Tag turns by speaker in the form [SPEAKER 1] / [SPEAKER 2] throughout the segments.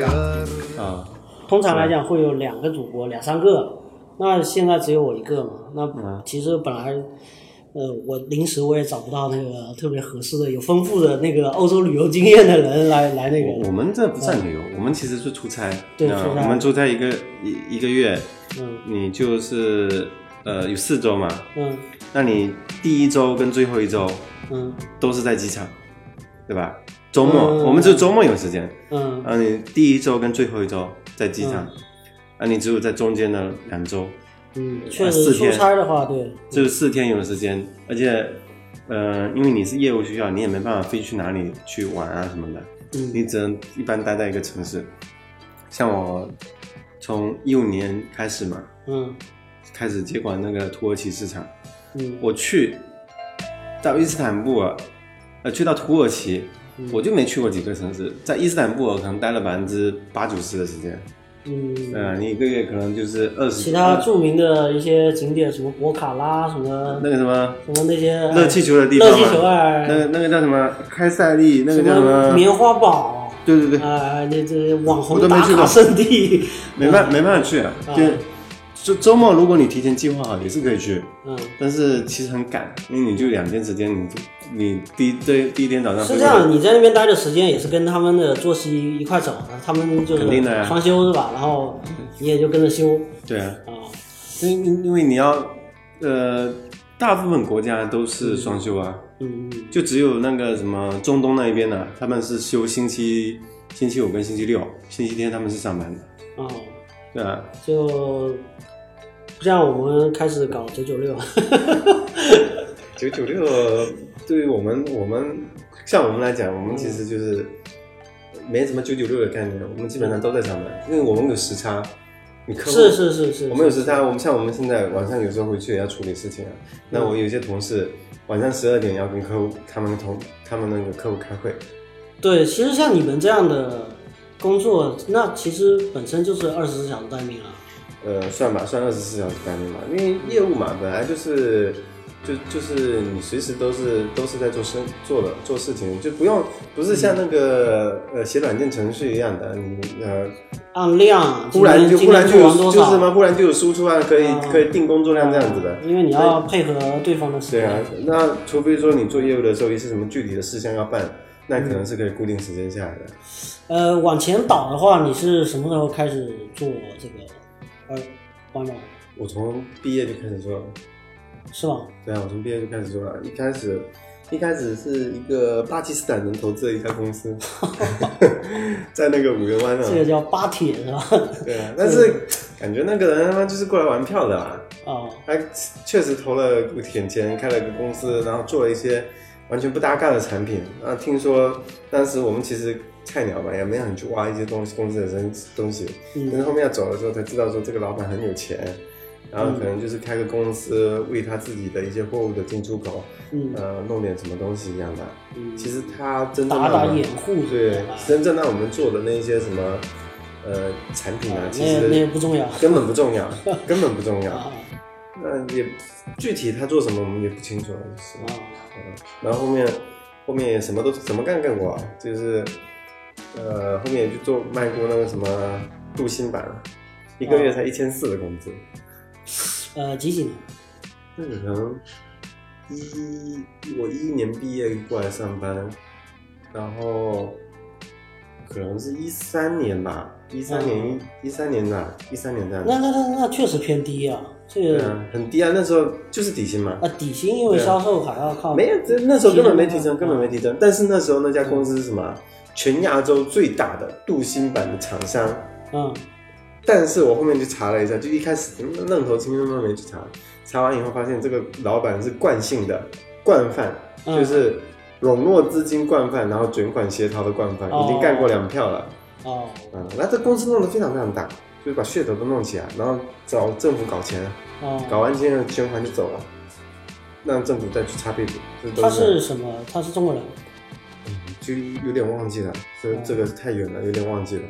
[SPEAKER 1] 感
[SPEAKER 2] 啊，
[SPEAKER 3] 通常来讲会有两个主播，两三个。那现在只有我一个嘛？那其实本来，呃，我临时我也找不到那个特别合适的、有丰富的那个欧洲旅游经验的人来来那
[SPEAKER 2] 我
[SPEAKER 3] 个。
[SPEAKER 2] 我们这不算旅游，我们其实是出差。
[SPEAKER 3] 嗯对
[SPEAKER 2] 嗯
[SPEAKER 3] 出差
[SPEAKER 2] 我们出差一个一一个月，
[SPEAKER 3] 嗯
[SPEAKER 2] 你就是呃有四周嘛，
[SPEAKER 3] 嗯
[SPEAKER 2] 那你第一周跟最后一周
[SPEAKER 3] 嗯
[SPEAKER 2] 都是在机场，对吧？周末、
[SPEAKER 3] 嗯
[SPEAKER 2] 我们就周末有时间，
[SPEAKER 3] 嗯
[SPEAKER 2] 啊，你第一周跟最后一周在机场，啊，你只有在中间的两周，
[SPEAKER 3] 嗯，确
[SPEAKER 2] 呃
[SPEAKER 3] 实
[SPEAKER 2] 四
[SPEAKER 3] 出
[SPEAKER 2] 天
[SPEAKER 3] 差的话，对，
[SPEAKER 2] 就是四天有时间，而且，呃，因为你是业务需要，你也没办法飞去哪里去玩啊什么的，
[SPEAKER 3] 嗯
[SPEAKER 2] 你只能一般待在一个城市。像我从一五年开始嘛，
[SPEAKER 3] 嗯
[SPEAKER 2] 开始接管那个土耳其市场，
[SPEAKER 3] 嗯
[SPEAKER 2] 我去到伊斯坦布尔，呃，去到土耳其，我就没去过几个城市，在伊斯坦布尔可能待了百分之八九十的时间，
[SPEAKER 3] 嗯。
[SPEAKER 2] 呃，你一个月可能就是二十。呃
[SPEAKER 3] 其他著名的一些景点，什么博卡拉，什么
[SPEAKER 2] 那个什么
[SPEAKER 3] 什么那些
[SPEAKER 2] 热气球的地方
[SPEAKER 3] 热
[SPEAKER 2] 嘛，
[SPEAKER 3] 气球啊，
[SPEAKER 2] 那个那个叫什么开塞利，那个叫什么？
[SPEAKER 3] 棉花堡
[SPEAKER 2] 对对对，
[SPEAKER 3] 啊，那这网
[SPEAKER 2] 我
[SPEAKER 3] 红
[SPEAKER 2] 都没
[SPEAKER 3] 打
[SPEAKER 2] 去
[SPEAKER 3] 卡
[SPEAKER 2] 过
[SPEAKER 3] 圣地，
[SPEAKER 2] 没办没办法去啊，就就周末如果你提前计划好也是可以去，
[SPEAKER 3] 嗯。
[SPEAKER 2] 但是其实很赶，因为你就两天时间，你就你第一第第一天早上
[SPEAKER 3] 是
[SPEAKER 2] 回
[SPEAKER 3] 这
[SPEAKER 2] 去
[SPEAKER 3] 样，你在那边待的时间也是跟他们的作息一块走的，他们就是
[SPEAKER 2] 肯定的呀嗯
[SPEAKER 3] 双休是吧？然后你也就跟着休
[SPEAKER 2] 对啊，
[SPEAKER 3] 啊，
[SPEAKER 2] 因因因为你要呃，大部分国家都是双休啊，
[SPEAKER 3] 嗯嗯
[SPEAKER 2] 就只有那个什么中东那一边呢、啊他们是休星期星期五跟星期六，星期天他们是上班的，
[SPEAKER 3] 啊，
[SPEAKER 2] 对啊，
[SPEAKER 3] 就不像我们开始搞九九六，
[SPEAKER 2] 九九六对于我们我们像我们来讲，我们其实就是没什么九九六的概念，我们基本上都在上班，因为我们有时差，你客 户
[SPEAKER 3] 是是是是，
[SPEAKER 2] 我们有时差，我们像我们现在晚上有时候回去也要处理事情啊。那我有一些同事晚上十二点要跟客户他们同他们那个客户开会，
[SPEAKER 3] 对，其实像你们这样的工作，那其实本身就是二十四小时待命了，啊
[SPEAKER 2] 呃，算吧，算二十四小时待命吧，因为业务嘛，本来就是就就是你随时都是都是在做事做的做事情，就不用不是像那个、呃写软件程序一样的，你呃
[SPEAKER 3] 按量，
[SPEAKER 2] 忽然就
[SPEAKER 3] 今
[SPEAKER 2] 忽
[SPEAKER 3] 天
[SPEAKER 2] 然
[SPEAKER 3] 今天做
[SPEAKER 2] 就有
[SPEAKER 3] 完多
[SPEAKER 2] 就
[SPEAKER 3] 少
[SPEAKER 2] 是什么忽然就有输出啊，可以、
[SPEAKER 3] 啊
[SPEAKER 2] 可以定工作量这样子的。
[SPEAKER 3] 因为你要配合对方的时
[SPEAKER 2] 对
[SPEAKER 3] 间，
[SPEAKER 2] 啊，那除非说你做业务的时候一些什么具体的事项要办，那可能是可以固定时间下来的。
[SPEAKER 3] 呃，往前倒的话，你是什么时候开始做这个呃环保
[SPEAKER 2] 我从毕业就开始做了，
[SPEAKER 3] 是吧？
[SPEAKER 2] 对啊，我从毕业就开始做了。一开始，一开始是一个巴基斯坦人投资的一家公司， 在那个五月湾
[SPEAKER 3] 这个
[SPEAKER 2] 啊，
[SPEAKER 3] 叫巴铁是吧？
[SPEAKER 2] 对啊，但是感觉那个人他妈就是过来玩票的啊，
[SPEAKER 3] 啊，
[SPEAKER 2] 他确实投了一点钱，开了个公司，然后做了一些完全不搭嘎的产品。啊，听说当时我们其实菜鸟嘛，也没很去挖一些东西公司的东东西，但是
[SPEAKER 3] 嗯
[SPEAKER 2] 后面要走的时候才知道说这个老板很有钱，然后可能就是开个公司，为他自己的一些货物的进出口，
[SPEAKER 3] 嗯
[SPEAKER 2] 呃，弄点什么东西一样的。
[SPEAKER 3] 嗯，
[SPEAKER 2] 其实他真正
[SPEAKER 3] 打
[SPEAKER 2] 让
[SPEAKER 3] 打
[SPEAKER 2] 我们
[SPEAKER 3] 掩护
[SPEAKER 2] 对
[SPEAKER 3] 吧？
[SPEAKER 2] 真正让我们做的那一些什么呃产品啊
[SPEAKER 3] 啊，
[SPEAKER 2] 其
[SPEAKER 3] 那那也
[SPEAKER 2] 实
[SPEAKER 3] 不重要
[SPEAKER 2] 根本不重要，根本不重 要。
[SPEAKER 3] 啊
[SPEAKER 2] 那也具体他做什么我们也不清楚了，就是
[SPEAKER 3] 啊，
[SPEAKER 2] 嗯然后后面后面也什么都什么干干过啊，就是呃后面也去做卖过那个什么镀锌板，一个月才一千四的工资，
[SPEAKER 3] 呃，几几年？
[SPEAKER 2] 那可能一我一一年毕业过来上班，然后可能是一三年吧，一三年一三年的一三年这样子，
[SPEAKER 3] 那那那那确实偏低啊，这
[SPEAKER 2] 对
[SPEAKER 3] 个
[SPEAKER 2] 啊，很低啊，那时候就是底薪嘛，
[SPEAKER 3] 啊底薪因为
[SPEAKER 2] 对啊
[SPEAKER 3] 销售还要靠
[SPEAKER 2] 没有，这那时候根本没提成，
[SPEAKER 3] 嗯
[SPEAKER 2] 根本没提成。但是那时候那家公司是什么啊？全亚洲最大的镀锌板的厂商。
[SPEAKER 3] 嗯
[SPEAKER 2] 但是我后面去查了一下，就一开始嗯愣头青都没去查，查完以后发现这个老板是惯性的惯犯，
[SPEAKER 3] 嗯
[SPEAKER 2] 就是笼络资金惯犯，然后卷款协逃的惯犯，
[SPEAKER 3] 哦
[SPEAKER 2] 已经干过两票了。
[SPEAKER 3] 哦
[SPEAKER 2] 嗯，那这公司弄得非常非常大，就是把噱头都弄起来，然后找政府搞钱，啊搞
[SPEAKER 3] 哦，
[SPEAKER 2] 完钱捐款就走了，让政府再去擦屁股。这都
[SPEAKER 3] 他
[SPEAKER 2] 这样
[SPEAKER 3] 是什么？他是中国人
[SPEAKER 2] 就有点忘记了，这
[SPEAKER 3] 哦
[SPEAKER 2] 这个太远了，有点忘记了。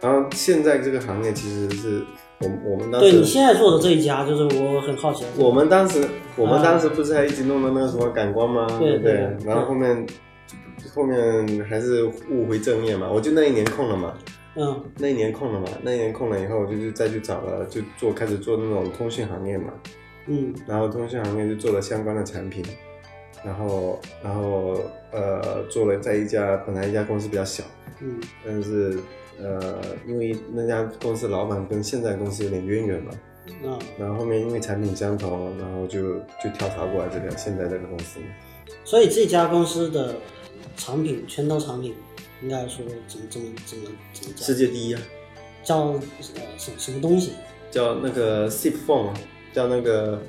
[SPEAKER 2] 然后现在这个行业其实是我们我们当
[SPEAKER 3] 对你
[SPEAKER 2] 时
[SPEAKER 3] 现在做的这一家，就是我很好奇，
[SPEAKER 2] 我们当时我们
[SPEAKER 3] 啊
[SPEAKER 2] 当时不是还一直弄的那个什么感光吗？
[SPEAKER 3] 对
[SPEAKER 2] 不
[SPEAKER 3] 对
[SPEAKER 2] 对？
[SPEAKER 3] 对
[SPEAKER 2] 然后后面后面还是误回正业嘛，我就那一年空了嘛，
[SPEAKER 3] 嗯
[SPEAKER 2] 那一年空了嘛，那一年空了以后，我就去再去找了，就做开始做那种通讯行业嘛，
[SPEAKER 3] 嗯
[SPEAKER 2] 然后通讯行业就做了相关的产品，然后然后呃做了在一家本来一家公司比较小，
[SPEAKER 3] 嗯
[SPEAKER 2] 但是呃因为那家公司老板跟现在公司有点渊源嘛，
[SPEAKER 3] 啊
[SPEAKER 2] 然后后面因为产品相同，然后就就跳槽过来这个现在这个公司。
[SPEAKER 3] 所以这家公司的产品，全套产品，应该说怎么怎么怎么怎么
[SPEAKER 2] 世
[SPEAKER 3] 叫
[SPEAKER 2] 界第一啊，
[SPEAKER 3] 叫呃什么什么东西？
[SPEAKER 2] 叫那个 SIP phone，叫那个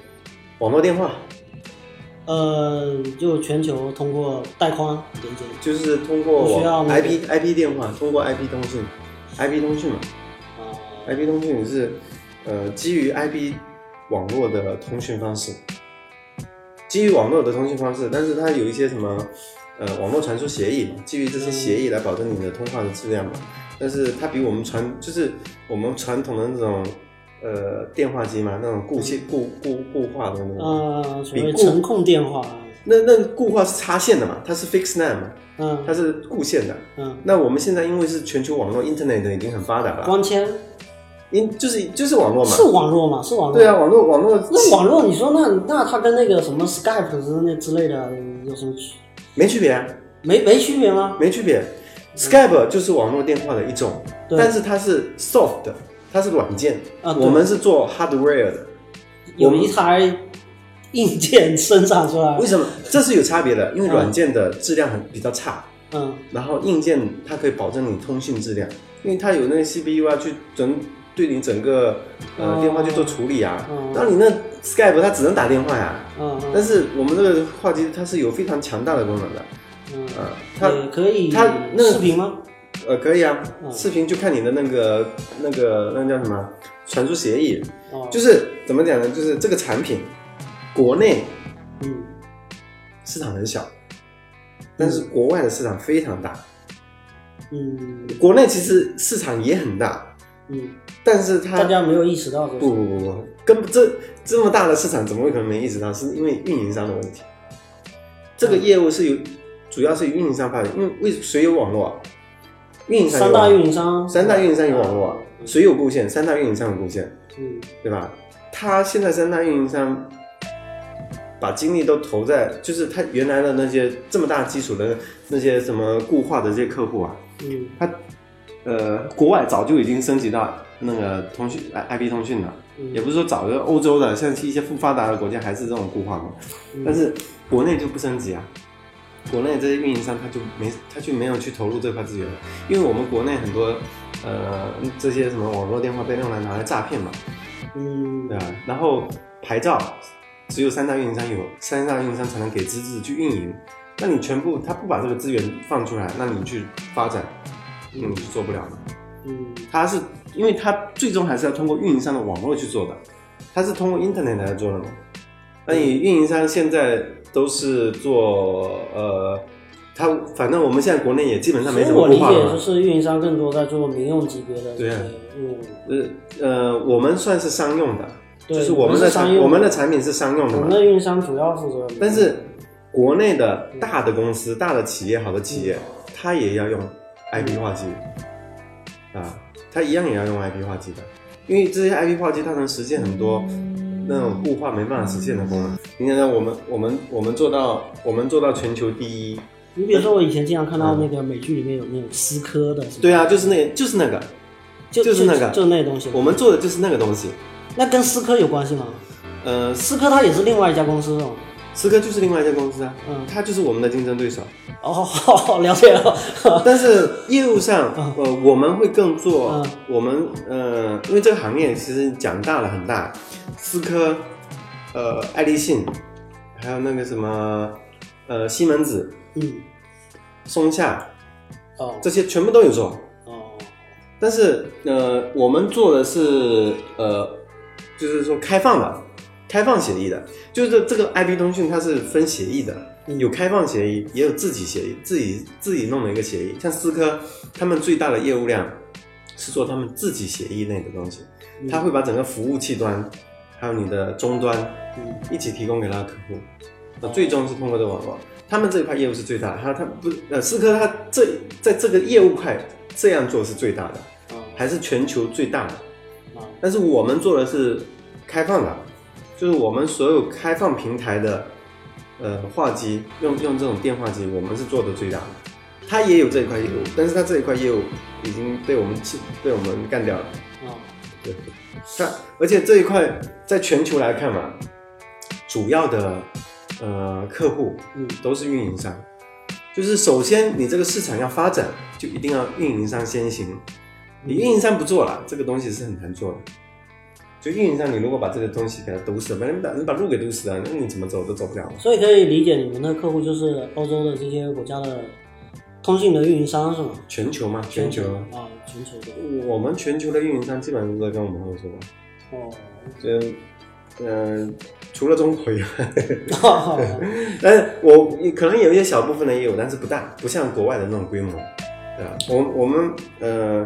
[SPEAKER 2] 网络电话，
[SPEAKER 3] 呃，就全球通过带宽连接。
[SPEAKER 2] 就是通过
[SPEAKER 3] 不需要
[SPEAKER 2] 网
[SPEAKER 3] 那个
[SPEAKER 2] IP IP 电话，通过 IP 通讯，IP 通讯嘛
[SPEAKER 3] 啊、
[SPEAKER 2] ，IP 通讯是呃基于 IP 网络的通讯方式，基于网络的通讯方式，但是它有一些什么呃网络传输协议嘛，基于这些协议来保证你的通话的质量嘛，但是它比我们传就是我们传统的那种。呃，电话机嘛，那种固
[SPEAKER 3] 嗯
[SPEAKER 2] 线、固固固话的那种，
[SPEAKER 3] 呃，所谓
[SPEAKER 2] 比固
[SPEAKER 3] 程控电话，
[SPEAKER 2] 那那固话是插线的嘛，它是 fixed line 嘛，它
[SPEAKER 3] 嗯
[SPEAKER 2] 是固线的。
[SPEAKER 3] 嗯，
[SPEAKER 2] 那我们现在因为是全球网络 internet 已经很发达了，
[SPEAKER 3] 光纤
[SPEAKER 2] 因就是就是网络嘛
[SPEAKER 3] 是。网络嘛？是网络。
[SPEAKER 2] 对啊，。网络网络
[SPEAKER 3] 那网络，你说那那它跟那个什么 Skype 之那之类的有什么区？
[SPEAKER 2] 没区别啊，
[SPEAKER 3] 没没区别吗？
[SPEAKER 2] 没区别。Skype 就是网络电话的一种，
[SPEAKER 3] 嗯对
[SPEAKER 2] 但是它是 soft 的，它是软件。
[SPEAKER 3] 啊对
[SPEAKER 2] 我们是做 hardware 的，我
[SPEAKER 3] 有
[SPEAKER 2] 们
[SPEAKER 3] 一台硬件生产出来
[SPEAKER 2] 为，什么？这是有差别的，因为软件的质量很比较差。
[SPEAKER 3] 嗯
[SPEAKER 2] 然后硬件它可以保证你通信质量，因为它有那个 CPU 啊，去整对你整个呃、
[SPEAKER 3] 哦
[SPEAKER 2] 电话去做处理啊。
[SPEAKER 3] 哦
[SPEAKER 2] 然后你那 Skype 它只能打电话呀、
[SPEAKER 3] 嗯
[SPEAKER 2] 但
[SPEAKER 3] 嗯
[SPEAKER 2] 是我们这个话机它是有非常强大的功能的，
[SPEAKER 3] 嗯，
[SPEAKER 2] 啊、它
[SPEAKER 3] 也可以
[SPEAKER 2] 它那个
[SPEAKER 3] 视频吗？
[SPEAKER 2] 呃可以啊，
[SPEAKER 3] 嗯
[SPEAKER 2] 视频就看你的那个那个那叫什么传输协议，
[SPEAKER 3] 哦，
[SPEAKER 2] 就是怎么讲呢？就是这个产品，国内
[SPEAKER 3] 嗯
[SPEAKER 2] 市场很小，但是国外的市场非常大，
[SPEAKER 3] 嗯
[SPEAKER 2] 国内其实市场也很大，
[SPEAKER 3] 嗯，
[SPEAKER 2] 但是它
[SPEAKER 3] 大家没有意识到这
[SPEAKER 2] 不
[SPEAKER 3] 个，
[SPEAKER 2] 不不不，根本这这么大的市场，怎么会可能没意识到？是因为运营商的问题。这个业务是由主要是由运营商发展，因为为谁有网络啊？运营商有
[SPEAKER 3] 三大
[SPEAKER 2] 网
[SPEAKER 3] 运营商，
[SPEAKER 2] 三大运营商有网络啊，
[SPEAKER 3] 嗯
[SPEAKER 2] 谁有固线？三大运营商有固线，
[SPEAKER 3] 嗯
[SPEAKER 2] 对吧？他现在三大运营商把精力都投在，就是他原来的那些这么大基础的那些什么固化的这些客户啊，
[SPEAKER 3] 嗯
[SPEAKER 2] 他呃国外早就已经升级到那个通讯 I IP 通讯了。
[SPEAKER 3] 嗯，
[SPEAKER 2] 也不是说早就欧洲的，像一些不发达的国家还是这种固化嘛，
[SPEAKER 3] 嗯
[SPEAKER 2] 但是国内就不升级啊。国内这些运营商他就没他就没有去投入这块资源，因为我们国内很多呃这些什么网络电话被用来拿来诈骗嘛，
[SPEAKER 3] 嗯
[SPEAKER 2] 对吧？然后牌照只有三大运营商有，三大运营商才能给资质去运营，那你全部他不把这个资源放出来，那你去发展，嗯，就做不了嘛。
[SPEAKER 3] 嗯
[SPEAKER 2] 它是因为它最终还是要通过运营商的网络去做的，它是通过 Internet 来做的嘛。那你运营商现在都是做呃，它反正我们现在国内也基本上
[SPEAKER 3] 其
[SPEAKER 2] 没
[SPEAKER 3] 实
[SPEAKER 2] 怎
[SPEAKER 3] 我
[SPEAKER 2] 么
[SPEAKER 3] 理
[SPEAKER 2] 固化
[SPEAKER 3] 解就
[SPEAKER 2] 了嘛。
[SPEAKER 3] 是运营商更多在做民用级别的这
[SPEAKER 2] 对啊
[SPEAKER 3] 些应用，
[SPEAKER 2] 呃呃，我们算是商用的，
[SPEAKER 3] 对
[SPEAKER 2] 就是我
[SPEAKER 3] 我们
[SPEAKER 2] 们
[SPEAKER 3] 是
[SPEAKER 2] 的
[SPEAKER 3] 商
[SPEAKER 2] 产
[SPEAKER 3] 用的
[SPEAKER 2] 我们的产品是商用的
[SPEAKER 3] 我们
[SPEAKER 2] 嘛。
[SPEAKER 3] 的运营商主要负责民用，
[SPEAKER 2] 但是国内的大的公司、大的企业、好的企业，它也要用 IP 话机啊，它一样也要用 IP 话机的，因为这些 IP 话机它能实现很多那种固化没办法实现的功能。你想想，我们我们我们做到我们做到全球第一，
[SPEAKER 3] 你比如说我以前经常看到那个美剧里面有那种思科的什么，
[SPEAKER 2] 嗯对啊，就是那就是那个，
[SPEAKER 3] 就
[SPEAKER 2] 就是那个
[SPEAKER 3] 就那东西，
[SPEAKER 2] 我们做的就是那个东西。
[SPEAKER 3] 那跟思科有关系吗？
[SPEAKER 2] 呃，思
[SPEAKER 3] 思科它也是另外一家公司哦。
[SPEAKER 2] 思科就是另外一家公司啊，
[SPEAKER 3] 嗯
[SPEAKER 2] 它就是我们的竞争对手。
[SPEAKER 3] 哦，好好好了解了。
[SPEAKER 2] 但是业务上，
[SPEAKER 3] 嗯
[SPEAKER 2] 呃，我们会更做
[SPEAKER 3] 嗯，
[SPEAKER 2] 我们呃，因为这个行业其实讲大了很大，思科，呃，爱立信，还有那个什么，呃，西门子、
[SPEAKER 3] 嗯，
[SPEAKER 2] 松下
[SPEAKER 3] 哦
[SPEAKER 2] 这些全部都有做，
[SPEAKER 3] 哦，
[SPEAKER 2] 但是呃，我们做的是呃，就是说开放的，开放协议的，就是这这个 IP 通讯它是分协议的，
[SPEAKER 3] 嗯
[SPEAKER 2] 有开放协议，也有自己协议，自己自己弄了一个协议。像思科，他们最大的业务量是做他们自己协议内的东西，
[SPEAKER 3] 嗯
[SPEAKER 2] 他会把整个服务器端，还有你的终端
[SPEAKER 3] 嗯
[SPEAKER 2] 一起提供给他的客户，那最终是通过这个网络，他们这一块业务是最大的。他他不呃，思科他这在这个业务块这样做是最大的，
[SPEAKER 3] 哦
[SPEAKER 2] 还是全球最大的。
[SPEAKER 3] 啊，
[SPEAKER 2] 但是我们做的是开放的，就是我们所有开放平台的，呃，话机用用这种电话机，我们是做的最大的。它也有这一块业务，但是它这一块业务已经被我们弃被我们干掉了。
[SPEAKER 3] 啊，
[SPEAKER 2] 对，它而且这一块在全球来看嘛，主要的呃客户
[SPEAKER 3] 嗯
[SPEAKER 2] 都是运营商，就是首先你这个市场要发展，就一定要运营商先
[SPEAKER 3] 嗯
[SPEAKER 2] 行。你运营商不做了，这个东西是很难做的。就运营商，你如果把这个东西给它堵死了，把你把你把路给堵死了，那你怎么走都走不了了。
[SPEAKER 3] 所以可以理解你们的客户就是欧洲的这些国家的通信的运营商是吗？
[SPEAKER 2] 全球嘛，全球，
[SPEAKER 3] 啊，全球的
[SPEAKER 2] 我们全球的运营商基本上都在跟我们合作，
[SPEAKER 3] 哦，
[SPEAKER 2] 就，嗯、除了中国以外，
[SPEAKER 3] 哦
[SPEAKER 2] 但是我可能有一些小部分的也有，但是不大，不像国外的那种规模，对吧？我我们呃，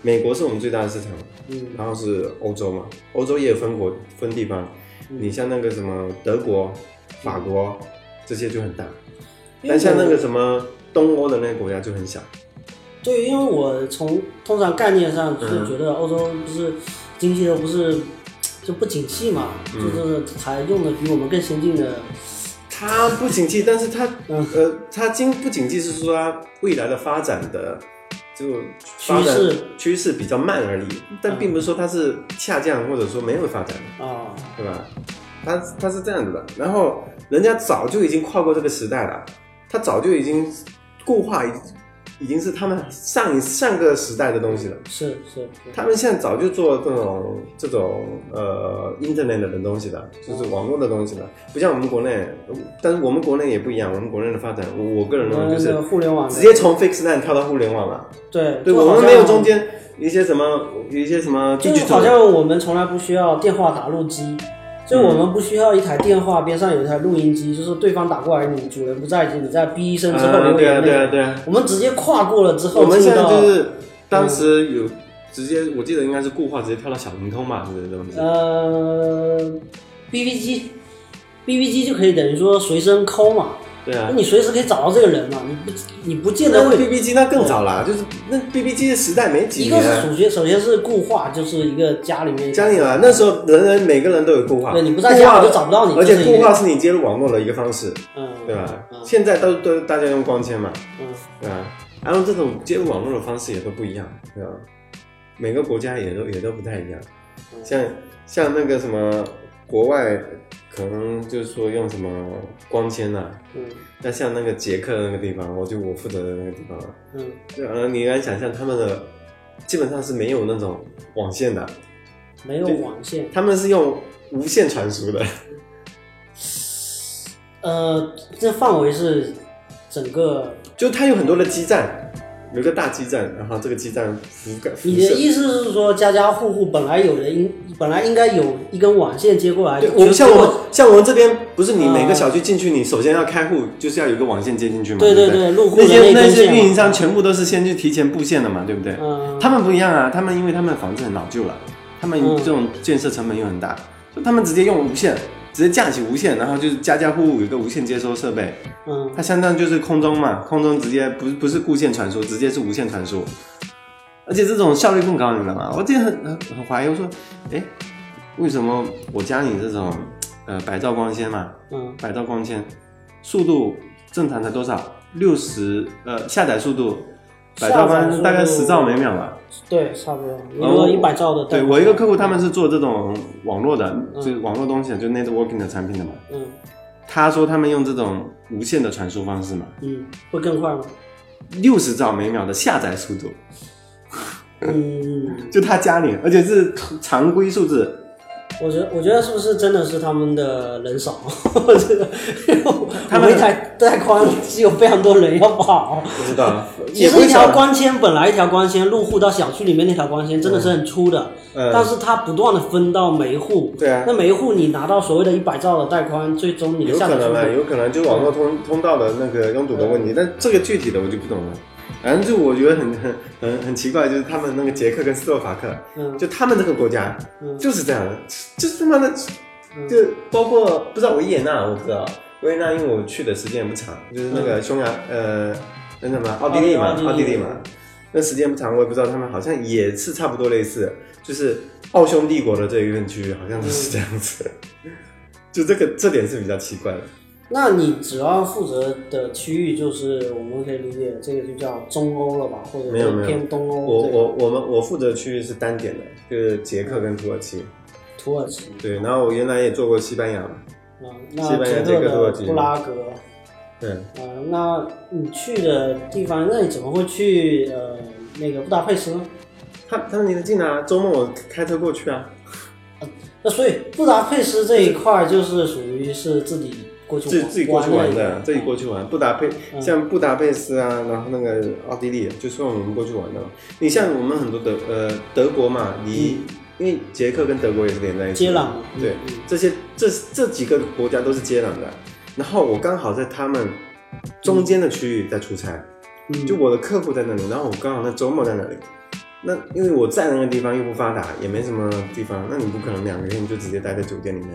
[SPEAKER 2] 美国是我们最大的市场，
[SPEAKER 3] 嗯
[SPEAKER 2] 然后是欧洲嘛，欧洲也有分国分地方，
[SPEAKER 3] 嗯
[SPEAKER 2] 你像那个什么德国、法国这些就很大，
[SPEAKER 3] 嗯因为
[SPEAKER 2] 但像那
[SPEAKER 3] 我
[SPEAKER 2] 个什么东欧的那个国家就很小。
[SPEAKER 3] 对，因为我从通常概念上就是
[SPEAKER 2] 嗯
[SPEAKER 3] 觉得欧洲不是经济都不是就不景气嘛，
[SPEAKER 2] 嗯
[SPEAKER 3] 就是才用的比我们更先进的
[SPEAKER 2] 它不景气，但是它
[SPEAKER 3] 嗯
[SPEAKER 2] 呃，它经不景气是说它未来的发展的就
[SPEAKER 3] 趋
[SPEAKER 2] 发展
[SPEAKER 3] 势
[SPEAKER 2] 趋势比较慢而已，但并不是说它是下降或者说没有发展，
[SPEAKER 3] 啊，
[SPEAKER 2] 对吧？它它是这样子的，然后人家早就已经跨过这个时代了，它早就已经固化，已已经是他们上一上个时代的东西了。
[SPEAKER 3] 是是，是
[SPEAKER 2] 他们现在早就做这种这种呃 internet 的东西了，就是网络的东西了，不像我们国内，呃但是我们国内也不一样，我们国内的发展，我我个人
[SPEAKER 3] 我
[SPEAKER 2] 认为
[SPEAKER 3] 们
[SPEAKER 2] 嗯就是
[SPEAKER 3] 的互联网的
[SPEAKER 2] 直接从 fixed line 跳到互联网了，
[SPEAKER 3] 对
[SPEAKER 2] 对
[SPEAKER 3] 就
[SPEAKER 2] 我
[SPEAKER 3] 好
[SPEAKER 2] 们
[SPEAKER 3] 像
[SPEAKER 2] 没有中间一些什么一些什么
[SPEAKER 3] 就
[SPEAKER 2] digital
[SPEAKER 3] 好像我们从来不需要电话打录
[SPEAKER 2] 嗯
[SPEAKER 3] 机，就我们不需要一台电话边上有一台录音机，就是对方打过来，你主人不在，你在哔一声之后
[SPEAKER 2] 啊
[SPEAKER 3] 留
[SPEAKER 2] 对啊
[SPEAKER 3] 言
[SPEAKER 2] 对啊
[SPEAKER 3] 那个。
[SPEAKER 2] 对啊，
[SPEAKER 3] 我们直接跨过了之后，
[SPEAKER 2] 我们
[SPEAKER 3] 进
[SPEAKER 2] 现在
[SPEAKER 3] 到
[SPEAKER 2] 就是当时有直接，我记得应该是固化直接跳到小灵通吧，这种东西，
[SPEAKER 3] 嗯呃，BB 机，BB 机就可以等于说随身抠嘛，
[SPEAKER 2] 对
[SPEAKER 3] 那
[SPEAKER 2] 啊。
[SPEAKER 3] 你随时可以找到这个人嘛，你不你不见得
[SPEAKER 2] 那
[SPEAKER 3] 会。
[SPEAKER 2] BB 机那更早了，就是那 BB 机的时代没几
[SPEAKER 3] 一
[SPEAKER 2] 年
[SPEAKER 3] 个，是首先首先是固话，就是一个家里面
[SPEAKER 2] 家里啊，那时候人人每个人都有固话，
[SPEAKER 3] 对你不在家
[SPEAKER 2] 固话
[SPEAKER 3] 我就找不到你，
[SPEAKER 2] 而且
[SPEAKER 3] 这是一
[SPEAKER 2] 固
[SPEAKER 3] 个
[SPEAKER 2] 话是你接入网络的一个方式，
[SPEAKER 3] 嗯
[SPEAKER 2] 对吧？
[SPEAKER 3] 嗯
[SPEAKER 2] 现在都都大家用光纤嘛，
[SPEAKER 3] 嗯
[SPEAKER 2] 对吧？然后这种接入网络的方式也都不一样，对吧？每个国家也都也都不太一样，
[SPEAKER 3] 嗯
[SPEAKER 2] 像像那个什么国外，可能就是说用什么光纤啊，
[SPEAKER 3] 嗯
[SPEAKER 2] 那像那个捷克那个地方，我就我负责的那个地方啊，
[SPEAKER 3] 嗯
[SPEAKER 2] 对啊，你敢想象他们的基本上是没有那种网线的，
[SPEAKER 3] 没有网线。
[SPEAKER 2] 他们是用无线传输的。
[SPEAKER 3] 呃，这范围是整个。
[SPEAKER 2] 就它有很多的基站，有一个大基站，然后这个基站覆盖
[SPEAKER 3] 你
[SPEAKER 2] 辐
[SPEAKER 3] 的
[SPEAKER 2] 射。
[SPEAKER 3] 意思是说，家家户户本来有人应本来应该有一根网线接过来，
[SPEAKER 2] 对，
[SPEAKER 3] 就
[SPEAKER 2] 我们像我
[SPEAKER 3] 结
[SPEAKER 2] 们
[SPEAKER 3] 果
[SPEAKER 2] 像我们这边，不是你
[SPEAKER 3] 啊
[SPEAKER 2] 每个小区进去，你首先要开户，就是要有一个网线接进去嘛。
[SPEAKER 3] 对
[SPEAKER 2] 对
[SPEAKER 3] 对
[SPEAKER 2] 不
[SPEAKER 3] 对，入户
[SPEAKER 2] 那
[SPEAKER 3] 的
[SPEAKER 2] 些
[SPEAKER 3] 一
[SPEAKER 2] 那
[SPEAKER 3] 根
[SPEAKER 2] 些
[SPEAKER 3] 线
[SPEAKER 2] 运营商全部都是先去提前布线的嘛，对不对？
[SPEAKER 3] 嗯，
[SPEAKER 2] 他们不一样啊，他们因为他们房子很老旧了，他们
[SPEAKER 3] 嗯
[SPEAKER 2] 这种建设成本又很大，就他们直接用无线，直接架起无线，然后就是家家户户有一个无线接收设备，
[SPEAKER 3] 嗯
[SPEAKER 2] 它相当于就是空中嘛，空中直接不不是固线传输，直接是无线传输，而且这种效率更高，你知道吗？我之前很很很怀疑，我说，哎，为什么我家里这种呃百兆光纤嘛，
[SPEAKER 3] 嗯
[SPEAKER 2] 百兆光纤速度正常才多少？六十呃下载速度，百兆光纤大概十兆每秒吧。
[SPEAKER 3] 对，差不多一
[SPEAKER 2] 然后
[SPEAKER 3] 个一百兆的带
[SPEAKER 2] 对
[SPEAKER 3] 宽。
[SPEAKER 2] 我一个客户他们是做这种网络的，
[SPEAKER 3] 嗯
[SPEAKER 2] 就是网络东西，就 networking 的产品的嘛。
[SPEAKER 3] 嗯
[SPEAKER 2] 他说他们用这种无线的传输方式嘛，
[SPEAKER 3] 嗯，会更快吗？
[SPEAKER 2] 六十兆每秒的下载速度，
[SPEAKER 3] 嗯，
[SPEAKER 2] 就他家里，而且是常规数字。
[SPEAKER 3] 我觉得我觉得是不是真的是他们的人少？ 这个，因为我
[SPEAKER 2] 他
[SPEAKER 3] 我
[SPEAKER 2] 们
[SPEAKER 3] 一台带宽是有非常多人要跑。
[SPEAKER 2] 不知 道，
[SPEAKER 3] 其实一条光纤本来一条光纤入户到小区里面那条光纤真的是很粗的，但
[SPEAKER 2] 嗯，
[SPEAKER 3] 是它不断的分到每一户，
[SPEAKER 2] 对啊
[SPEAKER 3] 那，每一户你拿到所谓的一百兆的带宽，最终你的
[SPEAKER 2] 有
[SPEAKER 3] 下
[SPEAKER 2] 可
[SPEAKER 3] 载
[SPEAKER 2] 能
[SPEAKER 3] 速
[SPEAKER 2] 啊，
[SPEAKER 3] 度，
[SPEAKER 2] 有可能就网络通通道的那个拥堵的问题，但这个具体的我就不懂了。反正就我觉得很很很很奇怪，就是他们那个捷克跟斯洛伐克，
[SPEAKER 3] 嗯
[SPEAKER 2] 就他们这个国家
[SPEAKER 3] 嗯
[SPEAKER 2] 就是这样的，就是他妈的
[SPEAKER 3] 嗯，
[SPEAKER 2] 就包括不知道维也纳，我不知道维也纳，因为我去的时间也不长，就是那个匈牙呃那什么奥地利
[SPEAKER 3] 嗯奥
[SPEAKER 2] 嘛
[SPEAKER 3] 地，利
[SPEAKER 2] 奥地利嘛，那时间不长，我也不知道他们好像也是差不多类似，就是奥匈帝国的这一片区域好像就是这样子，
[SPEAKER 3] 嗯
[SPEAKER 2] 就这个这点是比较奇怪的。
[SPEAKER 3] 那你主要负责的区域就是我们可以理解，这个就叫中欧了吧，或者
[SPEAKER 2] 没有没
[SPEAKER 3] 是
[SPEAKER 2] 有
[SPEAKER 3] 偏东
[SPEAKER 2] 我
[SPEAKER 3] 欧这个
[SPEAKER 2] 我我们我负责区域是单点的，就是捷克跟土耳其。
[SPEAKER 3] 土耳其
[SPEAKER 2] 对，然后我原来也做过西班牙嘛。
[SPEAKER 3] 啊，那
[SPEAKER 2] 西班牙
[SPEAKER 3] 捷
[SPEAKER 2] 捷克土
[SPEAKER 3] 克
[SPEAKER 2] 耳
[SPEAKER 3] 的
[SPEAKER 2] 其
[SPEAKER 3] 布拉格
[SPEAKER 2] 对，
[SPEAKER 3] 啊，那你去的地方，那你怎么会去呃那个布达佩斯呢？
[SPEAKER 2] 他他们离得近啊，周末我开车过去啊。
[SPEAKER 3] 那所以布达佩斯这一块儿就是属于是自己过去
[SPEAKER 2] 自己
[SPEAKER 3] 玩
[SPEAKER 2] 自己过去玩嗯的，
[SPEAKER 3] 一
[SPEAKER 2] 自己
[SPEAKER 3] 个
[SPEAKER 2] 过去玩。布达佩像布达佩斯啊，然后那个奥地利，就是我们过去玩的嘛。你像我们很多德呃德国嘛，离因为捷克跟德国也是连在一起
[SPEAKER 3] 嗯接
[SPEAKER 2] 的，
[SPEAKER 3] 壤嘛，嗯
[SPEAKER 2] 对，这些这这几个国家都是接壤的。然后我刚好在他们中间的区域在出差，
[SPEAKER 3] 嗯
[SPEAKER 2] 就我的客户在那里，然后我刚好那周末在那里。那因为我在那个地方又不发达，也没什么地方，那你不可能两个月你就直接待在酒店里面，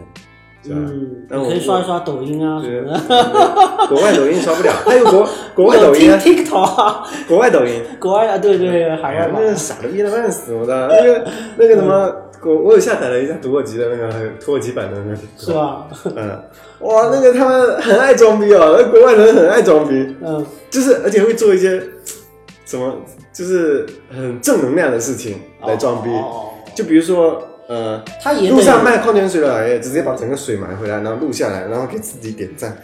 [SPEAKER 2] 是吧？
[SPEAKER 3] 嗯，
[SPEAKER 2] 那我
[SPEAKER 3] 你可以刷一刷抖音啊什
[SPEAKER 2] 对
[SPEAKER 3] 么的，
[SPEAKER 2] 国外抖音刷 不了，还有国国外抖音啊，
[SPEAKER 3] 听 TikTok 啊，
[SPEAKER 2] 国外抖音，
[SPEAKER 3] 国外啊，对对，海外
[SPEAKER 2] 那
[SPEAKER 3] 版
[SPEAKER 2] 个傻了逼的半死，我操！那个那个什
[SPEAKER 3] 嗯
[SPEAKER 2] 么，我我有下载了一下土耳其的那个土耳其版的那个，
[SPEAKER 3] 是？吧？
[SPEAKER 2] 嗯，哇，那个他们很爱装逼哦，那国外人很爱装逼，
[SPEAKER 3] 嗯，
[SPEAKER 2] 就是而且会做一些什么，就是很正能量的事情来装逼，
[SPEAKER 3] 哦，
[SPEAKER 2] 就比如说呃，
[SPEAKER 3] 他也
[SPEAKER 2] 路上
[SPEAKER 3] 得
[SPEAKER 2] 卖矿泉水了，也直接把整个水买回来，然后录下来，然后给自己点赞。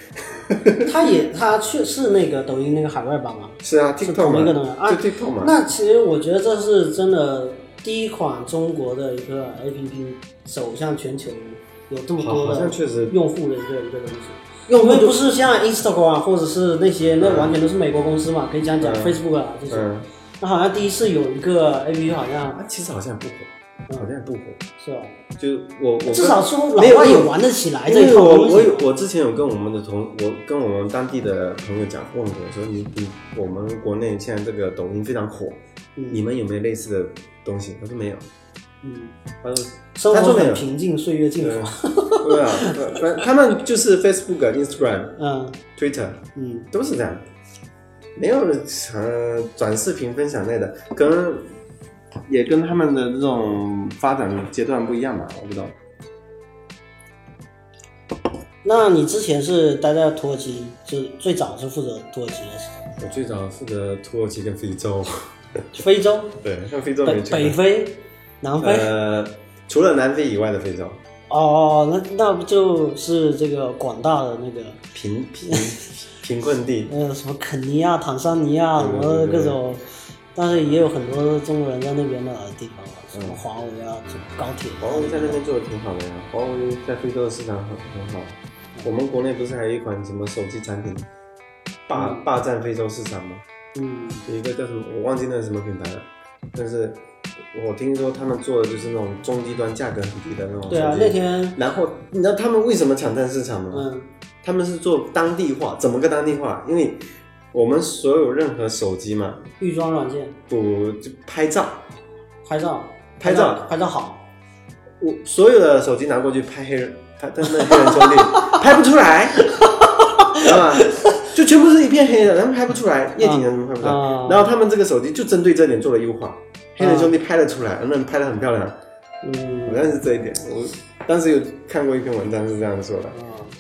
[SPEAKER 3] 他也他确是那个抖音那个海外版嘛。
[SPEAKER 2] 是啊
[SPEAKER 3] 是
[SPEAKER 2] ，TikTok
[SPEAKER 3] 同一个东西
[SPEAKER 2] 嘛，
[SPEAKER 3] 啊
[SPEAKER 2] 就 TikTok 嘛。
[SPEAKER 3] 那其实我觉得这是真的第一款中国的一个 APP 走向全球，有这么
[SPEAKER 2] 好，
[SPEAKER 3] 多
[SPEAKER 2] 好
[SPEAKER 3] 的
[SPEAKER 2] 像确实
[SPEAKER 3] 用户的一个一个东西。用户不是像 Instagram 啊或者是那些，那完全都是美国公司嘛，可以讲讲
[SPEAKER 2] 嗯
[SPEAKER 3] Facebook 啊这些。
[SPEAKER 2] 嗯，
[SPEAKER 3] 那好像第一次有一个 APP，好像
[SPEAKER 2] 啊，其实好像不火，好像不火。
[SPEAKER 3] 是吧？
[SPEAKER 2] 就我我
[SPEAKER 3] 嗯至少是老
[SPEAKER 2] 没有
[SPEAKER 3] 外也玩得起来
[SPEAKER 2] 因
[SPEAKER 3] 这一
[SPEAKER 2] 为
[SPEAKER 3] 套
[SPEAKER 2] 我
[SPEAKER 3] 东
[SPEAKER 2] 我有
[SPEAKER 3] 西。
[SPEAKER 2] 我之前有跟我们的同我跟我们当地的朋友讲问过，说你你我们国内现在这个抖音非常火，你们有没有类似的东西？他说没有，
[SPEAKER 3] 嗯，
[SPEAKER 2] 他说
[SPEAKER 3] 生
[SPEAKER 2] 他
[SPEAKER 3] 活
[SPEAKER 2] 说没
[SPEAKER 3] 很
[SPEAKER 2] 有
[SPEAKER 3] 平静，岁月静
[SPEAKER 2] 对
[SPEAKER 3] 好。
[SPEAKER 2] 对啊，呃反他们就是 Facebook、Instagram、
[SPEAKER 3] 嗯
[SPEAKER 2] Twitter
[SPEAKER 3] 嗯
[SPEAKER 2] 都是这样，没有呃短视频分享类的，可能也跟他们的这种发展阶段不一样吧，我不知道。
[SPEAKER 3] 那你之前是待在土耳其，就最早是负责土耳其的
[SPEAKER 2] 我最早负责土耳其跟非洲，
[SPEAKER 3] 非洲、
[SPEAKER 2] 对，像非洲
[SPEAKER 3] 北
[SPEAKER 2] 没去过
[SPEAKER 3] 北非、南非。
[SPEAKER 2] 呃，除了南非以外的非洲，
[SPEAKER 3] 哦，那那不就是这个广大的那个
[SPEAKER 2] 贫贫贫 困地，
[SPEAKER 3] 呃什么肯尼亚、坦桑尼亚什
[SPEAKER 2] 对
[SPEAKER 3] 么
[SPEAKER 2] 对对
[SPEAKER 3] 各种，但是也有很多中国人在那边的地方嘛，什
[SPEAKER 2] 嗯
[SPEAKER 3] 么华为啊、高铁啊。
[SPEAKER 2] 华为在那边做的挺好的呀，华为在非洲的市场很很好。我们国内不是还有一款什么手机产品霸霸占非洲市场吗？
[SPEAKER 3] 嗯
[SPEAKER 2] 有一个叫什么，我忘记那是什么品牌了，但是我听说他们做的就是那种中低端价格很低的那种
[SPEAKER 3] 对啊，
[SPEAKER 2] 手机
[SPEAKER 3] 那天
[SPEAKER 2] 然后你知道他们为什么抢占市场吗？
[SPEAKER 3] 嗯
[SPEAKER 2] 他们是做当地化，怎么个当地化？因为我们所有任何手机嘛，
[SPEAKER 3] 预装软件
[SPEAKER 2] 不就拍照，
[SPEAKER 3] 拍照，
[SPEAKER 2] 拍照
[SPEAKER 3] 拍照好，
[SPEAKER 2] 我所有的手机拿过去拍黑人，拍他们黑人兄弟 拍不出来，知道吗？就全部是一片黑的，他们拍不出来，夜景人怎么拍不出来？
[SPEAKER 3] 啊
[SPEAKER 2] 然后他们这个手机就针对这点做了优化，黑人兄弟拍得出来，那拍得很漂亮，
[SPEAKER 3] 嗯
[SPEAKER 2] 好像是这一点。我当时有看过一篇文章是这样说的，
[SPEAKER 3] 啊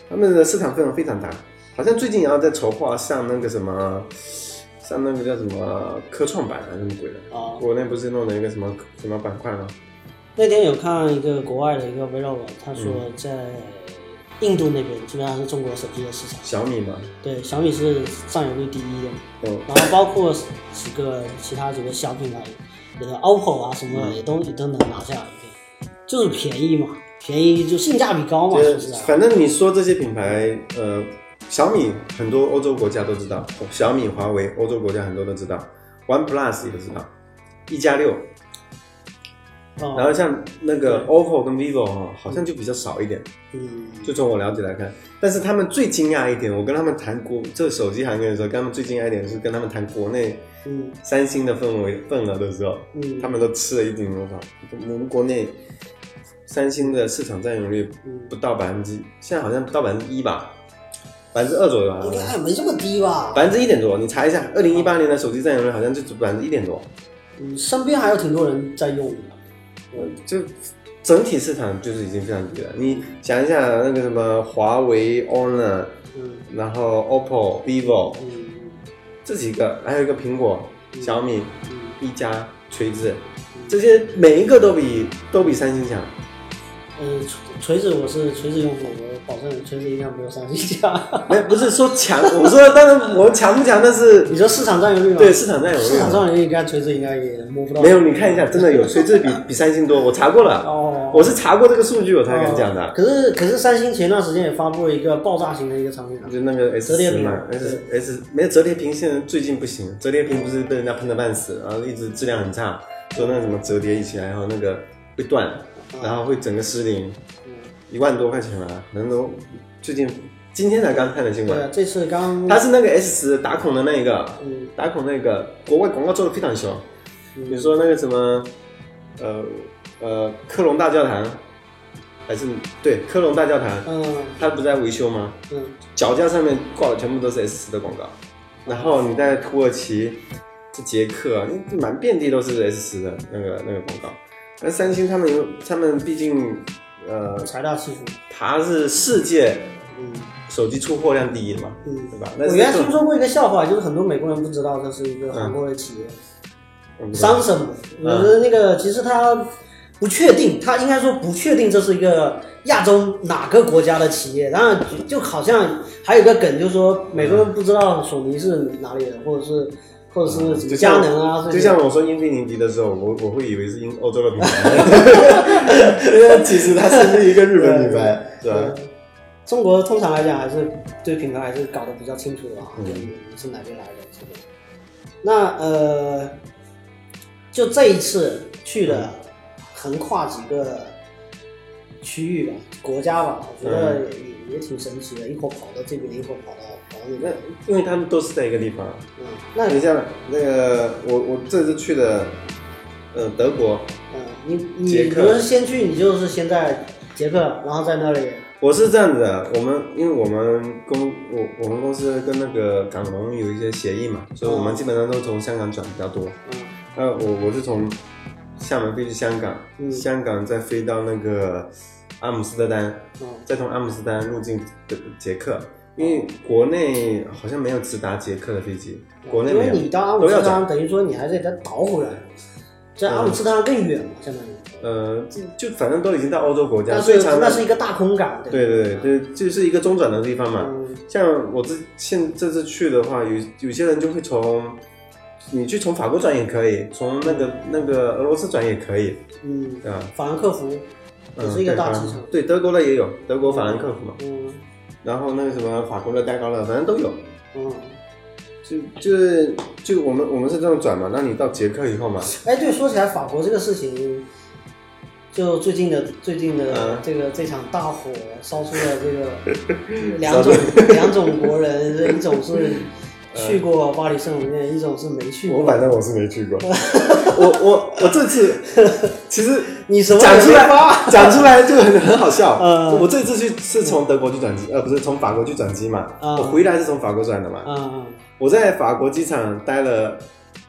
[SPEAKER 2] 他们的市场份额非常大，好像最近也要在筹划上那个什么，上那个叫什么科创板还是什么鬼的。
[SPEAKER 3] 啊，
[SPEAKER 2] 国内不是弄了一个什么什么板块吗？
[SPEAKER 3] 那天有看一个国外的一个 vlog，他说
[SPEAKER 2] 嗯
[SPEAKER 3] 在印度那边基本上是中国手机的市场，
[SPEAKER 2] 小米嘛，
[SPEAKER 3] 对，小米是占有率第一的。
[SPEAKER 2] 嗯，
[SPEAKER 3] 然后包括几个其他几个小品牌，呃，OPPO 啊什么的也都也都能拿下来一个，就是便宜嘛，便宜就性价比高嘛，
[SPEAKER 2] 就是
[SPEAKER 3] 是不是？
[SPEAKER 2] 反正你说这些品牌，呃，小米很多欧洲国家都知道，小米、华为欧洲国家很多都知道，OnePlus 也都知道，一加六，然
[SPEAKER 3] 哦，
[SPEAKER 2] 后像那个 OPPO 跟 vivo 哈，好像就比较少一点，
[SPEAKER 3] 嗯，
[SPEAKER 2] 就从我了解来看。但是他们最惊讶一点，我跟他们谈国这手机行业的时候，跟他们最惊讶一点是跟他们谈国内
[SPEAKER 3] 嗯
[SPEAKER 2] 三星的氛围份额的时候，
[SPEAKER 3] 嗯，
[SPEAKER 2] 他们都吃了一惊，我操，我们国内三星的市场占有率
[SPEAKER 3] 嗯
[SPEAKER 2] 不到百分之，现在好像不到百分之一吧，百分之二左右
[SPEAKER 3] 应
[SPEAKER 2] 吧，
[SPEAKER 3] 该没这么低吧？
[SPEAKER 2] 百分之一点多，你查一下，二零一八年的手机占有率好像就只百分之一点多，
[SPEAKER 3] 嗯，身边还有挺多人在用的。
[SPEAKER 2] 就整体市场就是已经非常低了。你想一想那个什么华为、Honor，
[SPEAKER 3] 嗯
[SPEAKER 2] 然后 OPPO、vivo
[SPEAKER 3] 嗯
[SPEAKER 2] 这几个，还有一个苹果、小米、
[SPEAKER 3] 嗯
[SPEAKER 2] 一加、锤子，这些每一个都比都比三星强。
[SPEAKER 3] 呃，锤锤子我是锤子用户，我保证锤子一定没有三星强。
[SPEAKER 2] 没不是说强，我说当然我强不强，但是
[SPEAKER 3] 你说市场占有率吗？
[SPEAKER 2] 对市场占有
[SPEAKER 3] 市场
[SPEAKER 2] 率
[SPEAKER 3] 占有率应该锤子应该也摸不到。
[SPEAKER 2] 没有，你看一下，真的有锤子比比三星多，我查过了，
[SPEAKER 3] 哦，
[SPEAKER 2] 我是查过这个数据我才敢讲
[SPEAKER 3] 哦
[SPEAKER 2] 的，
[SPEAKER 3] 可是可是三星前段时间也发布了一个爆炸型的一个产品啊，
[SPEAKER 2] 就那个 S
[SPEAKER 3] 折叠
[SPEAKER 2] 十
[SPEAKER 3] 屏
[SPEAKER 2] 嘛，S S 没有折叠屏，现在最近不行，折叠屏不是被人家喷的半死，然后一直质量很差，说那什么折叠起来，然后那个会断，
[SPEAKER 3] 嗯
[SPEAKER 2] 然后会整个失灵，一万多块钱吧，能都最近今天才刚看的新
[SPEAKER 3] 对
[SPEAKER 2] 闻
[SPEAKER 3] 啊，，这次刚
[SPEAKER 2] 它是那个 S 十打孔的那个，
[SPEAKER 3] 嗯
[SPEAKER 2] 打孔那个国外广告做的非常凶，比如说那个什么，呃呃科隆大教堂，还是对科隆大教堂，
[SPEAKER 3] 嗯
[SPEAKER 2] 它不是在维修吗？
[SPEAKER 3] 嗯
[SPEAKER 2] 脚架上面挂的全部都是 S 十的广告，然后你在土耳其、这捷克，你满遍地都是 S 十的那个那个广告。而三星他们有，他们毕竟，呃，
[SPEAKER 3] 财大气粗，
[SPEAKER 2] 它是世界
[SPEAKER 3] 嗯
[SPEAKER 2] 手机出货量第一的嘛，
[SPEAKER 3] 嗯。
[SPEAKER 2] 对吧？那
[SPEAKER 3] 我
[SPEAKER 2] 是
[SPEAKER 3] 原来听说过一个笑话，就是很多美国人不知道这是一个韩国的企业，
[SPEAKER 2] 嗯我不知道
[SPEAKER 3] 桑什么，我觉得那个其实他不确定，他应该说不确定这是一个亚洲哪个国家的企业，然后就就好像还有一个梗，就是说美国人不知道索尼是哪里的，或者是或者是什么
[SPEAKER 2] 就
[SPEAKER 3] 佳
[SPEAKER 2] 像
[SPEAKER 3] 能啊，
[SPEAKER 2] 嗯就
[SPEAKER 3] 这些
[SPEAKER 2] 像我说英菲尼迪的时候，我我会以为是英欧洲的品 牌，其实它是一个日本品牌，是吧？
[SPEAKER 3] 对中国通常来讲还是对品牌还是搞得比较清楚的啊，
[SPEAKER 2] 嗯
[SPEAKER 3] 你是哪边来的这个。那呃，就这一次去的，横跨几个区域吧、国家吧，我觉得也、
[SPEAKER 2] 嗯
[SPEAKER 3] 也挺神奇的，一会儿跑到这边，一会儿跑到跑到那
[SPEAKER 2] 那
[SPEAKER 3] 边。
[SPEAKER 2] 因为他们都是在一个地方。
[SPEAKER 3] 嗯，那
[SPEAKER 2] 你
[SPEAKER 3] 你
[SPEAKER 2] 像那个我我这次去的，呃，德国，
[SPEAKER 3] 嗯，你你
[SPEAKER 2] 捷
[SPEAKER 3] 比
[SPEAKER 2] 克
[SPEAKER 3] 如说先去，你就是先在捷克，然后在那里，
[SPEAKER 2] 我是这样子的，我们因为我们公我我们公司跟那个港龙有一些协议嘛，所以我们基本上都从香港转比较多。
[SPEAKER 3] 嗯
[SPEAKER 2] 呃，我我是从厦门飞去香港，
[SPEAKER 3] 嗯
[SPEAKER 2] 香港再飞到那个阿姆斯特丹，
[SPEAKER 3] 嗯
[SPEAKER 2] 再从阿姆斯特丹入境的捷克，因为国内好像没有直达捷克的飞机，国内
[SPEAKER 3] 因
[SPEAKER 2] 没
[SPEAKER 3] 为
[SPEAKER 2] 有
[SPEAKER 3] 你。到阿姆
[SPEAKER 2] 都
[SPEAKER 3] 斯
[SPEAKER 2] 要嗯
[SPEAKER 3] 特丹，等于说你还得再倒回来，这阿姆斯特丹更远嘛，相当于。
[SPEAKER 2] 呃，就就反正都已经到欧洲国家，
[SPEAKER 3] 但
[SPEAKER 2] 最
[SPEAKER 3] 是
[SPEAKER 2] 长
[SPEAKER 3] 那
[SPEAKER 2] 的
[SPEAKER 3] 是一个大空港，
[SPEAKER 2] 对
[SPEAKER 3] 对
[SPEAKER 2] 对对，就就是一个中转的地方嘛。
[SPEAKER 3] 嗯
[SPEAKER 2] 像我这现这次去的话，有有些人就会从，你去从法国转也可以，从那个那个俄罗斯转也可以，
[SPEAKER 3] 嗯，
[SPEAKER 2] 对吧？
[SPEAKER 3] 法兰克福也
[SPEAKER 2] 嗯，
[SPEAKER 3] 是一个
[SPEAKER 2] 对
[SPEAKER 3] 大
[SPEAKER 2] 法
[SPEAKER 3] 机
[SPEAKER 2] 兰
[SPEAKER 3] 场，
[SPEAKER 2] 对，德国的也有，德国法兰克福嘛，
[SPEAKER 3] 嗯
[SPEAKER 2] 然后那个什么法国的、戴高乐，反正都有。
[SPEAKER 3] 嗯，
[SPEAKER 2] 就就是就我们我们是这样转嘛，那你到捷克以后嘛，
[SPEAKER 3] 哎，对，说起来法国这个事情，就最近的最近的
[SPEAKER 2] 嗯
[SPEAKER 3] 这个这场大火烧出了 这个两种 两种国人，一种是去过巴黎圣母院，一种是没去
[SPEAKER 2] 嗯我
[SPEAKER 3] 过。
[SPEAKER 2] 反正我是没去过，我我我这 次其实
[SPEAKER 3] 你什么
[SPEAKER 2] 讲
[SPEAKER 3] 也
[SPEAKER 2] 出
[SPEAKER 3] 没
[SPEAKER 2] 来
[SPEAKER 3] 发？
[SPEAKER 2] 讲出来就很很好笑。
[SPEAKER 3] 嗯
[SPEAKER 2] 我这次去是从德国去转机，呃，不是从法国去转机嘛，
[SPEAKER 3] 嗯
[SPEAKER 2] 我回来是从法国转的嘛。
[SPEAKER 3] 嗯
[SPEAKER 2] 我在法国机场待了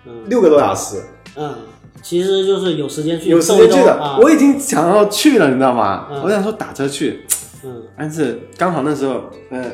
[SPEAKER 3] 嗯
[SPEAKER 2] 六个多小时，
[SPEAKER 3] 嗯，其实就是有时间去
[SPEAKER 2] 有时
[SPEAKER 3] 动
[SPEAKER 2] 间
[SPEAKER 3] 一
[SPEAKER 2] 去
[SPEAKER 3] 动
[SPEAKER 2] 的
[SPEAKER 3] 啊，
[SPEAKER 2] 我已经想要去了，你知道吗？
[SPEAKER 3] 嗯
[SPEAKER 2] 我想说打车去，
[SPEAKER 3] 嗯
[SPEAKER 2] 但是刚好那时候，呃，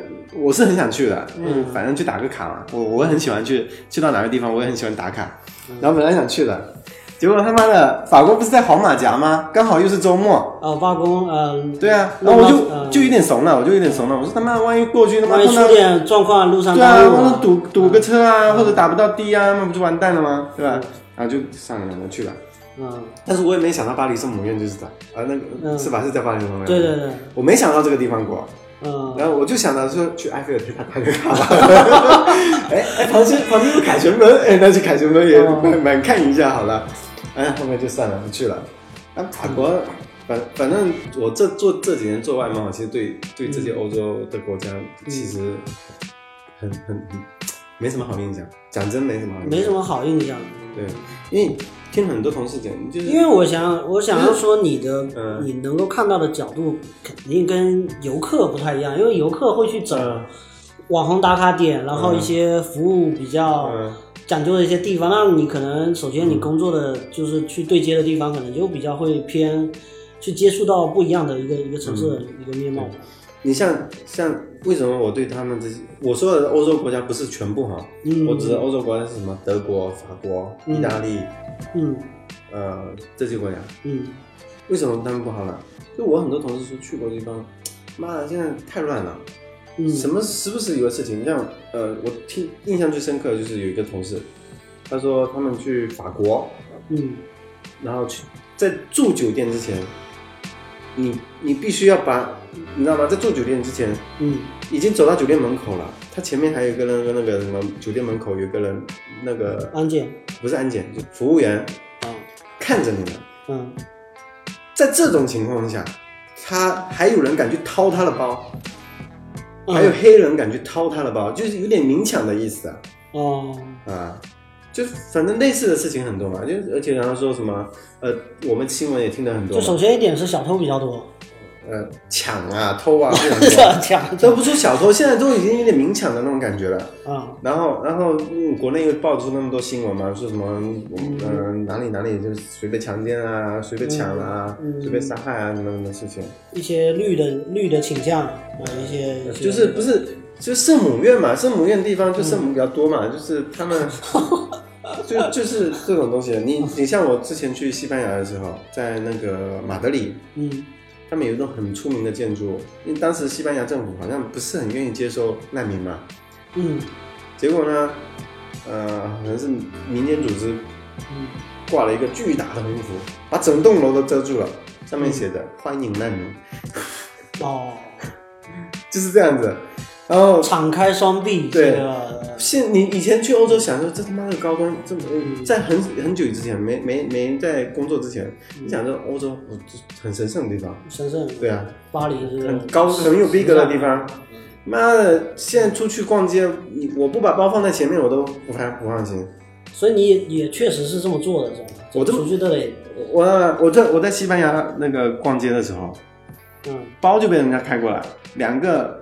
[SPEAKER 2] 我是很想去的，
[SPEAKER 3] 嗯
[SPEAKER 2] 反正去打个卡嘛，我我很喜欢去，去到哪个地方我也很喜欢打卡
[SPEAKER 3] 嗯，
[SPEAKER 2] 然后本来想去的，结果他妈的法国不是在黄马甲吗？刚好又是周末，
[SPEAKER 3] 啊，罢工，嗯，
[SPEAKER 2] 对啊，
[SPEAKER 3] 那
[SPEAKER 2] 然后我
[SPEAKER 3] 那
[SPEAKER 2] 就
[SPEAKER 3] 嗯
[SPEAKER 2] 就有点怂了，我就有点怂了，我说他妈万一过去他妈
[SPEAKER 3] 万一
[SPEAKER 2] 碰
[SPEAKER 3] 出
[SPEAKER 2] 到，
[SPEAKER 3] 点状况，路上
[SPEAKER 2] 对啊，
[SPEAKER 3] 耽误
[SPEAKER 2] 或者
[SPEAKER 3] 了，嗯
[SPEAKER 2] 堵堵个车啊，或者打不到的啊，那不就完蛋了吗？对吧？然后就算了，我去了。
[SPEAKER 3] 嗯，
[SPEAKER 2] 但是我也没想到巴黎圣母院就是的，啊，那个、
[SPEAKER 3] 嗯
[SPEAKER 2] 是吧？是在巴黎圣母院。
[SPEAKER 3] 对对。对，
[SPEAKER 2] 我没想到这个地方过，
[SPEAKER 3] 嗯，
[SPEAKER 2] 然后我就想到说去埃菲尔铁塔打个 卡吧。哎哎，旁边旁边有凯旋门，哎，那去凯旋门也
[SPEAKER 3] 哦
[SPEAKER 2] 蛮蛮看一下好了。哎，后面就算了，不去了。那法国，反反正我这做这几年做外贸，其实对对这些欧洲的国家其实
[SPEAKER 3] 嗯
[SPEAKER 2] 很很很没什么好印象，讲真没什么好印象。
[SPEAKER 3] 没什么好印象。
[SPEAKER 2] 对，因为听很多同事讲，就是
[SPEAKER 3] 因为我想，我想要说你的，
[SPEAKER 2] 嗯
[SPEAKER 3] 你能够看到的角度肯定跟游客不太一样，因为游客会去找
[SPEAKER 2] 嗯
[SPEAKER 3] 网红打卡点，然后一些服务比较
[SPEAKER 2] 嗯
[SPEAKER 3] 讲究的一些地方，那你可能首先你工作的就是去对接的地方，可能就比较会偏去接触到不一样的一个一个城市的
[SPEAKER 2] 嗯
[SPEAKER 3] 一个面貌。
[SPEAKER 2] 你像像为什么我对他们这些我说的欧洲国家不是全部哈，
[SPEAKER 3] 嗯
[SPEAKER 2] 我指的欧洲国家是什么？德国、法国、
[SPEAKER 3] 嗯
[SPEAKER 2] 意大利，
[SPEAKER 3] 嗯
[SPEAKER 2] 呃，这些国家
[SPEAKER 3] 嗯
[SPEAKER 2] 为什么他们不好呢？就我很多同事说去过的地方，妈的，现在太乱了，
[SPEAKER 3] 嗯，
[SPEAKER 2] 什么时不时有个事情让呃我听印象最深刻的就是有一个同事，他说他们去法国，
[SPEAKER 3] 嗯
[SPEAKER 2] 然后去在住酒店之前，你你必须要把你知道吗？在住酒店之前，
[SPEAKER 3] 嗯
[SPEAKER 2] 已经走到酒店门口了，他前面还有一个那个那个什么酒店门口有一个人，那个
[SPEAKER 3] 安检
[SPEAKER 2] 不是安检，就服务员
[SPEAKER 3] 啊
[SPEAKER 2] 看着你呢。
[SPEAKER 3] 嗯
[SPEAKER 2] 在这种情况下，他还有人敢去掏他的包，还有
[SPEAKER 3] 嗯
[SPEAKER 2] 黑人敢去掏他的包，就是有点明抢的意思啊
[SPEAKER 3] 哦
[SPEAKER 2] 啊。就反正类似的事情很多嘛，就而且然后说什么，呃，我们新闻也听得很多
[SPEAKER 3] 就
[SPEAKER 2] 嘛，
[SPEAKER 3] 首先一点是小偷比较多，
[SPEAKER 2] 呃，抢啊、偷啊，这
[SPEAKER 3] 是
[SPEAKER 2] 种
[SPEAKER 3] 抢
[SPEAKER 2] 都不说小偷，现在都已经有点明抢的那种感觉了。
[SPEAKER 3] 啊，
[SPEAKER 2] 然后，然后，嗯，国内又爆出那么多新闻嘛，说什么，嗯、呃哪里哪里就是随便强奸啊，随便抢啊，
[SPEAKER 3] 嗯
[SPEAKER 2] 随便杀害啊，什么什么事情，
[SPEAKER 3] 一些绿的绿的倾向啊，一些一些
[SPEAKER 2] 就是不是就圣母院嘛，圣母院地方就圣母比较多嘛，就是他们就就是这种东西。你你像我之前去西班牙的时候，在那个马德里，
[SPEAKER 3] 嗯
[SPEAKER 2] 他们有一栋很出名的建筑，因为当时西班牙政府好像不是很愿意接收难民嘛，
[SPEAKER 3] 嗯
[SPEAKER 2] 结果呢，呃，好像是民间组织
[SPEAKER 3] 嗯
[SPEAKER 2] 挂了一个巨大的横幅，把整栋楼都遮住了，上面写着“欢迎难民
[SPEAKER 3] 哦，”，
[SPEAKER 2] 就是这样子。然后
[SPEAKER 3] 敞开双臂
[SPEAKER 2] 对
[SPEAKER 3] 这个
[SPEAKER 2] 现你以前去欧洲想说这他妈的高端，这么在很很久以前没没没在工作之前，你想说欧洲哦这很神圣的地方，
[SPEAKER 3] 神圣
[SPEAKER 2] 嗯对啊，
[SPEAKER 3] 巴黎是
[SPEAKER 2] 很高很有逼格的地方。
[SPEAKER 3] 嗯
[SPEAKER 2] 妈的，现在出去逛街，你我不把包放在前面，我都不还不放心。
[SPEAKER 3] 所以你也也确实是这么做的，是吧？
[SPEAKER 2] 我这么
[SPEAKER 3] 出去都得，
[SPEAKER 2] 我我在我在西班牙那个逛街的时候，
[SPEAKER 3] 嗯
[SPEAKER 2] 包就被人家开过来，两个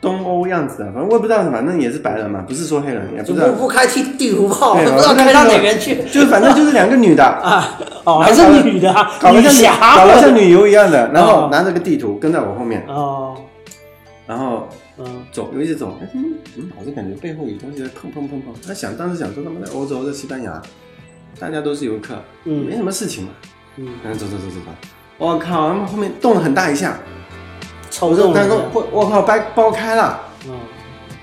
[SPEAKER 2] 东欧样子的，反正我也不知道，反正也是白人嘛，不是说黑人，也不
[SPEAKER 3] 就
[SPEAKER 2] 知道
[SPEAKER 3] 不，不开地地图炮，
[SPEAKER 2] 对
[SPEAKER 3] 不知
[SPEAKER 2] 我
[SPEAKER 3] 道
[SPEAKER 2] 看
[SPEAKER 3] 开到
[SPEAKER 2] 这个
[SPEAKER 3] 哪边去
[SPEAKER 2] 就是反正就是两个女的，
[SPEAKER 3] 啊！哦，还
[SPEAKER 2] 然后搞
[SPEAKER 3] 是
[SPEAKER 2] 得
[SPEAKER 3] 女的，
[SPEAKER 2] 搞得
[SPEAKER 3] 女
[SPEAKER 2] 像女
[SPEAKER 3] 侠
[SPEAKER 2] 搞得像旅游一样的，然
[SPEAKER 3] 啊
[SPEAKER 2] 后拿着个地图跟在我后面，
[SPEAKER 3] 哦，
[SPEAKER 2] 然后
[SPEAKER 3] 嗯
[SPEAKER 2] 走，我一直走，哎，怎么怎么老是感觉背后有东西在砰砰砰砰？他想当时想说他们在欧洲，在西班牙，大家都是游客，没
[SPEAKER 3] 嗯
[SPEAKER 2] 什么事情嘛，
[SPEAKER 3] 嗯，
[SPEAKER 2] 然后走走走走走，我靠，他们后面动了很大一下，
[SPEAKER 3] 抽
[SPEAKER 2] 我说
[SPEAKER 3] 中
[SPEAKER 2] 难
[SPEAKER 3] 了
[SPEAKER 2] 怪
[SPEAKER 3] 是吧，
[SPEAKER 2] 我我靠，包包开了。
[SPEAKER 3] 嗯，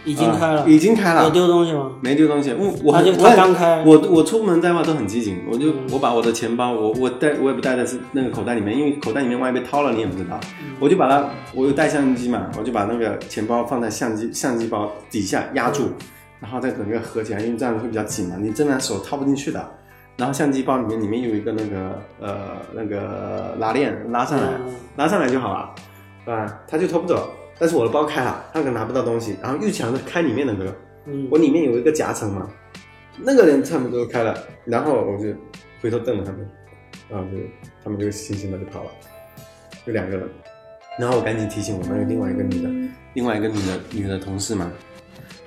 [SPEAKER 3] 已经开了
[SPEAKER 2] 啊，已经开了
[SPEAKER 3] 有，丢东西吗？
[SPEAKER 2] 没丢东西。我我
[SPEAKER 3] 他就
[SPEAKER 2] 很
[SPEAKER 3] 他刚开
[SPEAKER 2] 我很我我出门在外都很机警，我就我把我的钱包，我我带我也不带在是那个口袋里面，因为口袋里面万一被掏了你也不知道。我就把它，我有带相机嘛，我就把那个钱包放在相机相机包底下压住，然后再整个合起来，因为这样会比较紧嘛，你真的手掏不进去的。然后相机包里面里面有一个那个呃那个拉链拉上来，
[SPEAKER 3] 嗯
[SPEAKER 2] 拿上来就好了，啊，他就偷不走。但是我的包开了，他可能拿不到东西，然后又抢着开里面的那个，
[SPEAKER 3] 嗯
[SPEAKER 2] 我里面有一个夹层嘛，那个人他们都开了，然后我就回头瞪了他们，然后就他们就悻悻的就跑了，就两个人，然后我赶紧提醒我们有另外一个女的，另外一个女的女的同事嘛，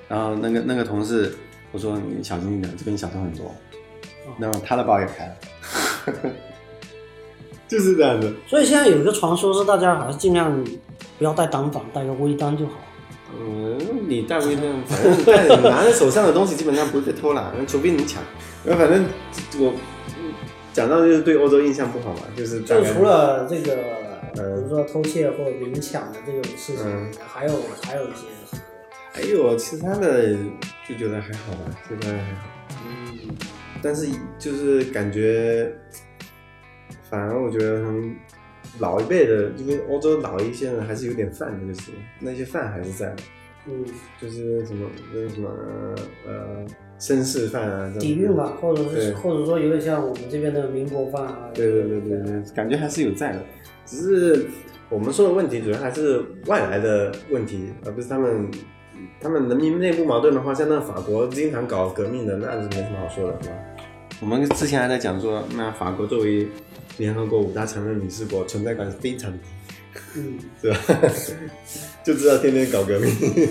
[SPEAKER 2] 然后那个那个同事我说你小心一点，这边小偷很多，然后他的包也开了， 就是这样子，
[SPEAKER 3] 所以现在有一个传说是大家还是尽量不要带单反，带个微单就好。
[SPEAKER 2] 嗯，你戴微那反正戴你拿在手上的东西基本上不会被偷啦，除非你抢。那反正我嗯讲到就是对欧洲印象不好嘛，就是大
[SPEAKER 3] 就
[SPEAKER 2] 概
[SPEAKER 3] 除了这个，比
[SPEAKER 2] 嗯
[SPEAKER 3] 如说偷窃或者明抢的这种事
[SPEAKER 2] 嗯
[SPEAKER 3] 情，还有还有一些，
[SPEAKER 2] 还有哎其他的就觉得还好吧，其他的还好。
[SPEAKER 3] 嗯，
[SPEAKER 2] 但是就是感觉，反而我觉得他们老一辈的，因为欧洲老一些人还是有点饭的，就是那些饭还是在的，
[SPEAKER 3] 嗯，
[SPEAKER 2] 就是什么那个什么呃绅士饭啊，这种
[SPEAKER 3] 底蕴吧，或者
[SPEAKER 2] 对
[SPEAKER 3] 是或者说有点像我们这边的民国饭啊，
[SPEAKER 2] 对对对对对，感觉还是有在的，只是我们说的问题主要还是外来的问题，而不是他们他们人民内部矛盾的话，像那法国经常搞革命的，那是没什么好说的，是吧？我们之前还在讲说，那法国作为联合国五大常任理事国，存在感非常低，
[SPEAKER 3] 嗯，
[SPEAKER 2] 是吧？就知道天天搞革命，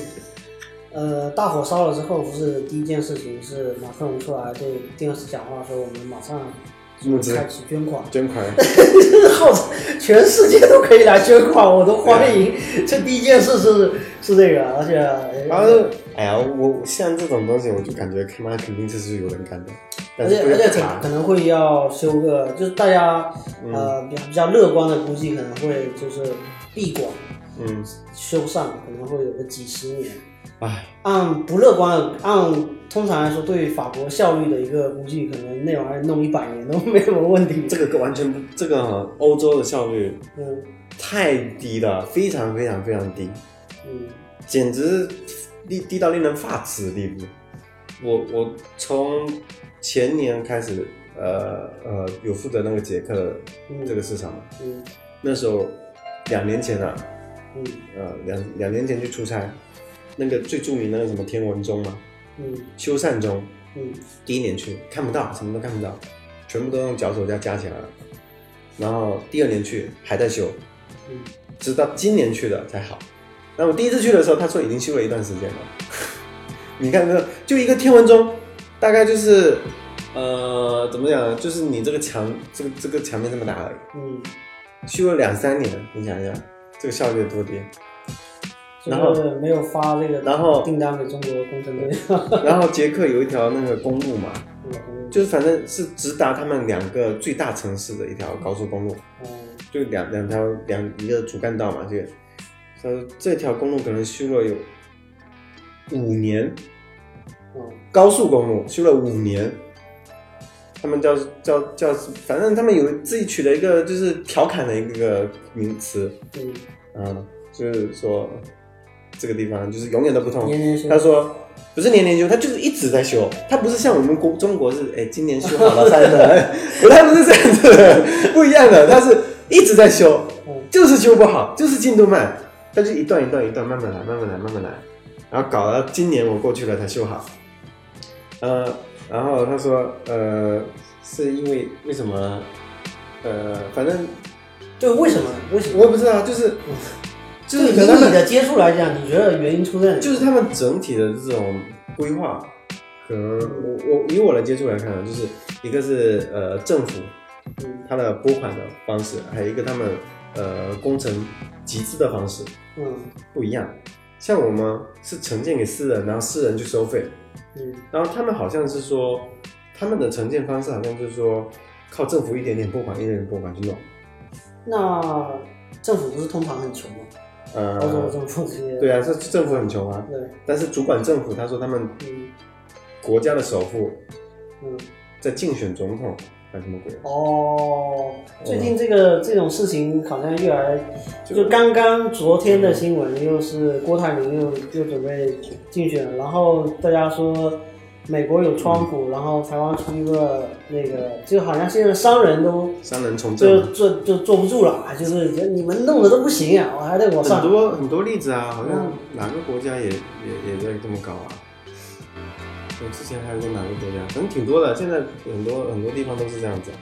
[SPEAKER 3] 呃，大火烧了之后，不是第一件事情是马克龙出来对电视讲话说，我们马上
[SPEAKER 2] 募资
[SPEAKER 3] 开启捐款，
[SPEAKER 2] 捐款，
[SPEAKER 3] 号召全世界都可以来捐款，我都欢迎。这第一件事是是这个，而且
[SPEAKER 2] 然后哎呀，我像这种东西，我就感觉他妈肯定就是有人干的，但
[SPEAKER 3] 而
[SPEAKER 2] 是
[SPEAKER 3] 且
[SPEAKER 2] 不
[SPEAKER 3] 而且
[SPEAKER 2] 要
[SPEAKER 3] 可
[SPEAKER 2] 查
[SPEAKER 3] 可，能会要修个，就是大家呃比较比较乐观的估计，可能会就是闭馆
[SPEAKER 2] 嗯，
[SPEAKER 3] 修缮，可能会有个几十年。
[SPEAKER 2] 哎，
[SPEAKER 3] 按不乐观的，按通常来说对法国效率的一个估计，可能那玩意儿弄一百年都没什么问题。
[SPEAKER 2] 这个完全不，这个哈欧洲的效率
[SPEAKER 3] 嗯
[SPEAKER 2] 太低了，非常非常非常低，
[SPEAKER 3] 嗯
[SPEAKER 2] 简直低低到令人发指的地步。我我从前年开始，呃呃，有负责那个捷克
[SPEAKER 3] 嗯
[SPEAKER 2] 这个市场嘛，
[SPEAKER 3] 嗯
[SPEAKER 2] 那时候两年前啊，
[SPEAKER 3] 嗯
[SPEAKER 2] 呃两两年前去出差，那个最著名的那个什么天文钟嘛，
[SPEAKER 3] 嗯
[SPEAKER 2] 修缮钟，
[SPEAKER 3] 嗯
[SPEAKER 2] 第一年去看不到，什么都看不到，全部都用脚手架架起来了。然后第二年去还在修，
[SPEAKER 3] 嗯，
[SPEAKER 2] 直到今年去的才好。那我第一次去的时候，他说已经修了一段时间了。 你看这就一个天文钟，大概就是呃怎么讲呢，就是你这个墙这个这个墙面这么大而已，
[SPEAKER 3] 嗯，
[SPEAKER 2] 修了两三年，你想一想这个效率有多低。 然后
[SPEAKER 3] 就是没有发这个
[SPEAKER 2] 然后
[SPEAKER 3] 订单给中国工程队。
[SPEAKER 2] 然后捷克有一条那个公路嘛，
[SPEAKER 3] 嗯
[SPEAKER 2] 就是反正是直达他们两个最大城市的一条高速公路。
[SPEAKER 3] 嗯
[SPEAKER 2] 就两两条两一个主干道嘛，这个，他说这条公路可能修了有五年，
[SPEAKER 3] 嗯
[SPEAKER 2] 高速公路修了五年，他们叫叫叫，反正他们有自己取了一个就是调侃的一个名词，
[SPEAKER 3] 嗯，
[SPEAKER 2] 嗯，就是说这个地方就是永远都不通，
[SPEAKER 3] 年年修
[SPEAKER 2] 他说不是年年修，他就是一直在修，他不是像我们国中国是哎今年修好了三的， 不他不是这样子的，不一样的，他是一直在修
[SPEAKER 3] 嗯，
[SPEAKER 2] 就是修不好，就是进度慢，他就一段一段一段慢慢来，慢慢来，慢慢来，然后搞到今年我过去了才修好，呃，然后他说呃是因为为什么呃反正
[SPEAKER 3] 对，为什么？为什么？
[SPEAKER 2] 我也不知道，就是嗯就是可
[SPEAKER 3] 以
[SPEAKER 2] 能他
[SPEAKER 3] 你
[SPEAKER 2] 们
[SPEAKER 3] 的接触来讲，你觉得原因出在哪？
[SPEAKER 2] 就是他们整体的这种规划，可能我我以我的接触来看啊，就是一个是呃政府
[SPEAKER 3] 嗯
[SPEAKER 2] 它的拨款的方式，还有一个他们呃工程集资的方式
[SPEAKER 3] 嗯
[SPEAKER 2] 不一样。像我们是承建给私人，然后私人去收费，
[SPEAKER 3] 嗯
[SPEAKER 2] 然后他们好像是说他们的承建方式好像就是说靠政府一点点拨款，一点点拨款去弄。
[SPEAKER 3] 那政府不是通常很穷吗？
[SPEAKER 2] 呃
[SPEAKER 3] 欧洲的，政府这些
[SPEAKER 2] 对啊，这政府很穷啊，
[SPEAKER 3] 对，
[SPEAKER 2] 但是主管政府他说他们
[SPEAKER 3] 嗯
[SPEAKER 2] 国家的首富
[SPEAKER 3] 嗯。
[SPEAKER 2] 在竞选总统还是什么鬼？
[SPEAKER 3] 哦，最近这个这种事情好像越来，就刚刚昨天的新闻，又是郭台铭又又准备竞选，然后大家说美国有川普，然后台湾出一个那个，就好像现在商人都
[SPEAKER 2] 商人从政
[SPEAKER 3] 就
[SPEAKER 2] 嘛，
[SPEAKER 3] 坐就坐不住了，就是你们弄的都不行啊，我还得往
[SPEAKER 2] 很
[SPEAKER 3] 上。
[SPEAKER 2] 多很多例子啊，好像
[SPEAKER 3] 嗯
[SPEAKER 2] 哪个国家也也也在这么搞啊。我之前还有过哪个国家，反正挺多的，现在很多很多地方都是这样子啊。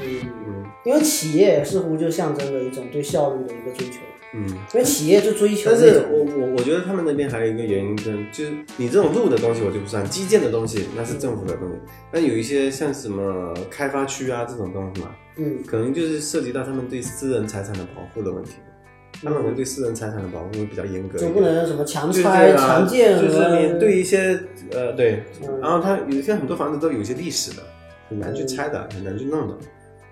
[SPEAKER 3] 嗯，
[SPEAKER 2] 嗯
[SPEAKER 3] 因为企业似乎就象征着一种对效率的一个追求，
[SPEAKER 2] 嗯，
[SPEAKER 3] 因为企业就追求
[SPEAKER 2] 但
[SPEAKER 3] 那
[SPEAKER 2] 是
[SPEAKER 3] 种
[SPEAKER 2] 我我我觉得他们那边还有一个原因跟，就是你这种路的东西我就不算，基建的东西那是政府的东西，那有一些像什么开发区啊这种东西嘛，
[SPEAKER 3] 嗯
[SPEAKER 2] 可能就是涉及到他们对私人财产的保护的问题，他们可能对私人财产的保护会比较严格一
[SPEAKER 3] 就
[SPEAKER 2] 点。
[SPEAKER 3] 嗯不能什么强
[SPEAKER 2] 就是
[SPEAKER 3] 拆
[SPEAKER 2] 啊
[SPEAKER 3] 强建和，
[SPEAKER 2] 就是你对一些呃对，
[SPEAKER 3] 嗯
[SPEAKER 2] 然后它有些很多房子都有一些历史的，很难去拆的，很难去弄的，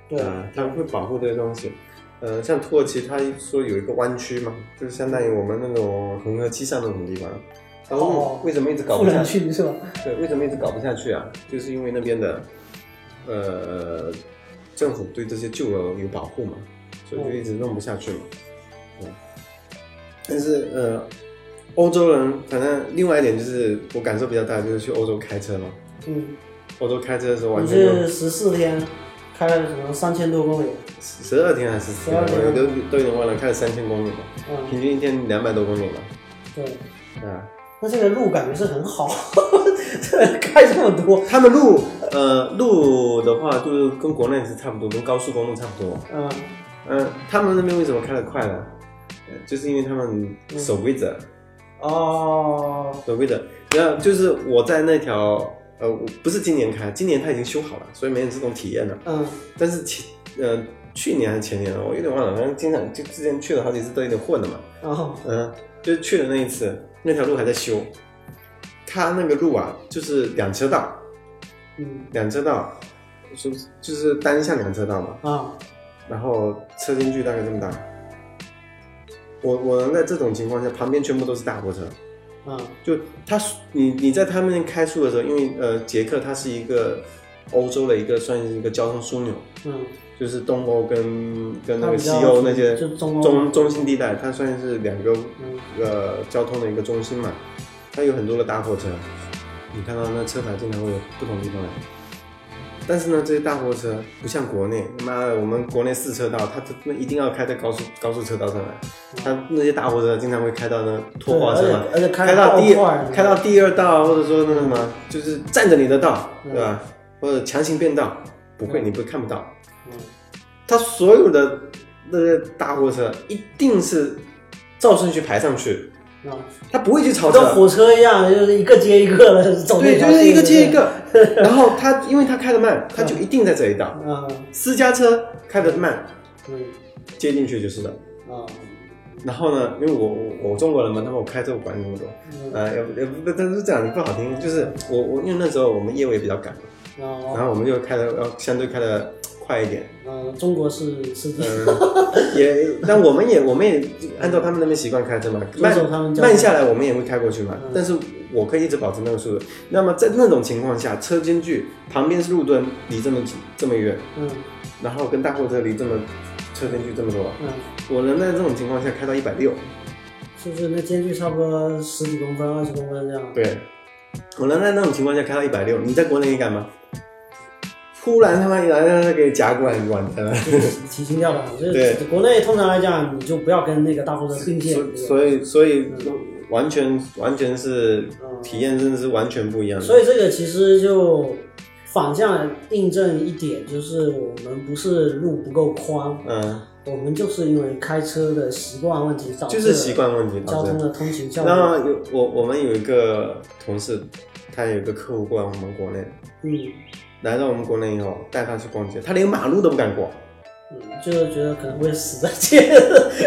[SPEAKER 3] 对
[SPEAKER 2] 啊，他们会保护这些东西。呃，像土耳其，他说有一个湾区嘛，就是相当于我们那种红河七上那种地方。然后
[SPEAKER 3] 哦
[SPEAKER 2] 为什么一直搞
[SPEAKER 3] 富
[SPEAKER 2] 不下
[SPEAKER 3] 人
[SPEAKER 2] 去？
[SPEAKER 3] 区是吧？
[SPEAKER 2] 对，为什么一直搞不下去啊？就是因为那边的，呃，政府对这些旧楼有保护嘛，所以就一直弄不下去嘛。嗯，但是呃，欧洲人反正另外一点就是我感受比较大，就是去欧洲开车嘛。
[SPEAKER 3] 嗯，
[SPEAKER 2] 欧洲开车的时候完
[SPEAKER 3] 你
[SPEAKER 2] 全就是
[SPEAKER 3] 十四天开了什么三千多公里？
[SPEAKER 2] 十二天还是四天，
[SPEAKER 3] 12
[SPEAKER 2] 我都都已经忘了，开了三千公里嘛，
[SPEAKER 3] 嗯，
[SPEAKER 2] 平均一天两百多公里嘛。
[SPEAKER 3] 对。
[SPEAKER 2] 啊，
[SPEAKER 3] 那这个路感觉是很好， 这开这么多，
[SPEAKER 2] 他们路呃路的话，就是跟国内是差不多，跟高速公路差不多。
[SPEAKER 3] 嗯
[SPEAKER 2] 呃嗯，他们那边为什么开得快呢？呃就是因为他们守规则，
[SPEAKER 3] 哦，
[SPEAKER 2] 所谓的，然后就是我在那条呃，我不是今年开，今年它已经修好了，所以没有这种体验了。
[SPEAKER 3] 嗯
[SPEAKER 2] 但是前呃去年还是前年啊了，我有点忘了，反正经常就之前去了好几次，都有点混了嘛。
[SPEAKER 3] 哦
[SPEAKER 2] 嗯，就是去的那一次，那条路还在修，它那个路啊，就是两车道，
[SPEAKER 3] 嗯
[SPEAKER 2] 两车道，是就是单向两车道嘛，
[SPEAKER 3] 啊
[SPEAKER 2] 然后车间距大概这么大。我我能在这种情况下，旁边全部都是大货车，
[SPEAKER 3] 啊
[SPEAKER 2] 就他你你在他们开出的时候，因为呃捷克它是一个欧洲的一个算是一个交通枢纽，
[SPEAKER 3] 嗯，
[SPEAKER 2] 就是东欧跟跟那
[SPEAKER 3] 它
[SPEAKER 2] 个
[SPEAKER 3] 比
[SPEAKER 2] 西
[SPEAKER 3] 较
[SPEAKER 2] 欧那些
[SPEAKER 3] 就是中欧
[SPEAKER 2] 中中心地带，它算是两个
[SPEAKER 3] 嗯
[SPEAKER 2] 呃交通的一个中心嘛，它有很多的大货车，你看到那车牌经常会有不同地方来。但是呢，这些大货车不像国内，他妈的，我们国内四车道，它那一定要开在高速高速车道上来，它那些大货车经常会开到那拖挂车嘛，
[SPEAKER 3] 对而且而且开
[SPEAKER 2] 开到
[SPEAKER 3] 爆
[SPEAKER 2] 第
[SPEAKER 3] 块儿
[SPEAKER 2] 开到第二道，或者说那什
[SPEAKER 3] 嗯
[SPEAKER 2] 么，就是占着你的道，对吧？或者强行变道，不会，你不看不到，
[SPEAKER 3] 嗯
[SPEAKER 2] 它所有的那些大货车一定是照顺序排上去，
[SPEAKER 3] 啊，
[SPEAKER 2] 它不会去超
[SPEAKER 3] 跟
[SPEAKER 2] 车，
[SPEAKER 3] 火车一样，就是一个接一个的走那
[SPEAKER 2] 哦啊对，
[SPEAKER 3] 条
[SPEAKER 2] 就是一个
[SPEAKER 3] 线
[SPEAKER 2] 接一。个。然后它因为它开的慢，它就一定在这一道。
[SPEAKER 3] 啊
[SPEAKER 2] 私家车开的慢，
[SPEAKER 3] 嗯
[SPEAKER 2] 接进去就是了。
[SPEAKER 3] 啊
[SPEAKER 2] 然后呢，因为我我我中国人嘛，他们我开车我管你那么多，呃，也不也不，但是这样不好听，就是我我因为那时候我们业务也比较赶，然
[SPEAKER 3] 啊
[SPEAKER 2] 后我们就开的要相对开的快一点，
[SPEAKER 3] 啊！中国是是 这样
[SPEAKER 2] 嗯，也，但我们也我们也按照他们那边习惯开车嘛，
[SPEAKER 3] 遵
[SPEAKER 2] 慢
[SPEAKER 3] 守他们交通
[SPEAKER 2] 慢下来我们也会开过去嘛。
[SPEAKER 3] 嗯
[SPEAKER 2] 但是我可以一直保持那个速度。那么在那种情况下，车间距旁边是路灯，离这么近这么远，
[SPEAKER 3] 嗯
[SPEAKER 2] 然后跟大货车离这么车间距这么多，
[SPEAKER 3] 嗯，
[SPEAKER 2] 我能在这种情况下开到一百六，
[SPEAKER 3] 是不是那间距差不多十几公分、二十公分这样？
[SPEAKER 2] 对，我能在那种情况下开到一百六，你在国内你敢吗？突然他妈一来给夹过来，你完蛋了。
[SPEAKER 3] 提心吊胆。就
[SPEAKER 2] 对
[SPEAKER 3] 是国内通常来讲，你就不要跟那个大货车并线。
[SPEAKER 2] 所
[SPEAKER 3] 对吧
[SPEAKER 2] 所以所以完全完全是
[SPEAKER 3] 嗯
[SPEAKER 2] 体验，真的是完全不一样的。
[SPEAKER 3] 所以这个其实就反向印证一点，就是我们不是路不够宽，
[SPEAKER 2] 嗯，
[SPEAKER 3] 我们就是因为开车的习惯问题导致
[SPEAKER 2] 就是习惯问题
[SPEAKER 3] 交
[SPEAKER 2] 导致
[SPEAKER 3] 通
[SPEAKER 2] 的。
[SPEAKER 3] 的通勤效率。
[SPEAKER 2] 那有我我们有一个同事，他有一个客户过来我们国内，
[SPEAKER 3] 嗯
[SPEAKER 2] 来到我们国内以后，带他去逛街，他连马路都不 敢过。
[SPEAKER 3] 嗯，就是觉得可能会死在街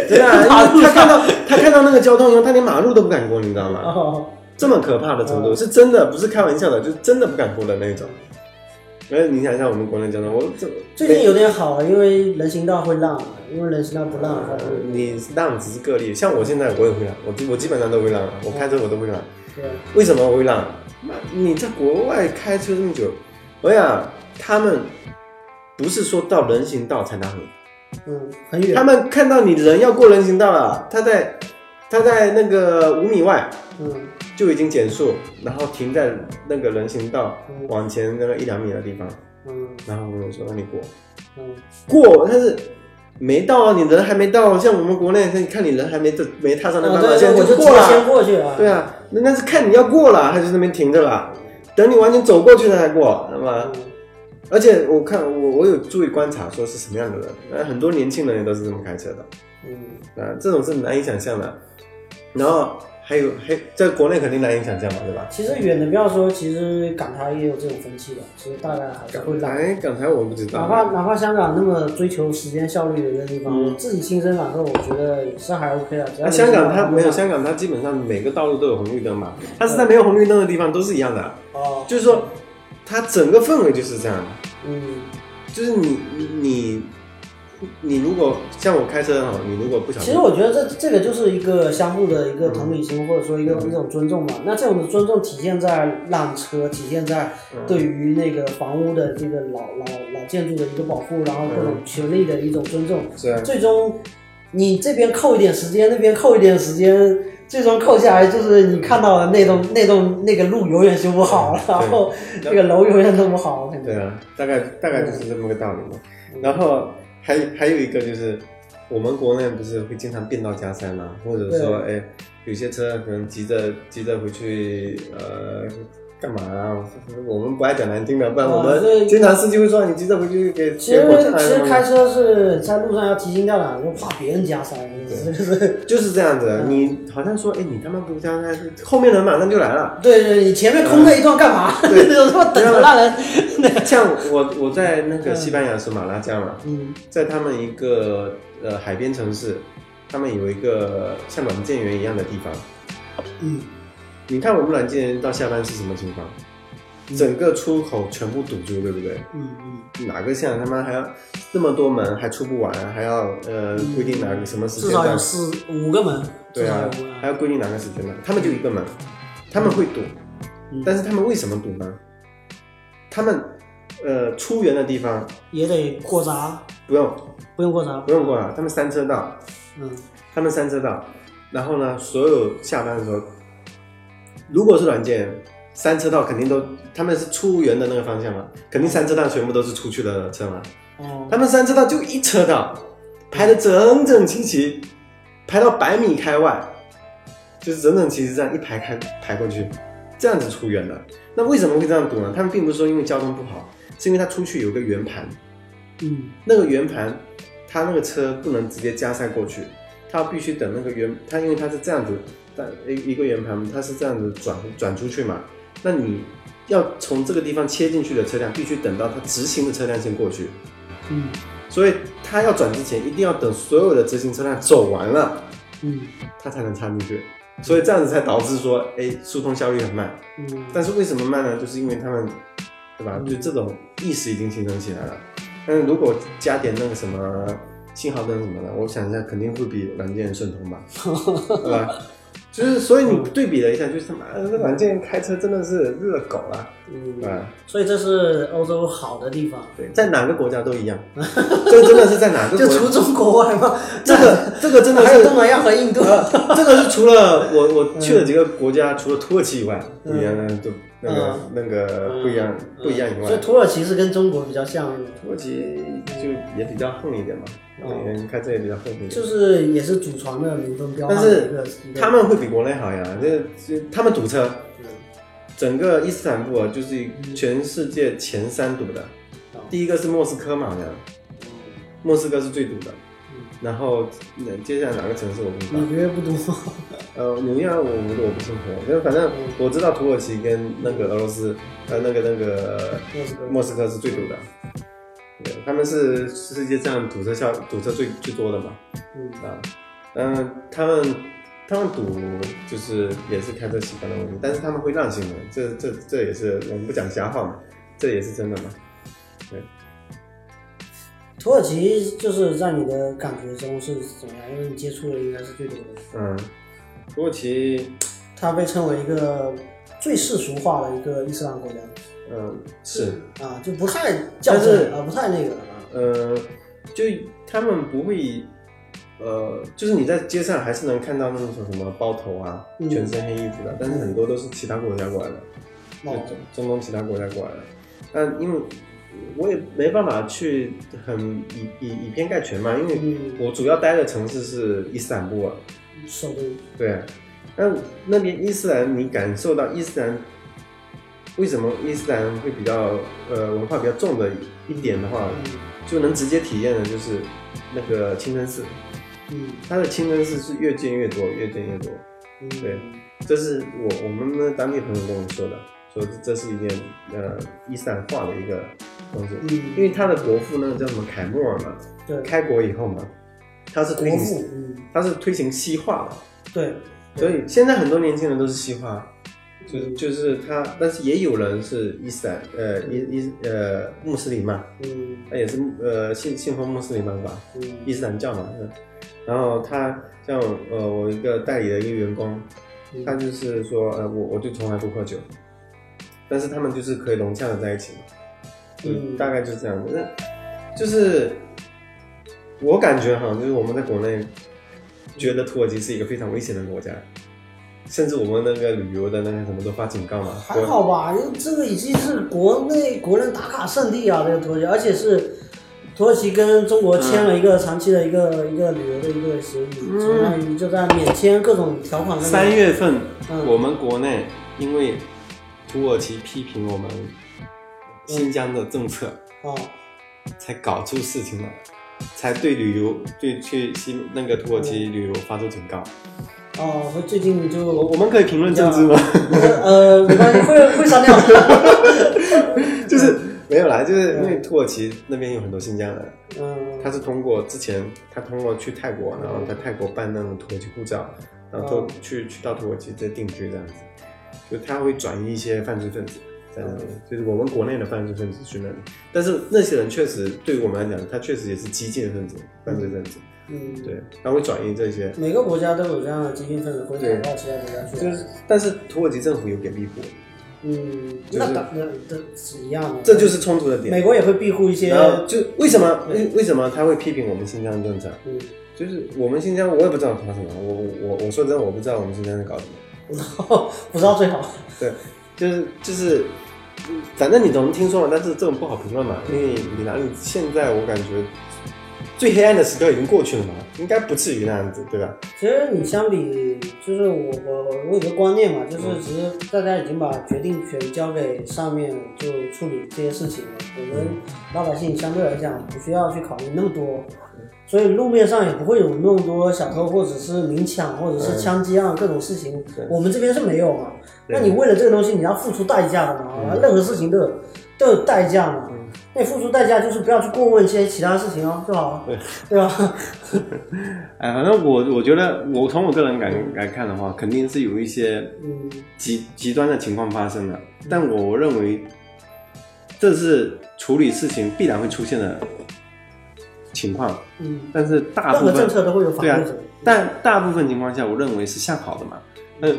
[SPEAKER 2] 对啊，
[SPEAKER 3] 马
[SPEAKER 2] 因
[SPEAKER 3] 路
[SPEAKER 2] 为他看
[SPEAKER 3] 上。
[SPEAKER 2] 到他看到那个交通以后，他连马路都不敢过，你知道吗？
[SPEAKER 3] 哦，
[SPEAKER 2] 这么可怕的程度，
[SPEAKER 3] 嗯
[SPEAKER 2] 是真的，不是开玩笑的，就是真的不敢过的那种。所以你想一下我们国内交通，我这
[SPEAKER 3] 最近有点好了，因为人行道会让了，因为人行道不让的话嗯就，
[SPEAKER 2] 你让只是个例，像我现在我也会让，啊我基我基本上都会让，啊我开车我都会让。
[SPEAKER 3] 对，
[SPEAKER 2] 为什么我会让？妈你在国外开车这么久，我想他们不是说到人行道才拿红，
[SPEAKER 3] 嗯，很远。
[SPEAKER 2] 他们看到你人要过人行道了，他在他在那个五米外
[SPEAKER 3] 嗯
[SPEAKER 2] 就已经减速，然后停在那个人行道
[SPEAKER 3] 嗯
[SPEAKER 2] 往前那个一两米的地方，
[SPEAKER 3] 嗯
[SPEAKER 2] 然后我说让你过
[SPEAKER 3] 嗯
[SPEAKER 2] 过，但是。没到啊，你人还没到，像我们国内，你看你人还没这没踏上那
[SPEAKER 3] 啊，
[SPEAKER 2] 半马
[SPEAKER 3] 对
[SPEAKER 2] 线
[SPEAKER 3] 对，我就直
[SPEAKER 2] 过
[SPEAKER 3] 接
[SPEAKER 2] 了，
[SPEAKER 3] 先过去啊。
[SPEAKER 2] 对啊，那那是看你要过了，他就在那边停着了，等你完全走过去他才过，那么
[SPEAKER 3] 嗯，
[SPEAKER 2] 而且我看我我有注意观察，说是什么样的人，那很多年轻人也都是这么开车的，
[SPEAKER 3] 嗯
[SPEAKER 2] 啊，这种是难以想象的。然后还有还在国内肯定难以想象嘛，对吧？
[SPEAKER 3] 其实远的不要说，其实港台也有这种风气的，其实大概还是会
[SPEAKER 2] 港
[SPEAKER 3] 来。
[SPEAKER 2] 台港台我不知
[SPEAKER 3] 哪
[SPEAKER 2] 道，
[SPEAKER 3] 怕哪怕香港那么追求时间效率的一个地方，
[SPEAKER 2] 嗯
[SPEAKER 3] 我自己亲身感受，我觉得也是还 OK 的。只要
[SPEAKER 2] 那
[SPEAKER 3] 你
[SPEAKER 2] 香港
[SPEAKER 3] 知道
[SPEAKER 2] 它没有，香港它基本上每个道路都有红绿灯嘛，它是在没有红绿灯的地方都是一样的，
[SPEAKER 3] 哦，
[SPEAKER 2] 就是说它整个氛围就是这样的。
[SPEAKER 3] 嗯，
[SPEAKER 2] 就是你你你如果像我开车哈，你如果不小
[SPEAKER 3] 其
[SPEAKER 2] 心
[SPEAKER 3] 实，我觉得这这个就是一个相互的一个同理
[SPEAKER 2] 嗯
[SPEAKER 3] 心，或者说一个一种尊重吧。那这种的尊重体现在让车，体现在
[SPEAKER 2] 嗯
[SPEAKER 3] 对于那个房屋的这个老老老建筑的一个保护，然后各
[SPEAKER 2] 嗯
[SPEAKER 3] 种权利的一种尊重。
[SPEAKER 2] 是啊，
[SPEAKER 3] 最终你这边扣一点时间，那边扣一点时间，最终扣下来就是你看到的那栋那栋那个路永远修不好，
[SPEAKER 2] 对
[SPEAKER 3] 然后那个楼永远弄不好，可
[SPEAKER 2] 对
[SPEAKER 3] 能。
[SPEAKER 2] 啊，大概大概就是这么个道理嘛。然后还还有一个就是，我们国内不是会经常变道加塞嘛，或者说哎，有些车可能急着急着回去呃干嘛啊？我们不爱讲难听的，不然我
[SPEAKER 3] 啊这
[SPEAKER 2] 们经常司机会说你急着回去给
[SPEAKER 3] 其实
[SPEAKER 2] 给啊我看。
[SPEAKER 3] 其实开车是在路上要提心吊胆，就怕别人加塞，就是
[SPEAKER 2] 就是这样
[SPEAKER 3] 嗯
[SPEAKER 2] 子，啊你好像说，哎，你他妈不加塞，后面人马上就来了。
[SPEAKER 3] 对对，你前面空他一段干嘛？
[SPEAKER 2] 对
[SPEAKER 3] 有他妈等着那人。
[SPEAKER 2] 像我我在那个西班牙是马拉加嘛，
[SPEAKER 3] 嗯
[SPEAKER 2] 在他们一个呃海边城市，他们有一个像软件园一样的地方。
[SPEAKER 3] 嗯，
[SPEAKER 2] 你看我们软件园到下班是什么情况？整个出口全部堵住，对不对？
[SPEAKER 3] 嗯嗯，
[SPEAKER 2] 哪个像他妈还要那么多门还出不完，还要呃规定哪个什么
[SPEAKER 3] 嗯
[SPEAKER 2] 时
[SPEAKER 3] 至
[SPEAKER 2] 间
[SPEAKER 3] 少有
[SPEAKER 2] 段？
[SPEAKER 3] 四五个门，
[SPEAKER 2] 对啊
[SPEAKER 3] 至少有五，个
[SPEAKER 2] 还要规定哪个时间段？他们就一个门，他们会堵，
[SPEAKER 3] 嗯
[SPEAKER 2] 但是他们为什么堵呢？他们呃出园的地方
[SPEAKER 3] 也得过闸，
[SPEAKER 2] 不用
[SPEAKER 3] 不用过闸。
[SPEAKER 2] 不用过啊了，他们三车道，
[SPEAKER 3] 嗯
[SPEAKER 2] 他们三车道，然后呢，所有下班的时候，如果是软件三车道肯定都，他们是出园的那个方向嘛，肯定三车道全部都是出去的车嘛，
[SPEAKER 3] 哦，
[SPEAKER 2] 他们三车道就一车道，排的整整齐齐，排到百米开外，就是整整齐齐这样一排开排过去，这样子出园的。那为什么会这样堵呢？他们并不是说因为交通不好，是因为他出去有个圆盘，
[SPEAKER 3] 嗯
[SPEAKER 2] 那个圆盘，它那个车不能直接加塞过去，它必须等那个圆，它因为它是这样子，但一一个圆盘它是这样子转转出去嘛，那你要从这个地方切进去的车辆，必须等到它直行的车辆先过去，
[SPEAKER 3] 嗯
[SPEAKER 2] 所以它要转之前，一定要等所有的直行车辆走完了，
[SPEAKER 3] 嗯
[SPEAKER 2] 它才能插进去，所以这样子才导致说，哎，疏通效率很慢。
[SPEAKER 3] 嗯，
[SPEAKER 2] 但是为什么慢呢？就是因为他们，对吧？
[SPEAKER 3] 嗯
[SPEAKER 2] 就这种意识已经形成起来了。但是如果加点那个什么信号灯什么的，我想一下，肯定会比软件顺通吧， 对吧？就是，所以你对比了一下，就是他妈的，这软件开车真的是热狗了，
[SPEAKER 3] 嗯
[SPEAKER 2] 对吧？
[SPEAKER 3] 所以这是欧洲好的地方，
[SPEAKER 2] 对，在哪个国家都一样，这真的是在哪个
[SPEAKER 3] 就
[SPEAKER 2] 国
[SPEAKER 3] 除
[SPEAKER 2] 家？
[SPEAKER 3] 中国外嘛，
[SPEAKER 2] 这个这个真的
[SPEAKER 3] 还有
[SPEAKER 2] 是
[SPEAKER 3] 东南亚和印度，
[SPEAKER 2] 呃这个是除了我我去了几个国家，除了土耳其以外，不一样的都那个
[SPEAKER 3] 嗯
[SPEAKER 2] 那个不一样不一样以外，
[SPEAKER 3] 所以土耳其是跟中国比较像，
[SPEAKER 2] 土耳其就也比较横一点嘛，
[SPEAKER 3] 嗯
[SPEAKER 2] 嗯，开车也比较横一点。
[SPEAKER 3] 就是也是祖传的民风标
[SPEAKER 2] 但
[SPEAKER 3] 悍的一个
[SPEAKER 2] 是
[SPEAKER 3] 一个
[SPEAKER 2] 他们会比国内好呀，这这他们堵车，
[SPEAKER 3] 嗯
[SPEAKER 2] 整个伊斯坦布尔就是全世界前三堵的，
[SPEAKER 3] 哦
[SPEAKER 2] 第一个是莫斯科嘛，好像莫斯科是最堵的，
[SPEAKER 3] 嗯
[SPEAKER 2] 然后呃接下来哪个城市我不知道，
[SPEAKER 3] 纽约不多，
[SPEAKER 2] 呃，纽约我我我不清楚，但反正
[SPEAKER 3] 嗯
[SPEAKER 2] 我知道土耳其跟那个俄罗斯，呃，那个那个
[SPEAKER 3] 莫斯科
[SPEAKER 2] 莫斯科是最堵的，对，他们是世界上堵车效堵车最最多的嘛。
[SPEAKER 3] 嗯
[SPEAKER 2] 啊，嗯，他们他们赌就是也是开车习惯的问题，但是他们会让行人，这这这也是我们不讲瞎话嘛，这也是真的嘛。
[SPEAKER 3] 土耳其就是在你的感觉中是怎么样？因为你接触的应该是最多的，
[SPEAKER 2] 嗯，土耳其，
[SPEAKER 3] 它被称为一个最世俗化的一个伊斯兰国家
[SPEAKER 2] 嗯，是，
[SPEAKER 3] 啊，就不太较
[SPEAKER 2] 但是
[SPEAKER 3] 真啊，不太那个了啊。
[SPEAKER 2] 呃，就他们不会，呃，就是你在街上还是能看到那种什么包头啊，
[SPEAKER 3] 嗯
[SPEAKER 2] 全身黑衣服的，但是很多都是其他国家过来的。就
[SPEAKER 3] 哦
[SPEAKER 2] 中中东其他国家过来的。但因为我也没办法去很以以以偏概全嘛，因为
[SPEAKER 3] 嗯，
[SPEAKER 2] 我主要待的城市是伊斯坦布尔，
[SPEAKER 3] 首都
[SPEAKER 2] 对。那那边伊斯兰，你感受到伊斯兰为什么伊斯兰会比较呃文化比较重的一点的话，
[SPEAKER 3] 嗯
[SPEAKER 2] 就能直接体验的就是那个清真寺，
[SPEAKER 3] 嗯
[SPEAKER 2] 它的清真寺是越建越多，越建越多。
[SPEAKER 3] 嗯，
[SPEAKER 2] 对这是我我们的当地朋友跟我说的，说这是一件呃伊斯兰化的一个东西，因
[SPEAKER 3] 嗯，
[SPEAKER 2] 为他的国父那个叫什么凯末尔嘛，
[SPEAKER 3] 对，
[SPEAKER 2] 开国以后嘛，他是推
[SPEAKER 3] 国父
[SPEAKER 2] 行，
[SPEAKER 3] 嗯，
[SPEAKER 2] 他是推行西化的，
[SPEAKER 3] 对，
[SPEAKER 2] 所以现在很多年轻人都是西化，就
[SPEAKER 3] 嗯
[SPEAKER 2] 就是他，但是也有人是伊斯兰呃伊伊呃穆斯林嘛，
[SPEAKER 3] 嗯
[SPEAKER 2] 他也是呃信信奉穆斯林嘛是吧？
[SPEAKER 3] 嗯
[SPEAKER 2] 伊斯兰教嘛，是然后他像呃我一个代理的一个员工，
[SPEAKER 3] 嗯
[SPEAKER 2] 他就是说，呃，我我就从来不喝酒，但是他们就是可以融洽的在一起嘛，
[SPEAKER 3] 嗯
[SPEAKER 2] 嗯，大概就是这样子。那就是我感觉哈，就是我们在国内觉得土耳其是一个非常危险的国家，甚至我们那个旅游的那个什么都发警告嘛，
[SPEAKER 3] 还好吧，因为这个已经是国内国人打卡圣地啊，这个土耳其，而且是土耳其跟中国签了一个长期的一个、一个旅游的一个协议，
[SPEAKER 2] 嗯
[SPEAKER 3] 相当于就在免签各种条款
[SPEAKER 2] 国
[SPEAKER 3] 上面。
[SPEAKER 2] 三月份
[SPEAKER 3] 嗯
[SPEAKER 2] 我们国内因为土耳其批评我们新疆的政策，
[SPEAKER 3] 哦，
[SPEAKER 2] 才搞出事情来，才对旅游对去西那个土耳其旅游发出警告。
[SPEAKER 3] 哦，我最近
[SPEAKER 2] 我
[SPEAKER 3] 就
[SPEAKER 2] 我们可以评论政治吗？
[SPEAKER 3] 呃，没关系，会会 删掉。
[SPEAKER 2] 就是没有啦，就是因为土耳其那边有很多新疆人，
[SPEAKER 3] 嗯，
[SPEAKER 2] 他是通过之前他通过去泰国，然后在泰国办那种土耳其护照，然后都
[SPEAKER 3] 哦
[SPEAKER 2] 去去到土耳其再定居这样子，就他会转移一些犯罪分子在那里，就是我们国内的犯罪分子去那里，但是那些人确实对于我们来讲，他确实也是激进分子、犯罪分子，
[SPEAKER 3] 嗯，
[SPEAKER 2] 对，他会转移这些。
[SPEAKER 3] 每个国家都有这样的激进分子会
[SPEAKER 2] 对
[SPEAKER 3] 打到其他国家去。啊
[SPEAKER 2] 就是，但是土耳其政府有给庇护，
[SPEAKER 3] 嗯，
[SPEAKER 2] 就是
[SPEAKER 3] 那当那这是一样的。
[SPEAKER 2] 这就是冲突的点。
[SPEAKER 3] 美国也嗯会庇护一些，
[SPEAKER 2] 然后就为什么为为什么他会批评我们新疆政策？
[SPEAKER 3] 嗯，
[SPEAKER 2] 就是我们新疆，我也不知道搞什么，我我我说真的，我不知道我们新疆在搞什么。
[SPEAKER 3] 然后不知道最好。
[SPEAKER 2] 对，就是就是，嗯反正你总能听说嘛，但是这种不好评论嘛，因为你哪里现在我感觉最黑暗的时刻已经过去了嘛，应该不至于那样子，对吧？
[SPEAKER 3] 其实你相比，就是我我我有个观念嘛，
[SPEAKER 2] 嗯
[SPEAKER 3] 就是其实大家已经把决定权交给上面就处理这些事情了，我
[SPEAKER 2] 嗯
[SPEAKER 3] 们老百姓相对来讲不需要去考虑那么多，
[SPEAKER 2] 嗯
[SPEAKER 3] 所以路面上也不会有那么多小偷或者是明抢或者是枪击啊案各种事情
[SPEAKER 2] 嗯对，
[SPEAKER 3] 我们这边是没有嘛。
[SPEAKER 2] 对嗯
[SPEAKER 3] 那你为了这个东西，你要付出代价的嘛，任何事情都有都有代价嘛。那你付出代价就是不要去过问一些其他事情哦，就好了，对吧？
[SPEAKER 2] 哎，反正我我觉得，我从我个人感来看的话，肯定是有一些
[SPEAKER 3] 嗯
[SPEAKER 2] 极极端的情况发生了，但我认为这是处理事情必然会出现的情况，
[SPEAKER 3] 嗯。
[SPEAKER 2] 但是大
[SPEAKER 3] 任
[SPEAKER 2] 部
[SPEAKER 3] 何
[SPEAKER 2] 分
[SPEAKER 3] 政策都会有反
[SPEAKER 2] 对啊
[SPEAKER 3] 对者。
[SPEAKER 2] 但大部分情况下，我认为是向好的嘛。那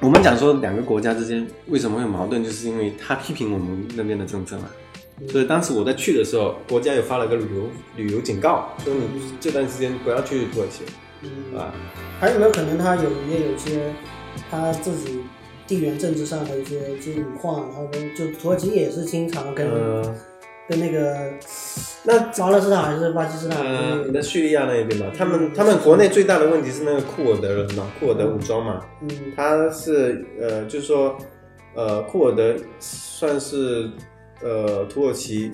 [SPEAKER 2] 我们讲说两个国家之间为什么会有矛盾，就是因为他批评我们那边的政策嘛。所以当时我在去的时候，国家也发了个旅游旅游警告，说你这段时间不要去土耳其
[SPEAKER 3] 嗯，
[SPEAKER 2] 啊。
[SPEAKER 3] 还有没有可能他有也有些他自己地缘政治上的一些一些隐患？然后跟就土耳其也是经常跟、
[SPEAKER 2] 呃，
[SPEAKER 3] 跟那个
[SPEAKER 2] 那
[SPEAKER 3] 巴勒斯坦还是巴基斯坦，嗯
[SPEAKER 2] 呃，那叙利亚那一边嘛，他们他们国内最大的问题是那个库尔德人嘛，库尔德武装嘛，
[SPEAKER 3] 嗯
[SPEAKER 2] 他是呃，就是说，呃，库尔德算是呃土耳其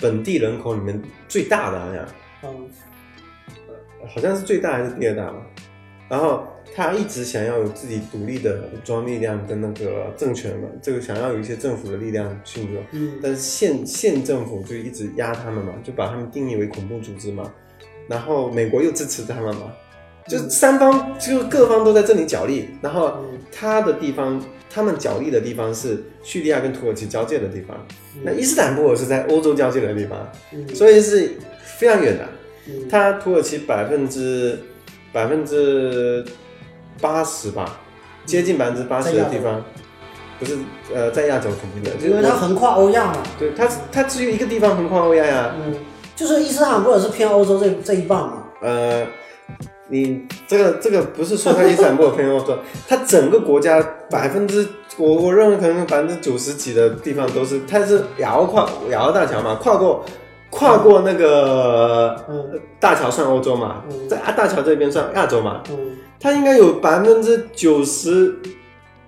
[SPEAKER 2] 本地人口里面最大的，好像
[SPEAKER 3] 嗯
[SPEAKER 2] 好像是最大还是第二大吧。然后他一直想要有自己独立的武装力量跟那个政权嘛，这个想要有一些政府的力量去有，
[SPEAKER 3] 嗯
[SPEAKER 2] 但是县县政府就一直压他们嘛，就把他们定义为恐怖组织嘛，然后美国又支持他们嘛，就三方就各方都在这里角力，然后
[SPEAKER 3] 嗯
[SPEAKER 2] 他的地方，他们角力的地方是叙利亚跟土耳其交界的地方，那伊斯坦布尔是在欧洲交界的地方，
[SPEAKER 3] 嗯，
[SPEAKER 2] 所以是非常远的。
[SPEAKER 3] 以
[SPEAKER 2] 它土耳其百分之百分之八十吧，
[SPEAKER 3] 嗯
[SPEAKER 2] 接近百分之八十的地方，不是呃在亚洲肯定的，
[SPEAKER 3] 因为它
[SPEAKER 2] 我
[SPEAKER 3] 横跨欧亚嘛，
[SPEAKER 2] 对它它只有一个地方横跨欧亚呀、
[SPEAKER 3] 嗯，就是伊斯坦布尔是偏欧洲这这一半嘛，
[SPEAKER 2] 呃，你这个这个不是说它伊斯坦布尔偏欧洲，它整个国家百分之我我认为可能百分之九十几的地方都是，它是亚欧跨亚欧大桥嘛，跨过跨过那个、
[SPEAKER 3] 嗯
[SPEAKER 2] 呃大桥算欧洲嘛，
[SPEAKER 3] 嗯
[SPEAKER 2] 在大桥这边算亚洲嘛，
[SPEAKER 3] 嗯
[SPEAKER 2] 它应该有百分之九十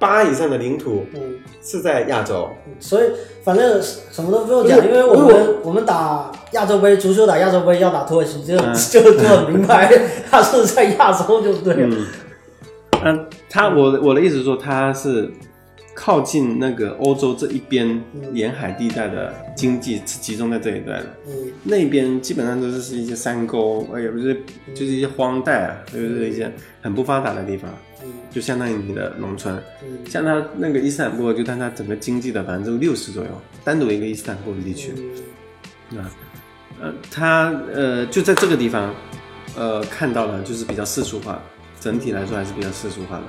[SPEAKER 2] 八以上的领土
[SPEAKER 3] 嗯。
[SPEAKER 2] 是在亚洲。
[SPEAKER 3] 所以反正什么都不用讲，因为我
[SPEAKER 2] 因为
[SPEAKER 3] 们我们打亚洲杯，足球打亚洲杯要打土耳其，就
[SPEAKER 1] 嗯
[SPEAKER 3] 就就很明白，他是在亚洲就对了。
[SPEAKER 1] 嗯，嗯，他我我的意思是说，他是靠近那个欧洲这一边
[SPEAKER 3] 嗯
[SPEAKER 1] 沿海地带的经济是集中在这一带的，
[SPEAKER 3] 嗯
[SPEAKER 1] 那边基本上都是是一些山沟，呃，也不是就是一些荒带啊，就是一些很不发达的地方，
[SPEAKER 3] 嗯
[SPEAKER 1] 就相当于你的农村。
[SPEAKER 3] 嗯
[SPEAKER 1] 像他那个伊斯坦布尔，就占他整个经济的百分之六十左右，单独一个伊斯坦布尔地区。啊，呃，他呃就在这个地方，呃看到了就是比较世俗化，整体来说还是比较世俗化的。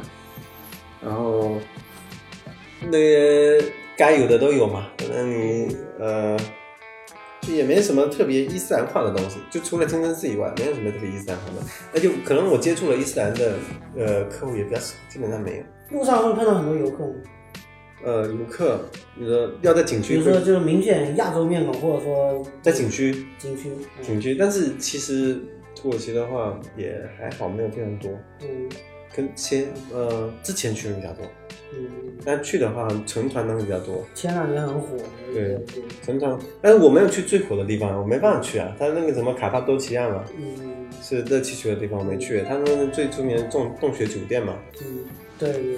[SPEAKER 2] 然后那个该有的都有嘛，反正你呃，就也没什么特别伊斯兰化的东西，就除了清真寺以外，没有什么特别伊斯兰化的。那就可能我接触了伊斯兰的呃客户也比较少，基本上没有。
[SPEAKER 3] 路上会碰到很多游客，
[SPEAKER 2] 呃，游客，你说要在景
[SPEAKER 3] 比
[SPEAKER 2] 区
[SPEAKER 3] 如，说就是明显亚洲面孔，或者说
[SPEAKER 2] 在景区，
[SPEAKER 3] 景区，
[SPEAKER 2] 景区，但是其实土耳其的话也还好，没有非常多。
[SPEAKER 3] 嗯
[SPEAKER 2] 跟前呃之前去的比较多，
[SPEAKER 3] 嗯嗯，
[SPEAKER 2] 但去的话，成团的会比较多。
[SPEAKER 3] 前两年很火的一个，
[SPEAKER 2] 对成团，但是我没有去最火的地方，我没办法去啊。他那个什么卡帕多奇亚嘛，
[SPEAKER 3] 嗯
[SPEAKER 2] 是热气球的地方，我没去。他那个最著名的洞洞穴酒店嘛，
[SPEAKER 3] 嗯，对，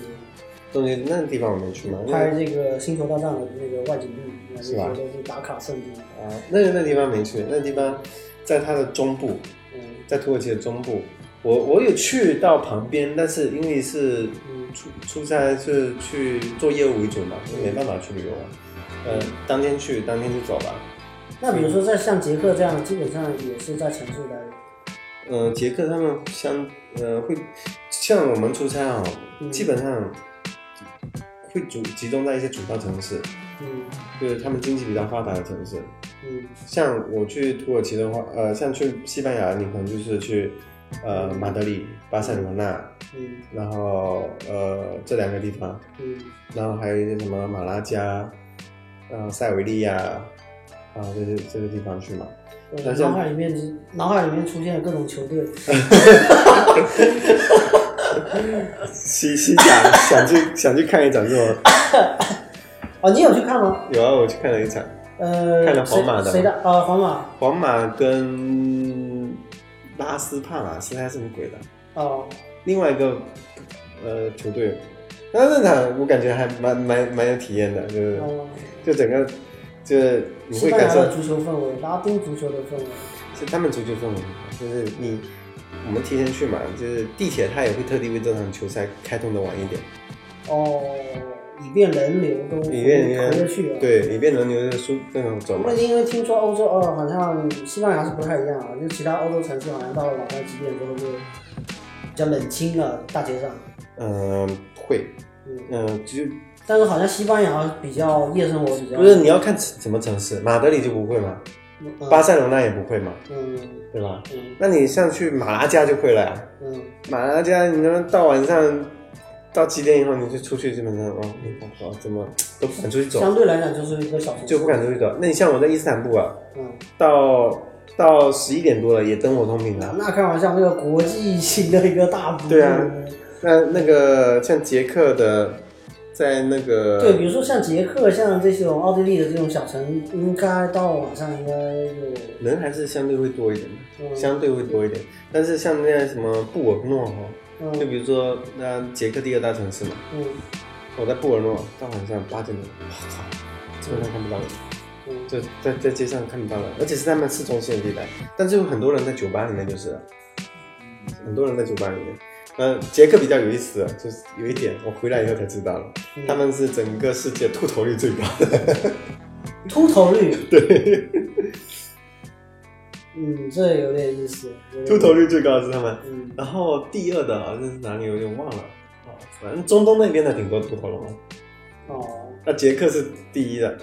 [SPEAKER 2] 洞穴那个地方我没去嘛。那
[SPEAKER 3] 拍这个《星球大战》的那个外景地，
[SPEAKER 2] 是吧
[SPEAKER 3] 那些都是打卡圣地，
[SPEAKER 2] 啊，那个那地方没去，那地方在它的中部，
[SPEAKER 3] 嗯
[SPEAKER 2] 在土耳其的中部。我我有去到旁边，但是因为是
[SPEAKER 3] 嗯
[SPEAKER 2] 出出差是去做业务为主嘛，没办法去旅游啊。呃，当天去当天就走吧。
[SPEAKER 3] 那比如说在像捷克这样，基本上也是在城市待着。
[SPEAKER 2] 呃，捷克他们相呃会像我们出差啊、
[SPEAKER 3] 嗯
[SPEAKER 2] 基本上会主集中在一些主要城市，
[SPEAKER 3] 嗯
[SPEAKER 2] 就是他们经济比较发达的城市。
[SPEAKER 3] 嗯
[SPEAKER 2] 像我去土耳其的话，呃，像去西班牙，你可能就是去呃马德里、巴塞罗那，
[SPEAKER 3] 嗯
[SPEAKER 2] 然后呃这两个地方，
[SPEAKER 3] 嗯
[SPEAKER 2] 然后还有一些什么马拉加，呃塞维利亚，啊、这些这些地方去嘛。
[SPEAKER 3] 我
[SPEAKER 2] 那像
[SPEAKER 3] 脑海里面，脑海里面出现了各种球队，
[SPEAKER 2] 西西甲想去 想去看一场是吗？
[SPEAKER 3] 哦，你有去看吗？
[SPEAKER 2] 有啊，我去看了一场，
[SPEAKER 3] 呃，
[SPEAKER 2] 看了皇马的
[SPEAKER 3] 谁谁的？呃，皇马。
[SPEAKER 2] 皇马跟拉斯帕马斯还是什么鬼的？
[SPEAKER 3] 哦，
[SPEAKER 2] 另外一个呃球队，那那场我感觉还蛮蛮蛮有体验的，就是
[SPEAKER 3] 哦，
[SPEAKER 2] 就整个就是你
[SPEAKER 3] 西
[SPEAKER 2] 会
[SPEAKER 3] 班
[SPEAKER 2] 感
[SPEAKER 3] 牙
[SPEAKER 2] 受
[SPEAKER 3] 的足球氛围，拉丁足球的氛围。
[SPEAKER 2] 是他们足球氛围，就是你我们提前去嘛，就是地铁它也会特地为这场球赛开通的晚一点，
[SPEAKER 3] 哦，以便人流都
[SPEAKER 2] 以便人
[SPEAKER 3] 回得去了。。
[SPEAKER 2] 对，以便能留着舒那种走嘛
[SPEAKER 3] 那。因为听说欧洲哦，好像西班牙是不太一样啊，就其他欧洲城市好像到了晚上几点之后就比较冷清了，大街上。
[SPEAKER 2] 嗯、会，
[SPEAKER 3] 嗯，
[SPEAKER 2] 嗯、就
[SPEAKER 3] 但是好像西班牙比较夜生活比较
[SPEAKER 2] 不是你要看什么城市，马德里就不会嘛，
[SPEAKER 3] 嗯
[SPEAKER 2] 巴塞罗那也不会嘛，
[SPEAKER 3] 嗯
[SPEAKER 2] 对吧？
[SPEAKER 3] 嗯
[SPEAKER 2] 那你像去马拉加就会了呀、
[SPEAKER 3] 嗯
[SPEAKER 2] 马拉加，你能到晚上到七点以后，你就出去基本上哦，你好怎么都不敢出去走，
[SPEAKER 3] 相对来讲就是一个小城市，
[SPEAKER 2] 就不敢出去走。那你像我在伊斯坦布尔，
[SPEAKER 3] 嗯，
[SPEAKER 2] 到到十一点多了也灯火通明了。
[SPEAKER 3] 那开玩笑，那个国际型的一个大都
[SPEAKER 2] 对啊那那个像捷克的，在那个
[SPEAKER 3] 对，比如说像捷克、像这种奥地利的这种小城，应该到晚上应该有，
[SPEAKER 2] 人还是相对会多一点的，
[SPEAKER 3] 嗯
[SPEAKER 2] 相对会多一点。但是像那些什么布尔诺哈，就
[SPEAKER 3] 嗯
[SPEAKER 2] 比如说那捷克第二大城市嘛，
[SPEAKER 3] 嗯
[SPEAKER 2] 我在布尔诺到晚上八点钟，我靠，基本上看不到人。
[SPEAKER 3] 嗯
[SPEAKER 2] 就在在街上看不到了，而且是他们市中心的地带，但是有很多人在酒吧里面就是了，很多人在酒吧里面。呃，捷克比较有意思，啊就是有一点我回来以后才知道了，
[SPEAKER 3] 嗯，
[SPEAKER 2] 他们是整个世界秃头率最高的。
[SPEAKER 3] 秃头率，
[SPEAKER 2] 对，
[SPEAKER 3] 嗯，这有点意思，有点
[SPEAKER 2] 秃头，率最高的是他们，
[SPEAKER 3] 嗯
[SPEAKER 2] 然后第二的好像是哪里有点忘了，啊反正中东那边的挺多秃头龙的，
[SPEAKER 3] 哦。
[SPEAKER 2] 那捷克是第一的。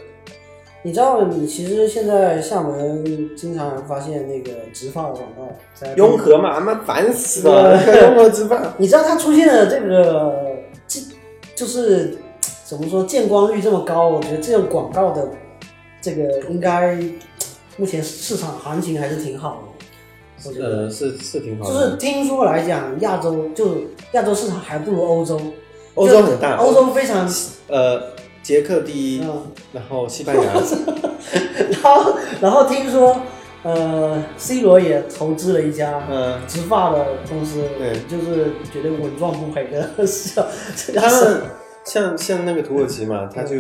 [SPEAKER 3] 你知道，你其实现在厦门经常发现那个植发的广告在
[SPEAKER 2] 雍和嘛，他妈烦死了， 雍和吃饭。
[SPEAKER 3] 你知道它出现的这个，这就是怎么说见光率这么高？我觉得这种广告的这个应该目前市场行情还是挺好的，我觉得。
[SPEAKER 2] 呃，是是挺好
[SPEAKER 3] 就
[SPEAKER 2] 的，
[SPEAKER 3] 是听说来讲，亚洲就亚洲市场还不如欧洲，
[SPEAKER 2] 欧洲很大，
[SPEAKER 3] 就欧洲非常，
[SPEAKER 2] 呃，捷克第一，
[SPEAKER 3] 嗯，
[SPEAKER 2] 然后西班 牙，
[SPEAKER 3] 然后然后听说，呃，C 罗也投资了一家，
[SPEAKER 2] 嗯，
[SPEAKER 3] 植发的公司，
[SPEAKER 2] 对
[SPEAKER 3] 就是绝对稳赚不赔的， 是啊，
[SPEAKER 2] 他们像像那个土耳其嘛，他就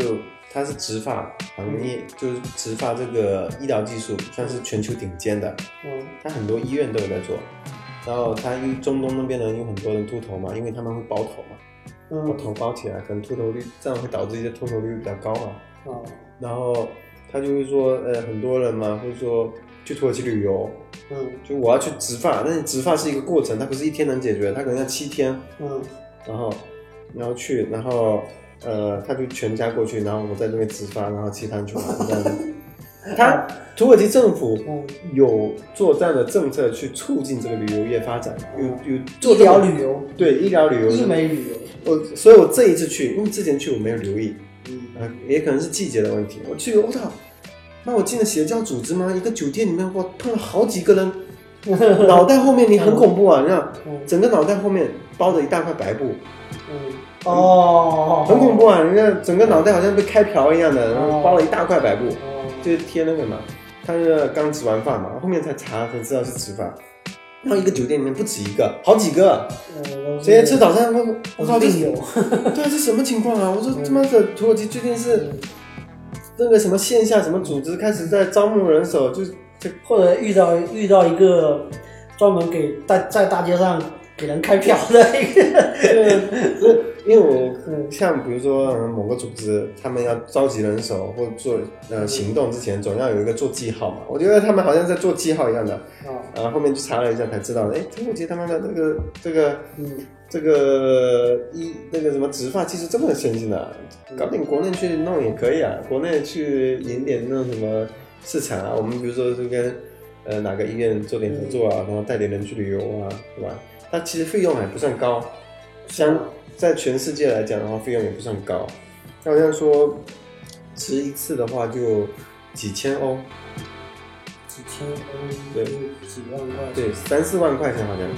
[SPEAKER 2] 他是植发行业，就是植发这个医疗技术算是全球顶尖的，
[SPEAKER 3] 嗯
[SPEAKER 2] 他很多医院都有在做。然后他因为中东那边呢，有很多人秃头嘛，因为他们会包头嘛，把
[SPEAKER 3] 嗯
[SPEAKER 2] 头包起来，可能秃头率这样会导致一些秃头率比较高嘛。
[SPEAKER 3] 哦
[SPEAKER 2] 然后他就会说，呃，很多人嘛会说去土耳其旅游，
[SPEAKER 3] 嗯
[SPEAKER 2] 就我要去植发，但是植发是一个过程，它不是一天能解决的，它可能要七天，
[SPEAKER 3] 嗯
[SPEAKER 2] 然后然后去，然后呃，他就全家过去，然后我在那边植发，然后其他人去玩这样子。他土耳其政府
[SPEAKER 3] 嗯，
[SPEAKER 2] 有做这样的政策去促进这个旅游业发展，有有做
[SPEAKER 3] 哦医
[SPEAKER 2] 这
[SPEAKER 3] 疗
[SPEAKER 2] 个
[SPEAKER 3] 旅游、
[SPEAKER 2] 对医疗旅游，
[SPEAKER 3] 医美旅游，
[SPEAKER 2] 我所以，我这一次去，因为之前去我没有留意，
[SPEAKER 3] 嗯
[SPEAKER 2] 呃，也可能是季节的问题。我去，哦我操！那我进了邪教组织吗？一个酒店里面， 我碰了好几个人，脑袋后面你很恐怖啊！你知道，
[SPEAKER 3] 嗯
[SPEAKER 2] 整个脑袋后面包着一大块白布，
[SPEAKER 3] 嗯，哦，
[SPEAKER 2] 很恐怖啊！人家整个脑袋好像被开瓢一样的，然后
[SPEAKER 3] 哦
[SPEAKER 2] 包了一大块白布，
[SPEAKER 3] 哦，
[SPEAKER 2] 就是贴那个嘛。他是刚吃完饭嘛，后面才查才知道是吃饭。然后一个酒店里面不止一个，好几个，
[SPEAKER 3] 呃，
[SPEAKER 2] 谁在吃早餐？我我
[SPEAKER 3] 我
[SPEAKER 2] 操，
[SPEAKER 3] 是
[SPEAKER 2] 这
[SPEAKER 3] 病
[SPEAKER 2] 是
[SPEAKER 3] 友，
[SPEAKER 2] 对啊，这什么情况啊？我说他妈的，土耳其最近是那个什么线下什么组织开始在招募人手，就是
[SPEAKER 3] 或者遇到遇到一个专门给大在大街上给人开票的一个，
[SPEAKER 2] 因为我
[SPEAKER 3] 嗯
[SPEAKER 2] 像比如说呃某个组织，他们要召集人手或做呃行动之前，总要有一个做记号嘛。我觉得他们好像在做记号一样的，
[SPEAKER 3] 哦，
[SPEAKER 2] 然后后面去查了一下才知道，哎，土耳其他妈的这个这个
[SPEAKER 3] 嗯，
[SPEAKER 2] 这个一那个什么植发技术这么先进的、啊，搞点国内去弄也可以啊，国内去引点那种什么市场啊，我们比如说就跟呃哪个医院做点合作啊，然后带点人去旅游啊，对吧？它其实费用还不算高，相在全世界来讲的话，费用也不算高，好像说吃一次的话就几千欧，
[SPEAKER 3] 几千欧，
[SPEAKER 2] 对
[SPEAKER 3] 几万块，
[SPEAKER 2] 对，三四万块钱好像。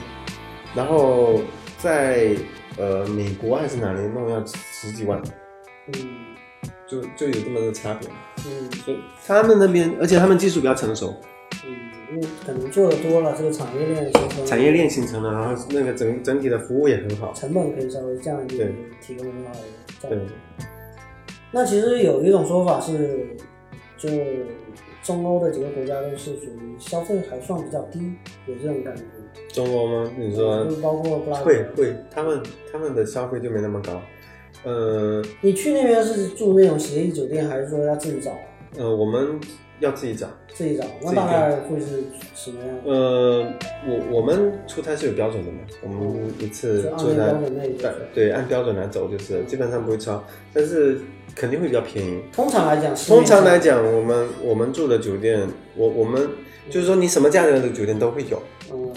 [SPEAKER 2] 然后在呃美国还是哪里弄要十几万，
[SPEAKER 3] 嗯
[SPEAKER 2] 就就有这么个差别。
[SPEAKER 3] 嗯
[SPEAKER 2] 所以他们那边，而且他们技术比较成熟，
[SPEAKER 3] 嗯，因为可能做的多了，这个产业链形成
[SPEAKER 2] 产业链形成了，然后那个整整体的服务也很好。
[SPEAKER 3] 成本可以稍微降一点
[SPEAKER 2] 对，
[SPEAKER 3] 提供很好的价
[SPEAKER 2] 对
[SPEAKER 3] 格。，那其实有一种说法是，就中欧的几个国家都是属于消费还算比较低，有这种感觉。
[SPEAKER 2] 中国吗？你说
[SPEAKER 3] 就包括布拉格
[SPEAKER 2] 会会，他们他们的消费就没那么高。呃
[SPEAKER 3] 你去那边是住那种协议酒店，还是说要自己找？
[SPEAKER 2] 呃，我们要自己找。
[SPEAKER 3] 自己找，那大概会是什么样？
[SPEAKER 2] 呃，我我们出差是有标准的嘛，我们一次
[SPEAKER 3] 就按
[SPEAKER 2] 出
[SPEAKER 3] 那
[SPEAKER 2] 差
[SPEAKER 3] 标准那一
[SPEAKER 2] 对
[SPEAKER 3] 种。
[SPEAKER 2] 对，按标准来走就是基本上不会超，但是肯定会比较便宜。
[SPEAKER 3] 通常来讲，
[SPEAKER 2] 通常来，讲，我们我们住的酒店，我我们就是说你什么价格的酒店都会有，
[SPEAKER 3] 嗯，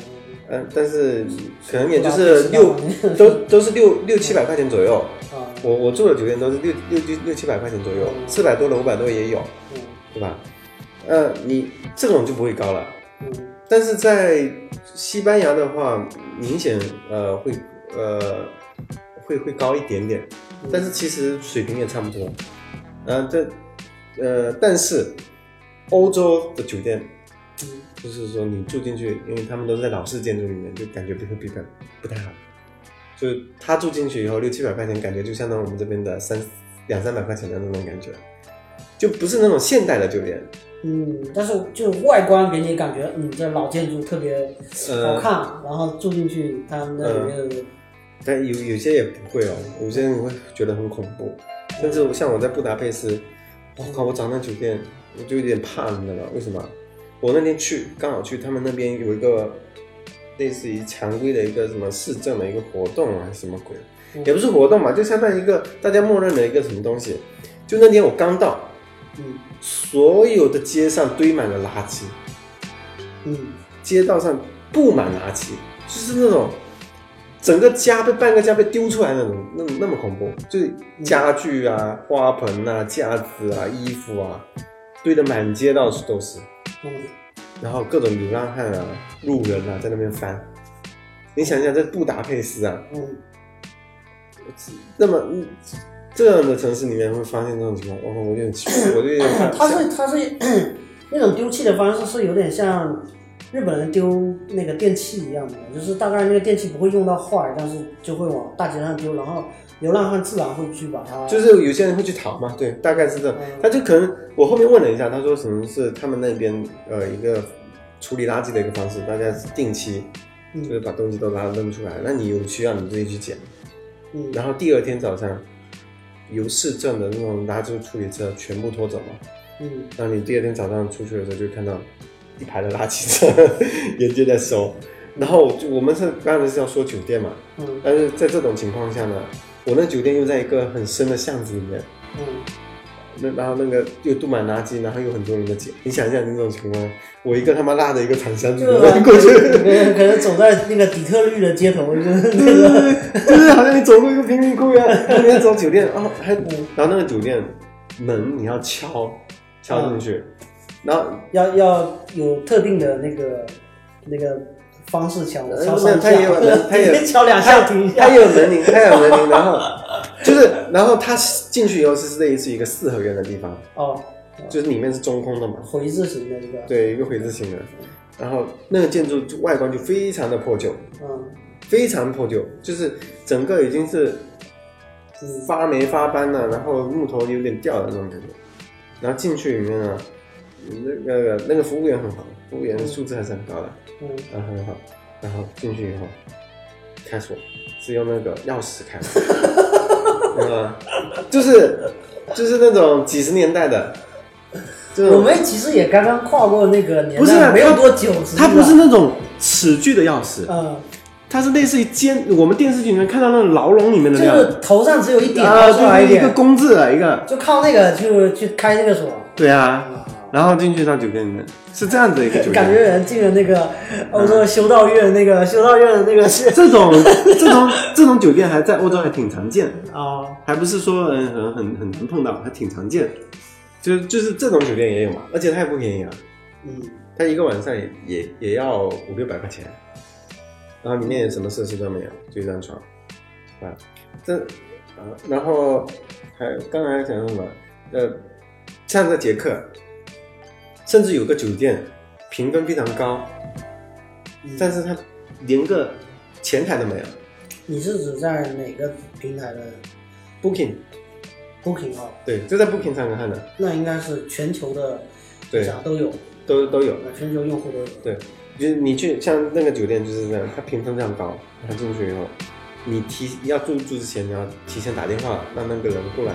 [SPEAKER 2] 嗯、但是可能也就是六
[SPEAKER 3] 嗯
[SPEAKER 2] 都都是六六七百块钱左右。
[SPEAKER 3] 啊，
[SPEAKER 2] 我我住的酒店都是六六六六七百块钱左右，四百多的五百多也有，
[SPEAKER 3] 嗯
[SPEAKER 2] 对吧？呃，你这种就不会高了。
[SPEAKER 3] 嗯
[SPEAKER 2] 但是在西班牙的话，明显呃会呃会会高一点点，但是其实水平也差不多。嗯、呃，这呃，但是欧洲的酒店，
[SPEAKER 3] 嗯
[SPEAKER 2] 就是说你住进去，因为他们都是在老式建筑里面，就感觉不会比较不太好。就他住进去以后，六七百块钱，感觉就相当于我们这边的三两三百块钱的那种感觉，就不是那种现代的酒店。
[SPEAKER 3] 嗯，但是就外观给你感觉，嗯，这老建筑特别好
[SPEAKER 2] 呃，
[SPEAKER 3] 看，然后住进去，它那里面的
[SPEAKER 2] 但有有些也不会哦，有些你会觉得很恐怖，甚至我像我在布达佩斯，我靠，我找那酒店我就有点怕，你知道吗？为什么？我那天去刚好去他们那边有一个类似于常规的一个什么市政的一个活动啊还是什么鬼，
[SPEAKER 3] 嗯
[SPEAKER 2] 也不是活动嘛，就相当于一个大家默认的一个什么东西。就那天我刚到，
[SPEAKER 3] 嗯
[SPEAKER 2] 所有的街上堆满了垃圾，
[SPEAKER 3] 嗯
[SPEAKER 2] 街道上布满垃圾，就是那种整个家啊被半个家被丢出来那种，那那么恐怖，就是家具啊、花盆啊、架子啊、衣服啊，堆得满街到处都是，
[SPEAKER 3] 嗯，
[SPEAKER 2] 然后各种流浪汉啊、路人啊在那边翻。你想想，在布达佩斯啊，
[SPEAKER 3] 嗯，
[SPEAKER 2] 那么嗯这样的城市里面会发现这种情况，哦，我有点奇，我有点怕
[SPEAKER 3] 它是它是那种丢弃的方式，是有点像日本人丢那个电器一样的，就是大概那个电器不会用到坏，但是就会往大街上丢，然后流浪汉自然会去把它，
[SPEAKER 2] 就是有些人会去逃嘛，对，大概是这种。他就可能我后面问了一下，他说什么是他们那边呃一个处理垃圾的一个方式，大家是定期就
[SPEAKER 3] 嗯
[SPEAKER 2] 是把东西都拉扔出来，那你有需要你自己去捡。
[SPEAKER 3] 嗯
[SPEAKER 2] 然后第二天早上，由市政的那种垃圾处理车全部拖走了，
[SPEAKER 3] 嗯
[SPEAKER 2] 然后你第二天早上出去的时候就看到一排的垃圾车沿街在收。然后就我们是当然是要说酒店嘛，
[SPEAKER 3] 嗯
[SPEAKER 2] 但是在这种情况下呢，我那酒店又在一个很深的巷子里面，
[SPEAKER 3] 嗯，
[SPEAKER 2] 那然后那个又堆满垃圾，然后又很多人的捡，你想一下那种情况，我一个他妈拉着一个长箱子
[SPEAKER 3] 这
[SPEAKER 2] 我
[SPEAKER 3] 个
[SPEAKER 2] 扔过去，
[SPEAKER 3] 可能走在那个底特律的街头，就是那个。
[SPEAKER 2] 就是好像你走过一个贫民窟一样，你要走酒店，然后还然后那个酒店门你要敲敲进去，然后
[SPEAKER 3] 要要有特定的那个那个方式敲
[SPEAKER 2] 呃
[SPEAKER 3] 敲
[SPEAKER 2] 那
[SPEAKER 3] 三
[SPEAKER 2] 他
[SPEAKER 3] 下
[SPEAKER 2] 也有 门，，他也
[SPEAKER 3] 敲两下停一
[SPEAKER 2] 他
[SPEAKER 3] 下
[SPEAKER 2] 也。有门铃，他也有门铃，然后就是然后他进去以后是类似于一个四合院的地方，
[SPEAKER 3] 哦，
[SPEAKER 2] 就是里面是中空的嘛，
[SPEAKER 3] 回字形的一个，
[SPEAKER 2] 对，一个回字形的，然后那个建筑就外观就非常的破旧，
[SPEAKER 3] 嗯，
[SPEAKER 2] 非常破旧，就是整个已经是
[SPEAKER 3] 嗯
[SPEAKER 2] 发霉发斑了，然后木头有点掉的那种感觉。然后进去里面呢，那个那个服务员很好，服务员的素质还是很高的，
[SPEAKER 3] 嗯
[SPEAKER 2] 然后很好。然后进去以后，开锁是用那个钥匙开的，对吧？嗯就是就是那种几十年代的，就是
[SPEAKER 3] 我们其实也刚刚跨过那个年代，
[SPEAKER 1] 不是啊
[SPEAKER 3] 没有
[SPEAKER 1] 它
[SPEAKER 3] 多久，实际
[SPEAKER 1] 它不
[SPEAKER 3] 上
[SPEAKER 1] 是，那种齿锯的钥匙，
[SPEAKER 3] 嗯，
[SPEAKER 1] 它是类似于监我们电视剧里面看到那种牢笼里面的
[SPEAKER 3] 就
[SPEAKER 1] 那样
[SPEAKER 3] 是头上只有一点
[SPEAKER 1] 啊，
[SPEAKER 3] 露出来
[SPEAKER 1] 就是一
[SPEAKER 3] 点
[SPEAKER 1] 个，工字啊，一个
[SPEAKER 3] 就靠那个就去开这个锁，
[SPEAKER 1] 对啊，然后进去到酒店里面是嗯这样子一个酒店，
[SPEAKER 3] 感觉人进了那个欧洲修道院，那个修道院的 那个是
[SPEAKER 1] 这 种这种这种酒店还在欧洲还挺常见，
[SPEAKER 3] 啊，
[SPEAKER 1] 还不是说嗯很很很难碰到，还挺常见。
[SPEAKER 2] 就就是这种酒店也有嘛，而且它也不便宜啊，
[SPEAKER 3] 嗯，
[SPEAKER 2] 它一个晚上也也也要五六百块钱，然后里面什么设施都没有，就一张床，啊，这啊，然后还刚才讲什么？呃，像在捷克，甚至有个酒店评分非常高，但是它连个前台都没有
[SPEAKER 3] 你是指在哪个平台的
[SPEAKER 2] ，Booking，
[SPEAKER 3] Booking 哦？
[SPEAKER 2] 对，就在 Booking 上看的，
[SPEAKER 3] 那应该是全球的，
[SPEAKER 2] 对
[SPEAKER 3] 啥都有，
[SPEAKER 2] 都都有。
[SPEAKER 3] 全球用户都有。
[SPEAKER 2] 对，就是你去像那个酒店就是这样，它评分非常高，然后进去以后，你提要入住之前你要提前打电话让那个人过来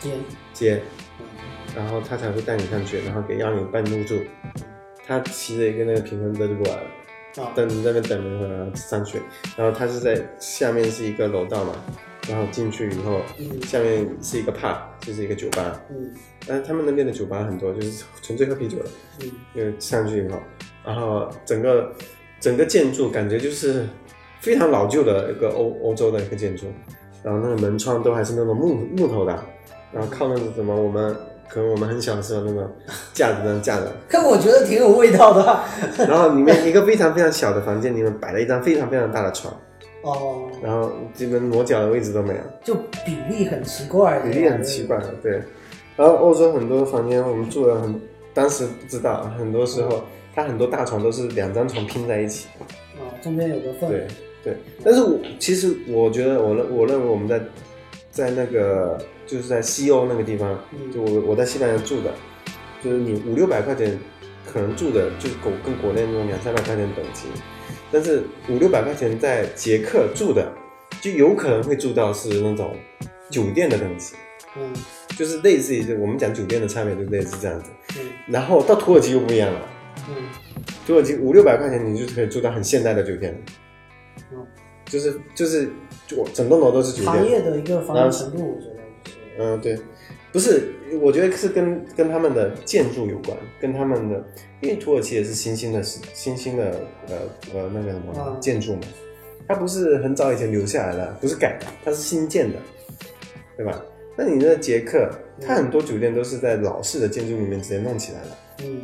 [SPEAKER 3] 天，
[SPEAKER 2] 接，然后他才会带你上去，然后给让你办入住。他骑着一个那个评分灯就过来了，
[SPEAKER 3] 啊，
[SPEAKER 2] 等你在那边等了一会儿然后上去，然后他是在下面是一个楼道嘛，然后进去以后，
[SPEAKER 3] 嗯
[SPEAKER 2] 下面是一个 pub，就是一个酒吧，
[SPEAKER 3] 嗯
[SPEAKER 2] 但是他们那边的酒吧很多就是纯粹喝啤酒的。
[SPEAKER 3] 嗯，
[SPEAKER 2] 就上去以后，然后整个整个建筑感觉就是非常老旧的一个欧欧洲的一个建筑，然后那个门窗都还是那种木木头的，然后靠那种什么我们可能我们很小的时候那种架子那种架子，
[SPEAKER 3] 可我觉得挺有味道的。
[SPEAKER 2] 然后里面一个非常非常小的房间里面摆了一张非常非常大的床，
[SPEAKER 3] 哦，
[SPEAKER 2] 然后基本挪脚的位置都没有，
[SPEAKER 3] 就比例很奇怪，
[SPEAKER 2] 比例很奇怪，对。然后欧洲很多房间我们住了很，当时不知道，很多时候它很多大床都是两张床拼在一起。
[SPEAKER 3] 啊，中间有个缝。
[SPEAKER 2] 对对，但是我其实我觉得我认我认为我们在在那个就是在西欧那个地方，
[SPEAKER 3] 嗯
[SPEAKER 2] 就我我在西班牙住的，就是你五六百块钱可能住的就是国跟国内那种两三百块钱等级，但是五六百块钱在捷克住的，就有可能会住到是那种酒店的等级，
[SPEAKER 3] 嗯
[SPEAKER 2] 就是类似于就我们讲酒店的差别就类似这样子，
[SPEAKER 3] 嗯
[SPEAKER 2] 然后到土耳其又不一样了，
[SPEAKER 3] 嗯
[SPEAKER 2] 土耳其五六百块钱你就可以住到很现代的酒店了。
[SPEAKER 3] 嗯，
[SPEAKER 2] 就是就是我整栋楼都是酒
[SPEAKER 3] 行
[SPEAKER 2] 店。
[SPEAKER 3] 业的一个发展程度，我觉得是。
[SPEAKER 2] 嗯，对，不是，我觉得是跟跟他们的建筑有关，跟他们的，因为土耳其也是新兴的新兴的呃呃那个什么、
[SPEAKER 3] 嗯
[SPEAKER 2] 建筑嘛，它不是很早以前留下来的，不是改的，它是新建的，对吧？那你那捷克，
[SPEAKER 3] 嗯
[SPEAKER 2] 它很多酒店都是在老式的建筑里面直接弄起来的。
[SPEAKER 3] 嗯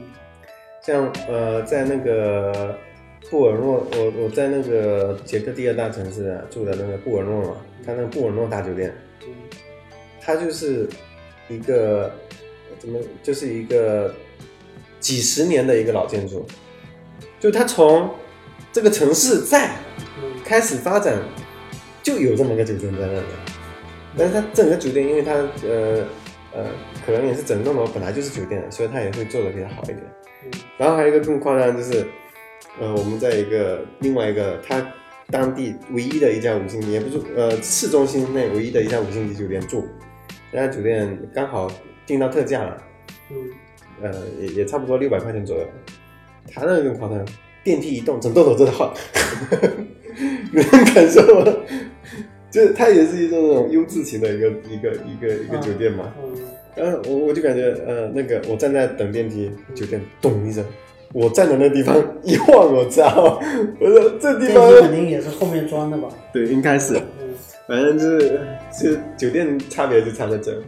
[SPEAKER 2] 像呃，在那个布尔诺，我我在那个捷克第二大城市、啊、住的那个布尔诺嘛，它那个布尔诺大酒店，
[SPEAKER 3] 嗯
[SPEAKER 2] 它就是一个怎么，就是一个几十年的一个老建筑，就它从这个城市在
[SPEAKER 3] 嗯
[SPEAKER 2] 开始发展就有这么个酒店在那里，但是它整个酒店，因为它呃呃，可能也是整栋楼本来就是酒店，所以它也会做的比较好一点。然后还有一个更夸张的就是，呃，我们在一个另外一个它当地唯一的一家五星级，也不是呃市中心内唯一的一家五星级酒店住，那家酒店刚好订到特价了，
[SPEAKER 3] 嗯
[SPEAKER 2] 呃，也也差不多六百块钱左右。他那个更夸张，电梯一动，整栋楼都在晃， 有人感受吗？ 就是它也是一种那种 U 字形的一个一个一个一个酒店嘛，
[SPEAKER 3] 嗯
[SPEAKER 2] 然后我我就感觉，呃，那个我站在等电梯，酒店咚一声，我站的那地方一晃，我操！我说这地
[SPEAKER 3] 电
[SPEAKER 2] 方
[SPEAKER 3] 梯肯定也是后面装的吧？
[SPEAKER 1] 对，应该是
[SPEAKER 3] 嗯，
[SPEAKER 2] 反正就是是酒店差别就差在这。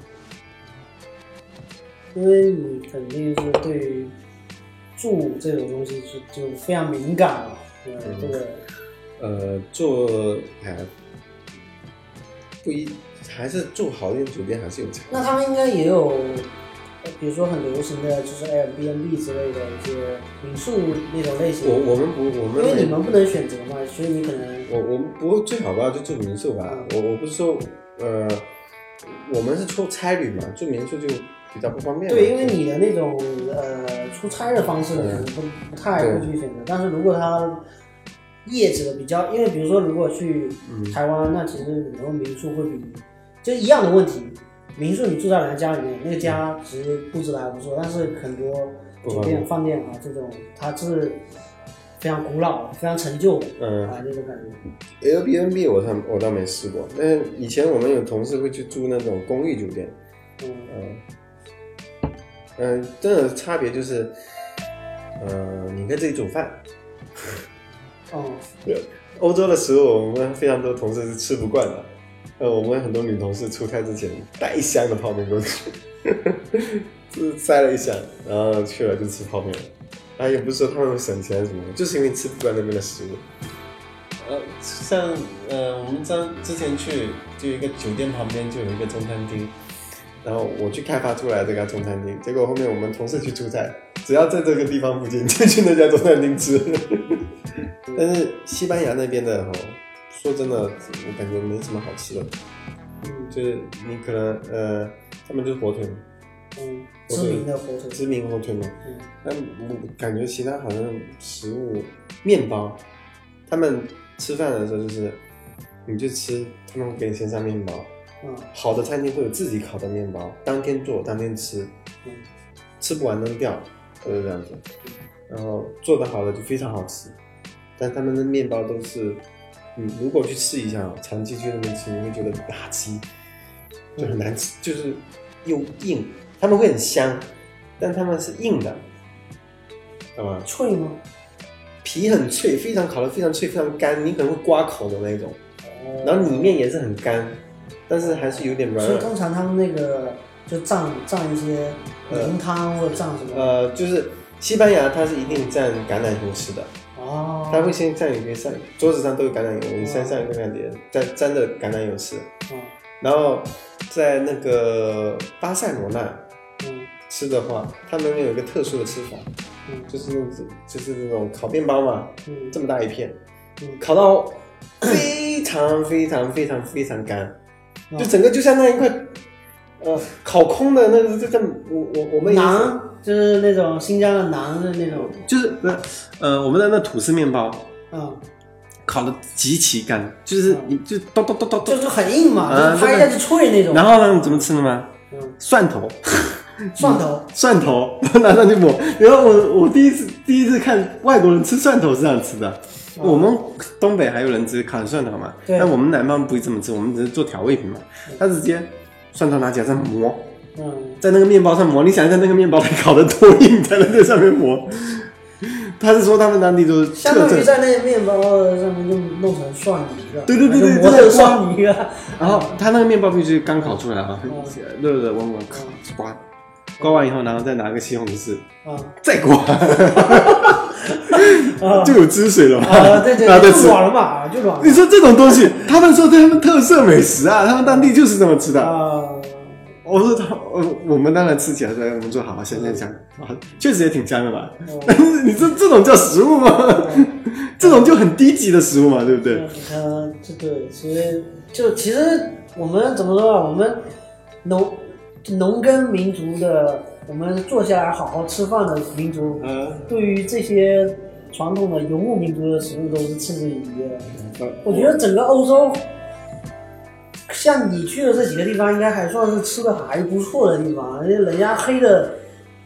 [SPEAKER 3] 因为你肯定是对于住这种东西是就非常敏感了。对，
[SPEAKER 2] 嗯
[SPEAKER 3] 这个
[SPEAKER 2] 呃，做哎，不一还是做好一点酒店还是有差。
[SPEAKER 3] 那他们应该也有，呃比如说很流行的就是 Airbnb 之类的一些民宿那种类型。
[SPEAKER 2] 我我们不我
[SPEAKER 3] 因
[SPEAKER 2] 们
[SPEAKER 3] 为你们不能选择嘛，所以你可能
[SPEAKER 2] 我我们不最好吧就住民宿吧。我我不是说呃，我们是出差旅嘛，住民宿就比较不方便嘛。
[SPEAKER 3] 对，因为你的那种呃出差的方式，你可能不不太会去选择。但是如果他业者比较，因为比如说如果去台湾，那其实很多民宿会比就一样的问题，民宿你住在人家家里面，那个家其实布置的还不错，但是很多酒店、饭店啊这种，它是非常古老、非常陈旧的
[SPEAKER 2] 嗯
[SPEAKER 3] 啊那种感觉。
[SPEAKER 2] Airbnb 我倒我倒没试过，但是以前我们有同事会去住那种公寓酒店，
[SPEAKER 3] 嗯，
[SPEAKER 2] 嗯，嗯，真的差别就是，呃，你可以自己煮饭。
[SPEAKER 3] 哦，
[SPEAKER 2] 欧洲的食物我们非常多同事是吃不惯的，呃，我们很多女同事出差之前带一箱的泡面过去，就是塞了一箱，然后去了就吃泡面了。啊，也不是说他们省钱什么的，就是因为吃不惯那边的食物。呃，像呃，我们上之前去就一个酒店旁边就有一个中餐厅，然后我去开发出来这家中餐厅，结果后面我们同事去出差，只要在这个地方附近就去那家中餐厅吃。但是西班牙那边的哈，说真的，我感觉没什么好吃的，
[SPEAKER 3] 嗯
[SPEAKER 2] 就是你可能呃，他们就是火腿嘛，
[SPEAKER 3] 嗯，知名的火腿，
[SPEAKER 2] 知名火腿嘛，
[SPEAKER 3] 嗯
[SPEAKER 2] 但我感觉其他好像食物，面包，他们吃饭的时候就是，你就吃，他们会给你先上面包，
[SPEAKER 3] 嗯
[SPEAKER 2] 好的餐厅会有自己烤的面包，当天做当天吃，
[SPEAKER 3] 嗯
[SPEAKER 2] 吃不完扔掉，都是这样子。然后做的好的就非常好吃，但他们的面包都是，你如果去试一下，长期去那边吃，你会觉得垃圾，就很难吃，就是又硬，他们会很香，但他们是硬的，懂吗？
[SPEAKER 3] 脆吗？
[SPEAKER 2] 皮很脆，非常烤的非常脆，非常干，你可能会刮口的那种，
[SPEAKER 3] 哦
[SPEAKER 2] 然后里面也是很干，但是还是有点软
[SPEAKER 3] 所以
[SPEAKER 2] 软。
[SPEAKER 3] 通常他们那个就蘸蘸一些浓汤或者蘸什么。
[SPEAKER 2] 呃，就是西班牙，它是一定蘸橄榄油吃的，
[SPEAKER 3] 哦，
[SPEAKER 2] 它会先蘸一个上桌子上都有橄榄油，你先上一个橄榄油，蘸蘸着橄榄油吃，
[SPEAKER 3] 嗯
[SPEAKER 2] 然后在那个巴塞罗那
[SPEAKER 3] 嗯
[SPEAKER 2] 吃的话，他们有一个特殊的吃法，
[SPEAKER 3] 嗯
[SPEAKER 2] 就是那种就是那种烤面包嘛，
[SPEAKER 3] 嗯
[SPEAKER 2] 这么大一片
[SPEAKER 3] 嗯，
[SPEAKER 2] 烤到非常非常非常非常干，
[SPEAKER 3] 嗯
[SPEAKER 2] 就整个就像那一块。呃，烤空的那个，这呃个我我我们也是
[SPEAKER 3] 馕就是那种新疆的馕的那种，
[SPEAKER 1] 就是不是呃，我们的那吐司面包
[SPEAKER 3] 嗯，
[SPEAKER 1] 烤的极其干，就是你就咚咚咚咚
[SPEAKER 3] 就
[SPEAKER 1] 咚，
[SPEAKER 3] 是很硬嘛，
[SPEAKER 1] 嗯
[SPEAKER 3] 就是拍一下就脆那种。
[SPEAKER 1] 然后呢你怎么吃的吗？
[SPEAKER 3] 嗯，
[SPEAKER 1] 蒜头，
[SPEAKER 3] 蒜头，
[SPEAKER 1] 蒜头拿上去抹。然后我我第一次第一次看外国人吃蒜头是这样吃的。我们东北还有人吃烤蒜头嘛？
[SPEAKER 3] 嗯对
[SPEAKER 1] 但我们南方不会这么吃，我们只是做调味品嘛。他直接蒜头拿起来再磨，
[SPEAKER 3] 嗯，
[SPEAKER 1] 在那个面包上磨。你想一下，那个面包得烤得多硬才能在上面磨？他是说他们当地就是
[SPEAKER 3] 相
[SPEAKER 1] 特
[SPEAKER 3] 当
[SPEAKER 1] 征，
[SPEAKER 3] 于在那面包上面就弄成蒜泥了，
[SPEAKER 1] 对对对对
[SPEAKER 3] 就
[SPEAKER 1] 对
[SPEAKER 3] 磨成
[SPEAKER 1] 对
[SPEAKER 3] 蒜泥啊了。
[SPEAKER 1] 然后他那个面包必须刚烤出来啊
[SPEAKER 3] 嗯，
[SPEAKER 1] 热热的温温烤，刮，刮完以后，然后再拿个西红柿
[SPEAKER 3] 啊
[SPEAKER 1] 再刮，
[SPEAKER 3] 啊
[SPEAKER 1] 就有汁水了嘛。
[SPEAKER 3] 啊！对 对
[SPEAKER 1] 然后再
[SPEAKER 3] 对，
[SPEAKER 1] 吃
[SPEAKER 3] 就。软了嘛，就软
[SPEAKER 1] 你
[SPEAKER 3] 了
[SPEAKER 1] 说这种东西，他们说他们特色美食啊，他们当地就是这么吃的。
[SPEAKER 3] 啊。
[SPEAKER 1] 我说他，我我们当然吃起来，我们说好香香香，啊，确实也挺香的嘛。但
[SPEAKER 3] 哦
[SPEAKER 1] 是 你这这种叫食物
[SPEAKER 3] 啊
[SPEAKER 1] 吗？这种就很低级的食物嘛，对不对？
[SPEAKER 3] 嗯，这对，其实就其实我们怎么说啊？我们农农耕民族的，我们坐下来好好吃饭的民族，
[SPEAKER 1] 嗯，
[SPEAKER 3] 对于这些传统的游牧民族的食物都是嗤之以鼻的。我觉得整个欧洲，像你去的这几个地方，应该还算是吃的还不错的地方。人家人家黑的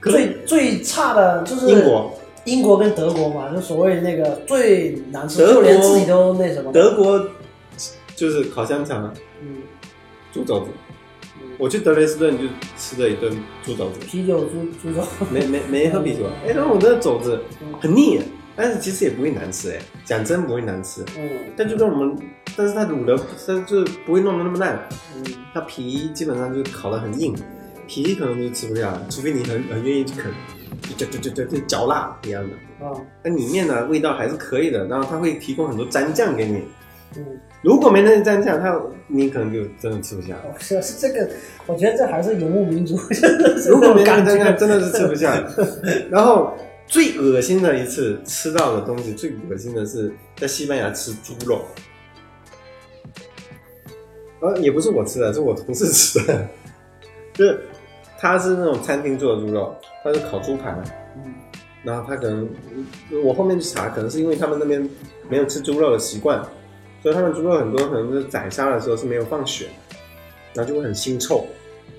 [SPEAKER 3] 最最差的就是
[SPEAKER 2] 英国，
[SPEAKER 3] 英国跟德国嘛，就所谓那个最难吃，
[SPEAKER 2] 德
[SPEAKER 3] 就
[SPEAKER 2] 国
[SPEAKER 3] 连自己都那什么。
[SPEAKER 2] 德国就是烤香肠啊，
[SPEAKER 3] 嗯，
[SPEAKER 2] 猪肘子。我去德累斯顿就吃了一顿猪肘 子，
[SPEAKER 3] 啤酒、猪猪肘，
[SPEAKER 2] 没没没喝啤酒。哎，但我那肘子很腻，但是其实也不会难吃哎，讲真不会难吃。
[SPEAKER 3] 嗯
[SPEAKER 2] 但就跟我们，但是它卤的，它就是不会弄得那么烂，
[SPEAKER 3] 嗯，
[SPEAKER 2] 它皮基本上就是烤得很硬，皮可能就吃不掉，除非你很很愿意去啃。就就就就就嚼蜡一样的。
[SPEAKER 3] 啊，
[SPEAKER 2] 那里面呢味道还是可以的，然后它会提供很多蘸酱给你。
[SPEAKER 3] 嗯，
[SPEAKER 2] 如果没那些蘸酱，它你可能就真的吃不下。
[SPEAKER 3] 是是这个，我觉得这还是游牧 民族，真的是
[SPEAKER 2] 如
[SPEAKER 3] 这
[SPEAKER 2] 果
[SPEAKER 3] 种
[SPEAKER 2] 没那
[SPEAKER 3] 感
[SPEAKER 2] 个蘸酱，
[SPEAKER 3] 觉。
[SPEAKER 2] 真的是吃不下。然后最恶心的一次吃到的东西，最恶心的是在西班牙吃猪肉。呃，也不是我吃的，是我同事吃的， 就是他是那种餐厅做的猪肉，他是烤猪排，
[SPEAKER 3] 嗯
[SPEAKER 2] 然后他可能我后面去查，可能是因为他们那边没有吃猪肉的习惯，所以他们猪肉很多可能是宰杀的时候是没有放血，然后就会很腥臭。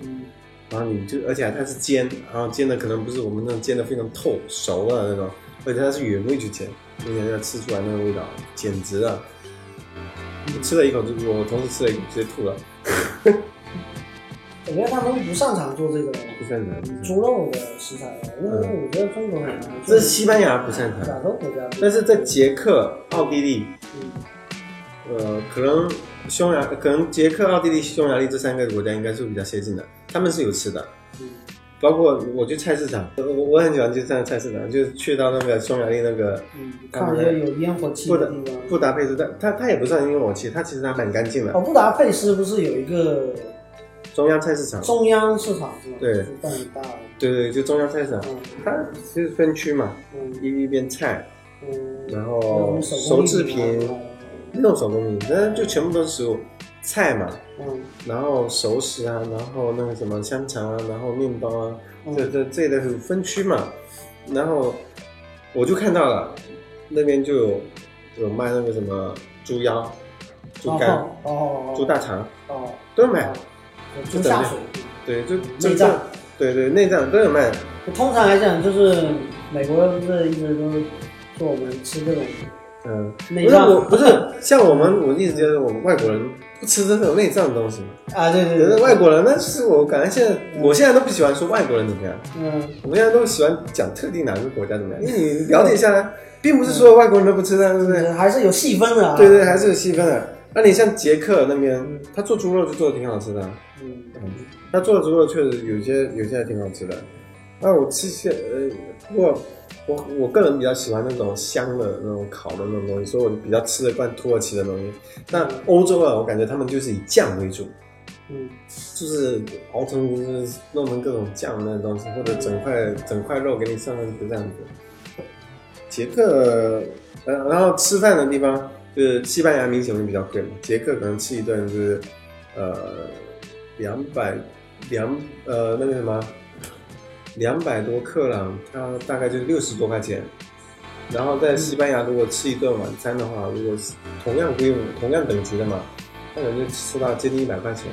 [SPEAKER 3] 嗯
[SPEAKER 2] 然后你就，而且它是煎，然后煎的可能不是我们那种煎的非常透熟了那种，而且它是原味去煎，你想要吃出来那个味道，简直了！我吃了一口，就我同事吃了一口直接吐了，
[SPEAKER 3] 我觉得他们不擅长做这个嗯
[SPEAKER 2] 不擅长。
[SPEAKER 3] 猪肉的食材，因为我觉得中国人啊
[SPEAKER 2] 嗯这是西班牙不擅长，
[SPEAKER 3] 亚洲国家，
[SPEAKER 2] 但是在捷克、奥地利，
[SPEAKER 3] 嗯
[SPEAKER 2] 呃，可能匈牙，可能捷克、奥地利、匈牙利这三个国家应该是比较接近的，他们是有吃的。
[SPEAKER 3] 嗯
[SPEAKER 2] 包括我去菜市场，我我很喜欢去上菜市场，就去到那个匈牙利那个
[SPEAKER 3] 嗯，看一些有烟火气
[SPEAKER 2] 不
[SPEAKER 3] 的
[SPEAKER 2] 达
[SPEAKER 3] 地方。
[SPEAKER 2] 不搭配是它它它也不算因为我其实它其实还蛮干净的
[SPEAKER 3] 哦，。布达佩斯不是有一个
[SPEAKER 2] 中央菜市场，
[SPEAKER 3] 中央市场是吧？就
[SPEAKER 2] 对
[SPEAKER 3] 是办很大的。
[SPEAKER 2] 对对，就中央菜市场，
[SPEAKER 3] 嗯
[SPEAKER 2] 它是分区嘛，
[SPEAKER 3] 嗯
[SPEAKER 2] 一一边菜，
[SPEAKER 3] 嗯，
[SPEAKER 2] 然
[SPEAKER 3] 那
[SPEAKER 2] 后
[SPEAKER 3] 种手
[SPEAKER 2] 熟
[SPEAKER 3] 工
[SPEAKER 2] 制
[SPEAKER 3] 艺品
[SPEAKER 2] 品
[SPEAKER 3] 啊，
[SPEAKER 2] 那种手工品，但就全部都是食物，菜嘛，
[SPEAKER 3] 嗯
[SPEAKER 2] 然后熟食啊，然后那个什么香肠啊，然后面包啊，
[SPEAKER 3] 嗯
[SPEAKER 2] 这这这类的分区嘛，然后我就看到了，那边就有有卖那个什么猪腰、猪肝、
[SPEAKER 3] 哦哦哦，
[SPEAKER 2] 猪大肠
[SPEAKER 3] 哦，
[SPEAKER 2] 都有卖，
[SPEAKER 3] 就下水。
[SPEAKER 2] 对，就
[SPEAKER 3] 内脏，
[SPEAKER 2] 对对内脏都有卖。
[SPEAKER 3] 通常来讲，就是美国不是一直都说我们吃这种
[SPEAKER 2] 嗯，
[SPEAKER 3] 内
[SPEAKER 2] 不是
[SPEAKER 3] 脏，啊
[SPEAKER 2] 我，不是像我们，我一直觉得我们外国人不吃这种内脏的东西嘛。
[SPEAKER 3] 啊，对对
[SPEAKER 2] 觉
[SPEAKER 3] 对，
[SPEAKER 2] 得外国人，那是我感觉现在，我现在都不喜欢说外国人怎么样，
[SPEAKER 3] 嗯
[SPEAKER 2] 我们现在都喜欢讲特定哪个国家怎么样，因为你了解下来，并不是说外国人都不吃的，对不对？
[SPEAKER 3] 嗯还是有细分的啊。
[SPEAKER 2] 对对，还是有细分的。那你像捷克那边，他做猪肉就做的挺好吃的，啊
[SPEAKER 3] 嗯，
[SPEAKER 2] 他做的猪肉确实有些有些还挺好吃的。那我吃些呃，不过我我个人比较喜欢那种香的那种烤的那种东西，所以我比较吃得惯土耳其的东西。那欧洲啊，我感觉他们就是以酱为主，
[SPEAKER 3] 嗯
[SPEAKER 2] 就是熬成就是弄成各种酱那种东西，或者整块整块肉给你上上去这样子。捷克，呃，然后吃饭的地方就是西班牙明显会比较贵嘛，捷克可能吃一顿就是呃两百两呃那个什么两百多克朗，它大概就是六十多块钱。然后在西班牙，如果吃一顿晚餐的话，如果是同样规模、同样等级的嘛，那可能就吃到接近一百块钱。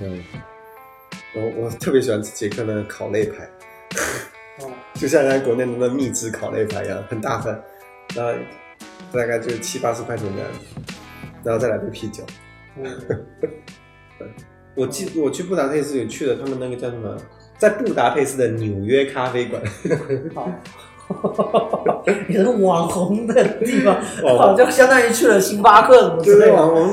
[SPEAKER 2] 嗯，我我特别喜欢吃捷克的烤肋排，
[SPEAKER 3] 哦，
[SPEAKER 2] 就像咱国内的那蜜汁烤肋排一样，很大份，然后大概就七八十块钱这样子，然后再来杯啤酒。
[SPEAKER 3] 嗯
[SPEAKER 2] 我记我去布达佩斯有去了他们那个叫什么，在布达佩斯的纽约咖啡馆，
[SPEAKER 3] 好，也是网红的地方，
[SPEAKER 2] 网
[SPEAKER 3] 哦，
[SPEAKER 2] 红
[SPEAKER 3] 就相当于去了 星巴克什么
[SPEAKER 2] 就
[SPEAKER 3] 之类
[SPEAKER 2] 是
[SPEAKER 3] 的。
[SPEAKER 2] 网红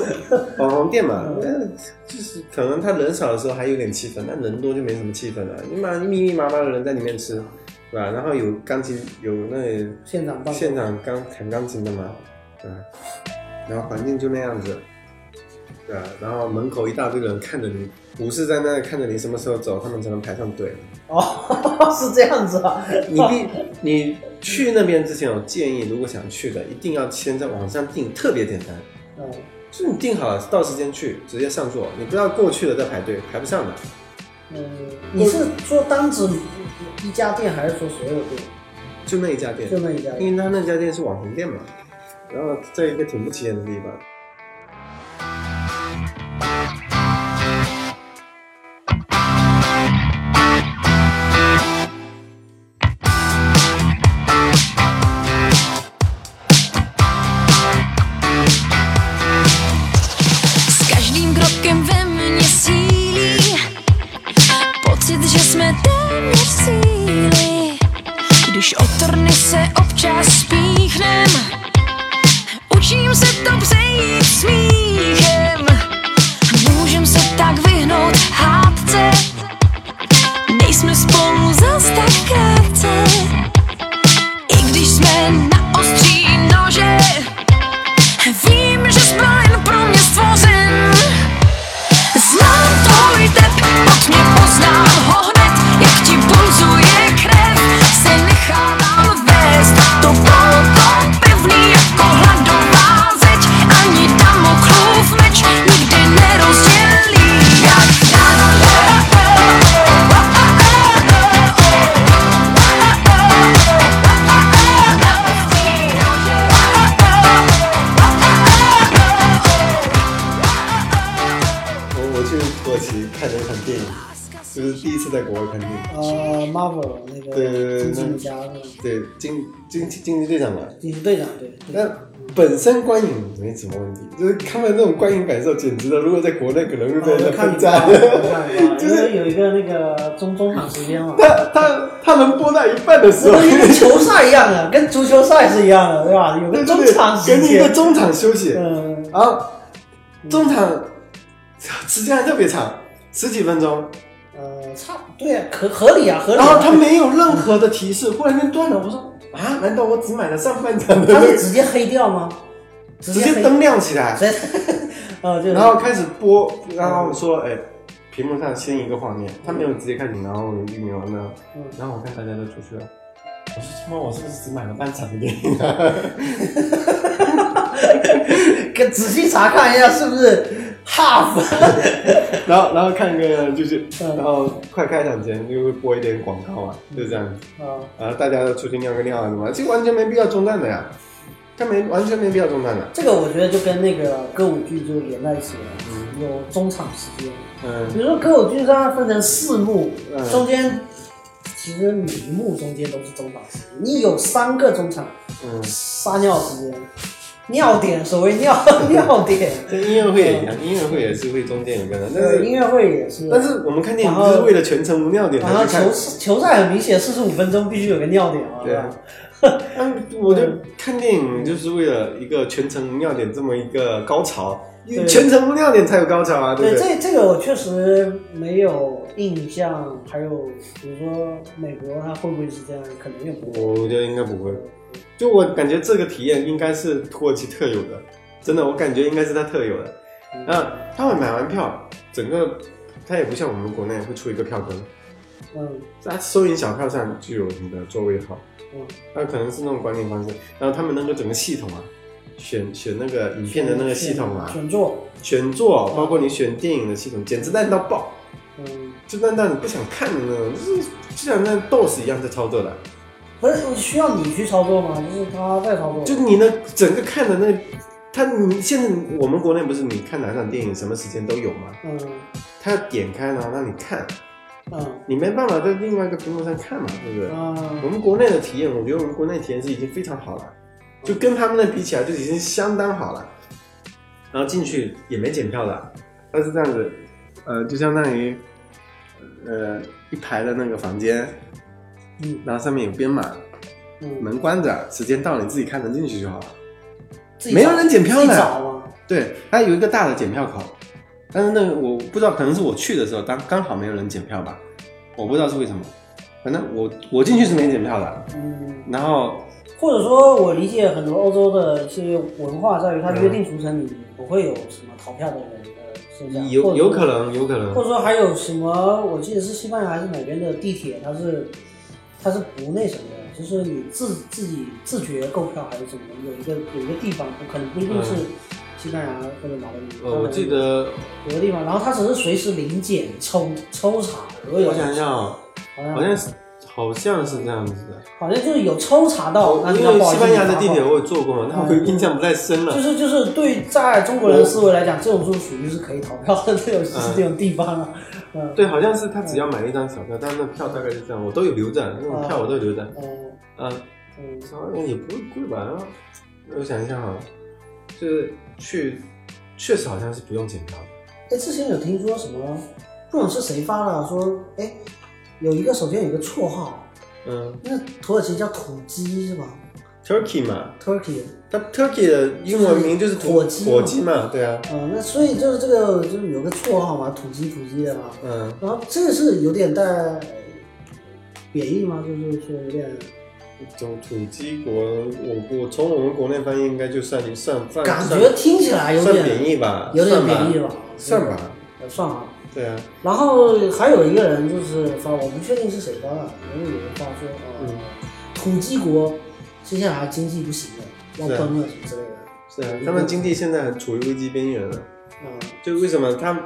[SPEAKER 2] 网红店嘛，但就是可能他人少的时候还有点气氛，但人多就没什么气氛了。你妈密密麻麻的人在里面吃，对吧？然后有钢琴，有那个
[SPEAKER 3] 现场办公
[SPEAKER 2] 现场钢弹钢琴的嘛，对吧？然后环境就那样子，对吧？然后门口一大堆人看着你，不是在那看着你什么时候走，他们才能排上队。
[SPEAKER 3] 哦， 是这样子啊。
[SPEAKER 2] 你必你去那边之前，我建议如果想去的，一定要先在网上订，特别简单。
[SPEAKER 3] 嗯
[SPEAKER 2] 就是你订好了，到时间去，直接上座，你不要过去了再排队，排不上的。
[SPEAKER 3] 嗯，你是说单指一家店还是说所有店？
[SPEAKER 2] 就那一家店
[SPEAKER 3] 就，那一家店？
[SPEAKER 2] 因为他那家店是网红店嘛，然后在一个挺不起眼的地方。
[SPEAKER 4] Z każdym krokiem we mnie sili Pocit, že jsme téměř v cíli Když o torny se občas spíchnem Učím se to přejít smíchem Můžem se tak vyhnout hádce Nejsme spolu zas tak krátce jako
[SPEAKER 2] 看人看电影，就是第一次在国外看电影。
[SPEAKER 3] 呃，Marvel 那
[SPEAKER 2] 对对
[SPEAKER 3] 个
[SPEAKER 2] 对
[SPEAKER 3] 惊奇
[SPEAKER 2] 那
[SPEAKER 3] 女侠是吧？
[SPEAKER 2] 对，惊惊惊奇队长嘛，
[SPEAKER 3] 惊奇队长对，对
[SPEAKER 2] 那本身观影没什么问题，就是看完那种观影感受，简直了。如果在国内可能会被
[SPEAKER 3] 啊我就
[SPEAKER 2] 人
[SPEAKER 3] 看
[SPEAKER 2] 喷
[SPEAKER 3] 你吧，
[SPEAKER 2] 炸。
[SPEAKER 3] 我看你吧，
[SPEAKER 2] 就
[SPEAKER 3] 因
[SPEAKER 2] 是
[SPEAKER 3] 为有一个那个中中场时间嘛，
[SPEAKER 2] 他他他们播到一半的时
[SPEAKER 3] 这
[SPEAKER 2] 候，
[SPEAKER 3] 东西跟球赛一样的，跟足球赛是一样的，对吧？有个 中场
[SPEAKER 2] 给
[SPEAKER 3] 时
[SPEAKER 2] 你一个
[SPEAKER 3] 间，
[SPEAKER 2] 中场休息，
[SPEAKER 3] 嗯，
[SPEAKER 2] 然后中场时间还特别长，十几分钟，
[SPEAKER 3] 呃，差不对啊，可合理啊，合理啊。
[SPEAKER 2] 然后他没有任何的提示，忽然间断了。我说啊，难道我只买了上半场的
[SPEAKER 3] 他
[SPEAKER 2] 那
[SPEAKER 3] 是
[SPEAKER 2] 个？
[SPEAKER 3] 直接黑掉吗？直
[SPEAKER 2] 直
[SPEAKER 3] 接
[SPEAKER 2] 接
[SPEAKER 3] 黑
[SPEAKER 2] 灯亮起来，
[SPEAKER 3] 直接， 呃，就是
[SPEAKER 2] 然后开始播，然后说，哎，屏幕上先一个画面，他没有直接看你，然后有没有呢
[SPEAKER 3] 嗯？
[SPEAKER 2] 然后我看大家都出去了，我说他妈，我是不是只买了半场的电影啊？
[SPEAKER 3] 给仔细查看一下是不是 half，
[SPEAKER 2] 然后然后看个就是，
[SPEAKER 3] 嗯
[SPEAKER 2] 然后快开场前就会播一点广告嘛，就这样子，
[SPEAKER 3] 啊，
[SPEAKER 2] 然后大家都出去尿个尿啊什么，这完全没必要中断的呀，他没完全没必要中断的，
[SPEAKER 3] 这个我觉得就跟那个歌舞剧就连在一起了，有中场时间。比
[SPEAKER 2] 嗯，
[SPEAKER 3] 如说歌舞剧它分成四幕，
[SPEAKER 2] 嗯
[SPEAKER 3] 中间其实每一幕中间都是中场时间，你有三个中场
[SPEAKER 2] 嗯
[SPEAKER 3] 撒尿时间，尿点，所谓 尿尿点，呃
[SPEAKER 2] 这音乐会也一样，音乐会也是会中间有个人，但
[SPEAKER 3] 对，音
[SPEAKER 2] 是
[SPEAKER 3] 乐会也是。
[SPEAKER 2] 但是我们看电影
[SPEAKER 3] 然后
[SPEAKER 2] 就是为了全程无尿点
[SPEAKER 3] 然后
[SPEAKER 2] 才去看
[SPEAKER 3] 球。球赛很明显，四十五分钟必须有个尿点嘛，
[SPEAKER 2] 对
[SPEAKER 3] 对
[SPEAKER 2] 啊
[SPEAKER 3] 吧？
[SPEAKER 2] 嗯，我就看电影就是为了一个全程无尿点这么一个高潮，
[SPEAKER 3] 对
[SPEAKER 2] 全程无尿点才有高潮啊，对
[SPEAKER 3] 对，
[SPEAKER 2] 不对？
[SPEAKER 3] 这这个我确实没有印象。还有比如说美国，它会不会是这样？可能也不会。
[SPEAKER 2] 我觉得应该不会，就我感觉这个体验应该是土耳其特有的，真的，我感觉应该是它特有的。
[SPEAKER 3] 嗯
[SPEAKER 2] 那他们买完票，整个他也不像我们国内会出一个票根，
[SPEAKER 3] 嗯
[SPEAKER 2] 他收银小票上就有你的座位号，
[SPEAKER 3] 嗯，
[SPEAKER 2] 那可能是那种管理方式。然后他们那个整个系统啊，选选那个影片的那个系统啊，
[SPEAKER 3] 选座，
[SPEAKER 2] 选座，包括你选电影的系统，简直烂到爆，
[SPEAKER 3] 嗯，
[SPEAKER 2] 就烂到你不想看的那种，就是就像那 DOS 一样在操作的，
[SPEAKER 3] 不是需要你去操作吗？就是他在操作。
[SPEAKER 2] 就你那整个看的那，他你现在我们国内不是你看哪场电影什么时间都有吗？
[SPEAKER 3] 嗯
[SPEAKER 2] 他要点开然后让你看，
[SPEAKER 3] 嗯
[SPEAKER 2] 你没办法在另外一个屏幕上看嘛，对不对？我
[SPEAKER 3] 嗯
[SPEAKER 2] 们国内的体验，我觉得我们国内体验是已经非常好了，就跟他们那比起来就已经相当好了。然后进去也没检票的，它是这样子，呃，就相当于呃一排的那个房间，
[SPEAKER 3] 嗯
[SPEAKER 2] 然后上面有编码，
[SPEAKER 3] 嗯，
[SPEAKER 2] 门关着，时间到了你自己开门进去就好了。
[SPEAKER 3] 自己
[SPEAKER 2] 没有人检票
[SPEAKER 3] 自己
[SPEAKER 2] 的
[SPEAKER 3] 找吗？
[SPEAKER 2] 对，它有一个大的检票口，但是那个我不知道，可能是我去的时候当刚好没有人检票吧，我不知道是为什么。反正我我进去是没检票的，
[SPEAKER 3] 嗯，
[SPEAKER 2] 然后
[SPEAKER 3] 或者说，我理解很多欧洲的一些文化在于，它
[SPEAKER 2] 嗯
[SPEAKER 3] 约定俗成，你不会有什么逃票的人的现象，或
[SPEAKER 2] 有
[SPEAKER 3] 者
[SPEAKER 2] 有可能有可能
[SPEAKER 3] 或者说还有什么？我记得是西班牙还是哪边的地铁，它是它是不那什么的，就是你自自己自觉购票还是怎么？有一个有一个地方，不可能不一定是西班牙或者马德里。
[SPEAKER 2] 嗯呃，我记得，
[SPEAKER 3] 有个地方，然后它只是随时临检抽抽查，如果有
[SPEAKER 2] 我想一下啊，
[SPEAKER 3] 好像
[SPEAKER 2] 好像是好像是这样子的。
[SPEAKER 3] 好像就是有抽查到，那
[SPEAKER 2] 哦因
[SPEAKER 3] 你要
[SPEAKER 2] 为
[SPEAKER 3] 不好意
[SPEAKER 2] 西
[SPEAKER 3] 思
[SPEAKER 2] 班牙的
[SPEAKER 3] 你
[SPEAKER 2] 地
[SPEAKER 3] 罚
[SPEAKER 2] 铁
[SPEAKER 3] 款
[SPEAKER 2] 我也坐 过嘛，那我印象不太深了
[SPEAKER 3] 就。是就是对在中国人的思维来讲，这种是属于是可以逃票的这种是这种地方啊，嗯
[SPEAKER 2] 对，好像是他只要买了一张小票，但是那票大概是这样，我都有留着，那种票我都有留着。
[SPEAKER 3] 嗯
[SPEAKER 2] 啊，
[SPEAKER 3] 嗯
[SPEAKER 2] 好像也不会贵吧？然后我想一下啊，就是去，确实好像是不用检票的。
[SPEAKER 3] 哎，之前有听说什么，不懂是谁发的，说哎，有一个首先有个绰号，
[SPEAKER 2] 嗯
[SPEAKER 3] 那土耳其叫土鸡是吧
[SPEAKER 2] ，Turkey 嘛，
[SPEAKER 3] ？Turkey，
[SPEAKER 2] 它 Turkey 的英文名就是土
[SPEAKER 3] 火鸡嘛
[SPEAKER 2] 火鸡嘛，对啊，
[SPEAKER 3] 嗯，那所以就是这个就是有个绰号嘛，土鸡土鸡的嘛。
[SPEAKER 2] 嗯。
[SPEAKER 3] 然后这个是有点带贬义吗？就是说有点
[SPEAKER 2] 种土鸡国，我我从我们国内翻译应该就算算算
[SPEAKER 3] 感
[SPEAKER 2] 呃算
[SPEAKER 3] 觉听起来有
[SPEAKER 2] 算
[SPEAKER 3] 点
[SPEAKER 2] 贬义吧，
[SPEAKER 3] 有点
[SPEAKER 2] 算
[SPEAKER 3] 贬义吧？
[SPEAKER 2] 算吧，
[SPEAKER 3] 呃，算吧。
[SPEAKER 2] 对啊，
[SPEAKER 3] 然后还有一个人就是发，我不确定是谁发的，因为有人发说，呃，
[SPEAKER 2] 嗯
[SPEAKER 3] 土鸡国接下来经济不行了，要
[SPEAKER 2] 是啊
[SPEAKER 3] 崩了什么之类的。
[SPEAKER 2] 是啊，他们经济现在很处于危机边缘了，
[SPEAKER 3] 嗯
[SPEAKER 2] 就为什么他们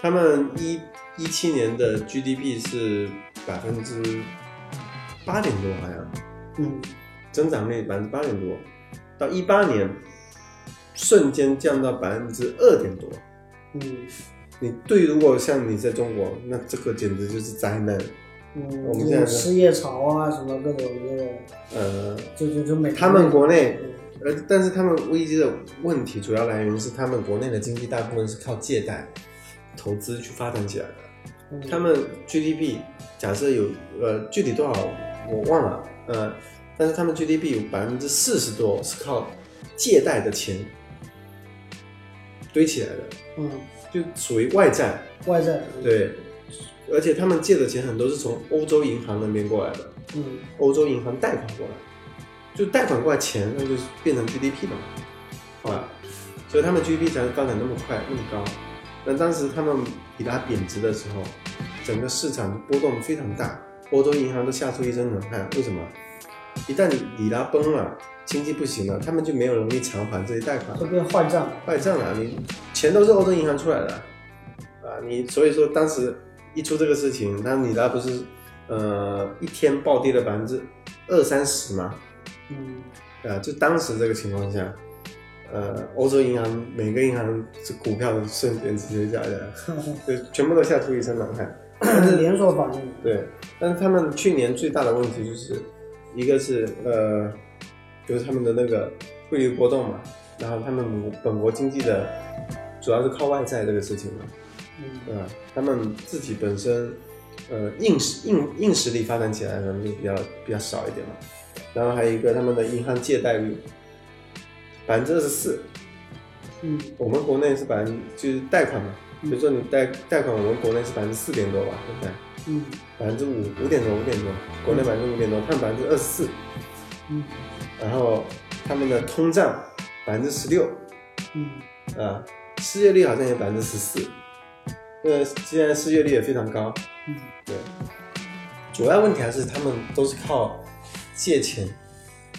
[SPEAKER 2] 他们一一七年的 GDP 是百分之八点多，好像
[SPEAKER 3] 嗯
[SPEAKER 2] 增长率百分之八点多，到一八年瞬间降到百分之二点多，
[SPEAKER 3] 嗯
[SPEAKER 2] 你对，如果像你在中国，那这个简直就是灾难。
[SPEAKER 3] 嗯，
[SPEAKER 2] 我们现在是
[SPEAKER 3] 失业潮啊，什么各种这个，
[SPEAKER 2] 呃，
[SPEAKER 3] 就就就每
[SPEAKER 2] 他们国内，呃，但是他们危机的问题主要来源于是他们国内的经济大部分是靠借贷、投资去发展起来的。
[SPEAKER 3] 嗯
[SPEAKER 2] 他们 GDP 假设有呃具体多少我忘了，呃，但是他们 GDP 有百分之四十多是靠借贷的钱堆起来的，
[SPEAKER 3] 嗯
[SPEAKER 2] 就属于外债。
[SPEAKER 3] 外债，
[SPEAKER 2] 对，而且他们借的钱很多是从欧洲银行那边过来的，
[SPEAKER 3] 嗯
[SPEAKER 2] 欧洲银行贷款过来，就贷款过来钱，那就是变成 GDP 了嘛，好吧？所以他们 GDP 才会发展那么快那么高。那当时他们比拉贬值的时候，整个市场波动非常大，欧洲银行都吓出一身冷汗。为什么？一旦里拉崩了，经济不行了，他们就没有能力偿还这些贷款了
[SPEAKER 3] 会。变坏账，
[SPEAKER 2] 坏账啊！你钱都是欧洲银行出来的啊，啊你所以说当时一出这个事情，那你那不是呃一天暴跌了百分之二三十嘛？
[SPEAKER 3] 嗯
[SPEAKER 2] 啊，就当时这个情况下，呃，欧洲银行每个银行这股票瞬间直接下来了，就全部都吓出一身冷汗。
[SPEAKER 3] 连锁反应，
[SPEAKER 2] 对，但是他们去年最大的问题就是，一个是呃，就是他们的那个汇率波动嘛，然后他们本国经济的主要是靠外债这个事情嘛，
[SPEAKER 3] 嗯
[SPEAKER 2] 对吧？他们自己本身呃硬实硬硬实力发展起来可能就比较比较少一点嘛，然后还有一个他们的银行借贷率百分之二十四，
[SPEAKER 3] 嗯
[SPEAKER 2] 我们国内是百分就是贷款嘛，比如说你贷贷款，我们国内是百分之四点多吧，对不对？
[SPEAKER 3] 嗯
[SPEAKER 2] 百分之五五点多五点多，国内百分之五点多，他们百分之二十四，
[SPEAKER 3] 嗯
[SPEAKER 2] 然后他们的通胀百分之十六，
[SPEAKER 3] 嗯
[SPEAKER 2] 啊，失业率好像也百分之十四，呃，现在失业率也非常高，
[SPEAKER 3] 嗯
[SPEAKER 2] 对，主要问题还是他们都是靠借钱，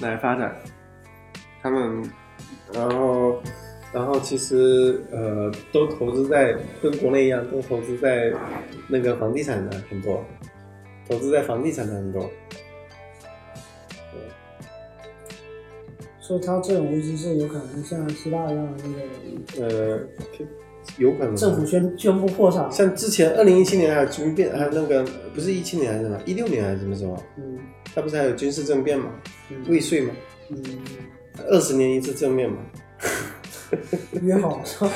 [SPEAKER 1] 来发展。
[SPEAKER 2] 他们，然后，然后其实呃，都投资在跟国内一样，都投资在那个房地产的很多，投资在房地产的很多，
[SPEAKER 3] 所以它这种危机是有可能像希腊一样的那个
[SPEAKER 2] 呃，有可能
[SPEAKER 3] 政府宣宣布破产，
[SPEAKER 2] 像之前二零一七年还有军变，还有那个不是一七年还是什么，一六年还是什么时候，啊
[SPEAKER 3] 嗯
[SPEAKER 2] 他不是还有军事政变嘛，
[SPEAKER 3] 嗯
[SPEAKER 2] 未遂嘛，
[SPEAKER 3] 嗯，
[SPEAKER 2] 二十年一次政变嘛，
[SPEAKER 3] 约好是吧？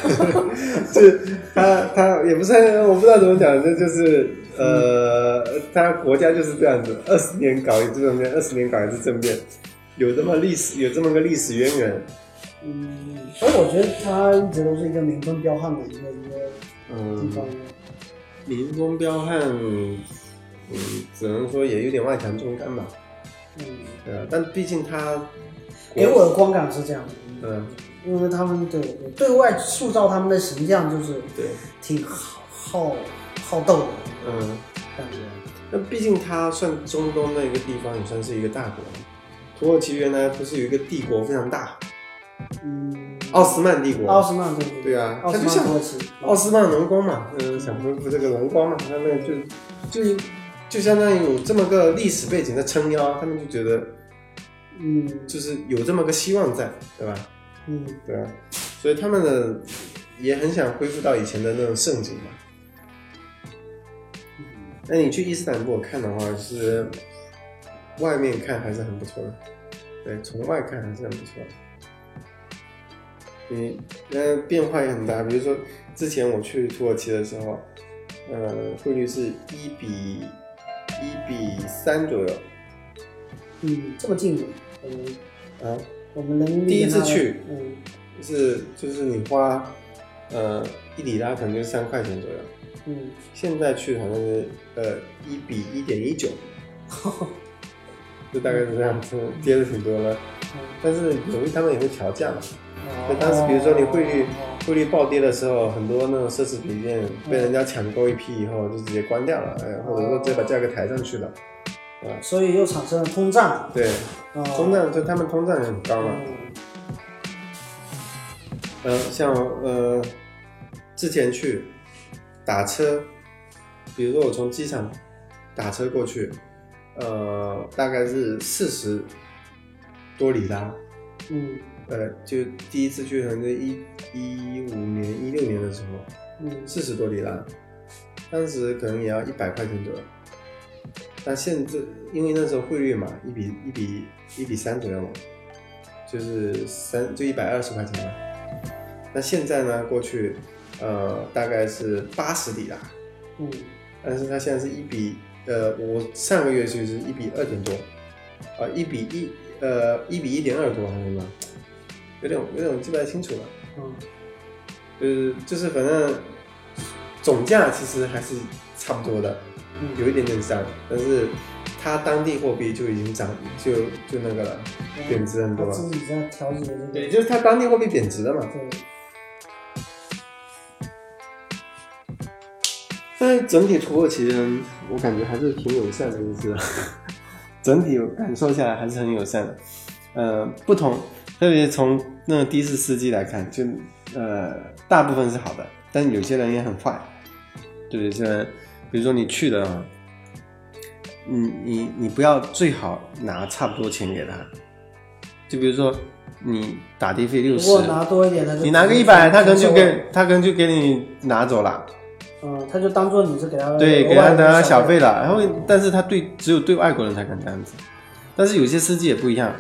[SPEAKER 2] 就是他他也不是我不知道怎么讲，这就是呃，他国家就是这样子，二十年搞一次政变，二十年搞一次政变，有这么历史有这么个历史渊源，
[SPEAKER 3] 嗯，所以我觉得它一直都是一个民风彪悍的一个一个地
[SPEAKER 2] 嗯，
[SPEAKER 3] 方，
[SPEAKER 2] 民风彪悍，嗯，只能说也有点外强中干吧，
[SPEAKER 3] 嗯，
[SPEAKER 2] 对啊，但毕竟他
[SPEAKER 3] 给我的观感是这样的。嗯
[SPEAKER 2] 嗯
[SPEAKER 3] 因为他们对对外塑造他们的形象就是
[SPEAKER 2] 对
[SPEAKER 3] 挺好好好斗的
[SPEAKER 2] 嗯。
[SPEAKER 3] 感觉，
[SPEAKER 2] 那毕竟它算中东那个地方，也算是一个大国。土耳其原来不是有一个帝国非常大，
[SPEAKER 3] 嗯，
[SPEAKER 2] 奥斯曼帝国。
[SPEAKER 3] 奥斯曼对
[SPEAKER 2] 对啊
[SPEAKER 3] 奥斯
[SPEAKER 2] 它就
[SPEAKER 3] 曼
[SPEAKER 2] 像
[SPEAKER 3] 土耳其，
[SPEAKER 2] 奥斯曼荣光嘛，嗯，想恢复这个荣光嘛，他们就就就相当于有这么个历史背景在撑腰，他们就觉得
[SPEAKER 3] 嗯
[SPEAKER 2] 就是有这么个希望在，对吧？
[SPEAKER 3] 嗯
[SPEAKER 2] 对啊，所以他们的也很想恢复到以前的那种盛景嘛。那你去伊斯坦布尔看的话，是外面看还是很不错的，对，从外看还是很不错的。你那变化也很大，比如说之前我去土耳其的时候，呃，汇率是一比一比三左右
[SPEAKER 3] 嗯，这么近吗？我们
[SPEAKER 2] 啊，
[SPEAKER 3] 我们能
[SPEAKER 2] 第一次去
[SPEAKER 3] 嗯
[SPEAKER 2] 就是就是你花呃一里拉可能就三块钱左右，
[SPEAKER 3] 嗯，
[SPEAKER 2] 现在去好像是呃一比一点一九，就大概是这样子，跌的挺多了。但是由于他们也会调价嘛，就当时比如说你汇率
[SPEAKER 3] 哦
[SPEAKER 2] 汇率暴跌的时候，很多那种奢侈品店被人家抢购一批以后就直接关掉了，哎，或者说直接把价格抬上去了。
[SPEAKER 3] 所以又产生了通胀，
[SPEAKER 2] 对，
[SPEAKER 3] 哦
[SPEAKER 2] 通胀就他们通胀也很高嘛。
[SPEAKER 3] 嗯
[SPEAKER 2] 呃，像呃之前去打车，比如说我从机场打车过去，呃，大概是四十多里拉，
[SPEAKER 3] 嗯
[SPEAKER 2] 呃，就第一次去可能是一一五年、一六年的时候，
[SPEAKER 5] 嗯
[SPEAKER 2] 四十多里拉，当时可能也要一百块钱左右。但现在因为那时候汇率嘛，一比一比一比三左右嘛，就是三就一百二十块钱嘛。那现在呢，过去呃大概是八十里拉，
[SPEAKER 5] 嗯
[SPEAKER 2] 但是它现在是一比呃，我上个月就是一比二点多，啊、一比一呃一比一点二多还是什么，有点有点记不太清楚了。
[SPEAKER 5] 嗯
[SPEAKER 2] 呃，就是反正总价其实还是差不多的，
[SPEAKER 5] 嗯
[SPEAKER 2] 有一点点涨，但是它当地货币就已经涨，就就那个了，贬值很多
[SPEAKER 3] 他
[SPEAKER 2] 了。
[SPEAKER 3] 自己在调节这个，
[SPEAKER 2] 对，就是它当地货币贬值了嘛。
[SPEAKER 3] 对，
[SPEAKER 6] 但是整体土耳其人，我感觉还是挺友善的，就是了整体感受下来还是很友善的。呃，不同，特别从那个的士司机来看，就呃大部分是好的，但有些人也很坏。对，这比如说你去了啊，你你你不要最好拿差不多钱给他，就比如说你打的费六
[SPEAKER 3] 如
[SPEAKER 6] 十，
[SPEAKER 3] 果拿多一点的，
[SPEAKER 6] 你拿个一百，他可能就
[SPEAKER 3] 给，
[SPEAKER 6] 给他可能就给你拿走了。
[SPEAKER 3] 嗯，他就当做你是给他
[SPEAKER 6] 对，
[SPEAKER 3] 额
[SPEAKER 6] 给
[SPEAKER 3] 外
[SPEAKER 6] 他
[SPEAKER 3] 的
[SPEAKER 6] 等他小费
[SPEAKER 3] 费
[SPEAKER 6] 了。然后，但是他对只有对外国人才敢这样子，但是有些司机也不一样。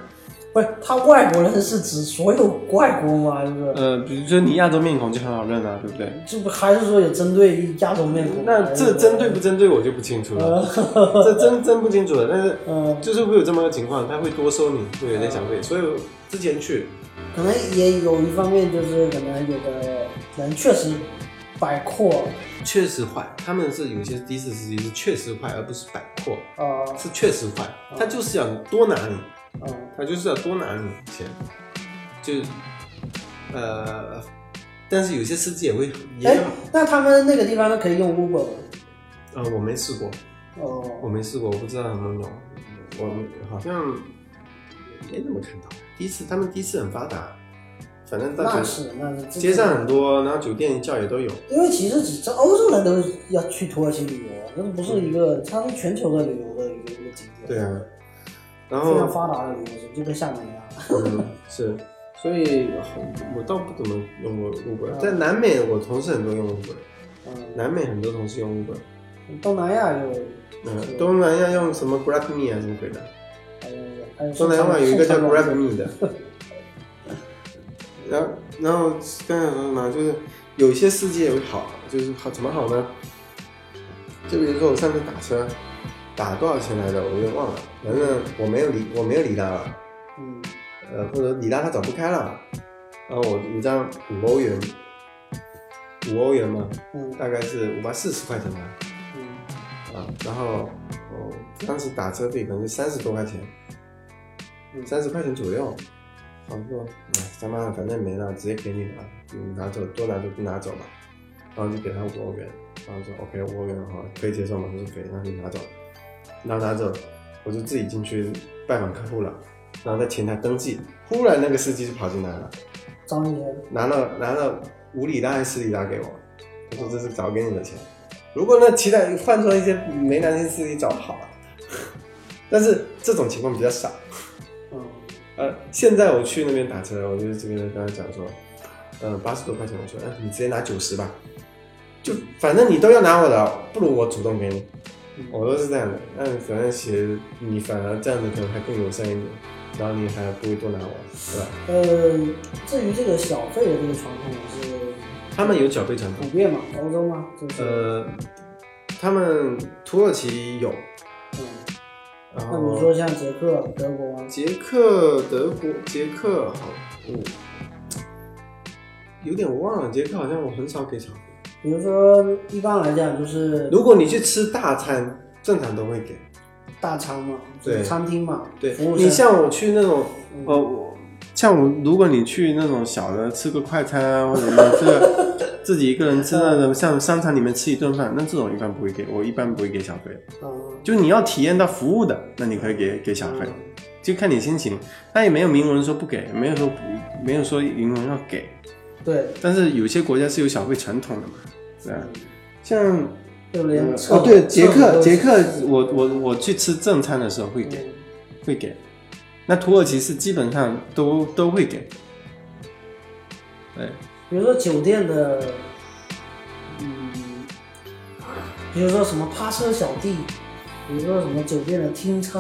[SPEAKER 3] 不是他外国人是指所有外国吗？就是
[SPEAKER 6] 呃，比如说你亚洲面孔就很好认啊，对不对？
[SPEAKER 3] 这不还是说也针对亚洲面孔？
[SPEAKER 2] 那这针对不针对我就不清楚了，这真真不清楚了。但是
[SPEAKER 3] 嗯，
[SPEAKER 2] 就是会有这么个情况，他会多收你会有点小费，所以我之前去
[SPEAKER 3] 可能也有一方面就是可能有的人确实摆阔
[SPEAKER 2] 确实坏，他们是有些的士司机是确实坏，而不是摆阔，
[SPEAKER 3] 啊
[SPEAKER 2] 是确实坏，他就是想多拿你。
[SPEAKER 3] 啊
[SPEAKER 2] 他就是要多拿你钱，就呃，但是有些司机也会也
[SPEAKER 3] 哎
[SPEAKER 2] 要，
[SPEAKER 3] 那他们那个地方都可以用 Uber 吗
[SPEAKER 2] 呃，我没试过，我
[SPEAKER 3] 哦，
[SPEAKER 2] 没试过，我不知道能不能用，我好像没怎么看到。的士他们的士很发达，反正大
[SPEAKER 3] 那
[SPEAKER 2] 街
[SPEAKER 3] 是那是
[SPEAKER 2] 街上很多，然后酒店叫也都有。
[SPEAKER 3] 因为其实只这欧洲人都要去土耳其旅游，那不是一个，它是全球的旅游的一个一个景点，
[SPEAKER 2] 嗯对，啊，然
[SPEAKER 3] 非常
[SPEAKER 2] 后
[SPEAKER 3] 发达的旅游景点，就跟厦门一样。
[SPEAKER 2] 嗯是，所以我倒不怎么用过 Uber，在南美我同事很多用 Uber，
[SPEAKER 3] 嗯，
[SPEAKER 2] 南美很多同事用 Uber。
[SPEAKER 3] 东南亚有，
[SPEAKER 2] 嗯，东南亚用什么 Grab Me 啊什么鬼的？
[SPEAKER 3] 还有还有，
[SPEAKER 2] 东南亚有一个叫 Grab Me 的 然后然后刚才说什么？就是有些司机也会好，就是好怎么好呢？就比如说我上次打车，打多少钱来着？我有点忘了，反正我没有理我没有理他了，
[SPEAKER 3] 嗯
[SPEAKER 2] 呃，或者理他他走不开了，然后我一张五欧元，五欧元嘛，
[SPEAKER 3] 嗯
[SPEAKER 2] 大概是五百四十块钱吧。
[SPEAKER 3] 嗯，
[SPEAKER 2] 啊，然后我当时打车费可能就三十多块钱，嗯三十块钱左右。我说，哎，他妈的，反正没了，直接给你拿，你拿走多拿就不拿走嘛。然后就给他五欧元，然后说 OK 五欧元哈，可以接受吗？他说可以，然后就拿走，然后拿走，我就自己进去拜访客户了，然后在前台登记。忽然那个司机就跑进来了，
[SPEAKER 3] 张爷，
[SPEAKER 2] 拿了拿了五里拉还是十里拉给我，他说这是找给你的钱。如果呢，其他换做一些没良心司机找好了， 但是这种情况比较少。
[SPEAKER 3] 嗯
[SPEAKER 2] 呃，现在我去那边打车，我就这个跟他讲说，呃，八十多块钱，我说，哎、你直接拿九十吧，就反正你都要拿我的，不如我主动给你，我都是这样的。那反正其实你反而这样子可能还更友善一点，然后你还不会多拿我，对吧？
[SPEAKER 3] 呃，至于这个小费的这个传统是
[SPEAKER 2] 他们有缴费传统
[SPEAKER 3] 普，遍嘛，欧洲嘛，就是
[SPEAKER 2] 呃，他们土耳其有，
[SPEAKER 6] 啊
[SPEAKER 3] 嗯，
[SPEAKER 2] 然
[SPEAKER 3] 那比如
[SPEAKER 2] 后
[SPEAKER 3] 说像捷克、德国啊，
[SPEAKER 2] 捷克、德国、捷克好，嗯，有点我忘了，捷克好像我很少给小费。
[SPEAKER 3] 比如说一般来讲就是
[SPEAKER 2] 如果你去吃大餐，正常都会给。
[SPEAKER 3] 大餐嘛，
[SPEAKER 2] 对
[SPEAKER 3] 餐厅嘛，
[SPEAKER 2] 对
[SPEAKER 3] 服务
[SPEAKER 2] 你
[SPEAKER 3] 生
[SPEAKER 2] 像我去那种，
[SPEAKER 6] 呃，我像我，如果你去那种小的吃个快餐啊，或者你这 个自己一个人吃那
[SPEAKER 2] 嗯
[SPEAKER 6] 种像商场里面吃一顿饭，那这种一般不会给我，一般不会给小费。
[SPEAKER 3] 嗯
[SPEAKER 6] 就你要体验到服务的，那你可以给给小费，就看你心情。他也没有明文说不给，没有说不，没有说明文要给。
[SPEAKER 3] 对，
[SPEAKER 6] 但是有些国家是有小费传统的嘛，对啊，像
[SPEAKER 3] 对不对？
[SPEAKER 2] 嗯
[SPEAKER 6] 哦，对，捷克，捷克，嗯
[SPEAKER 3] 我
[SPEAKER 6] 我我我去吃正餐的时候会给，会给。那土耳其是基本上都都嗯会给，对，
[SPEAKER 3] 比如说酒店的嗯比如说什么趴车小弟，比如说什么酒店的听差，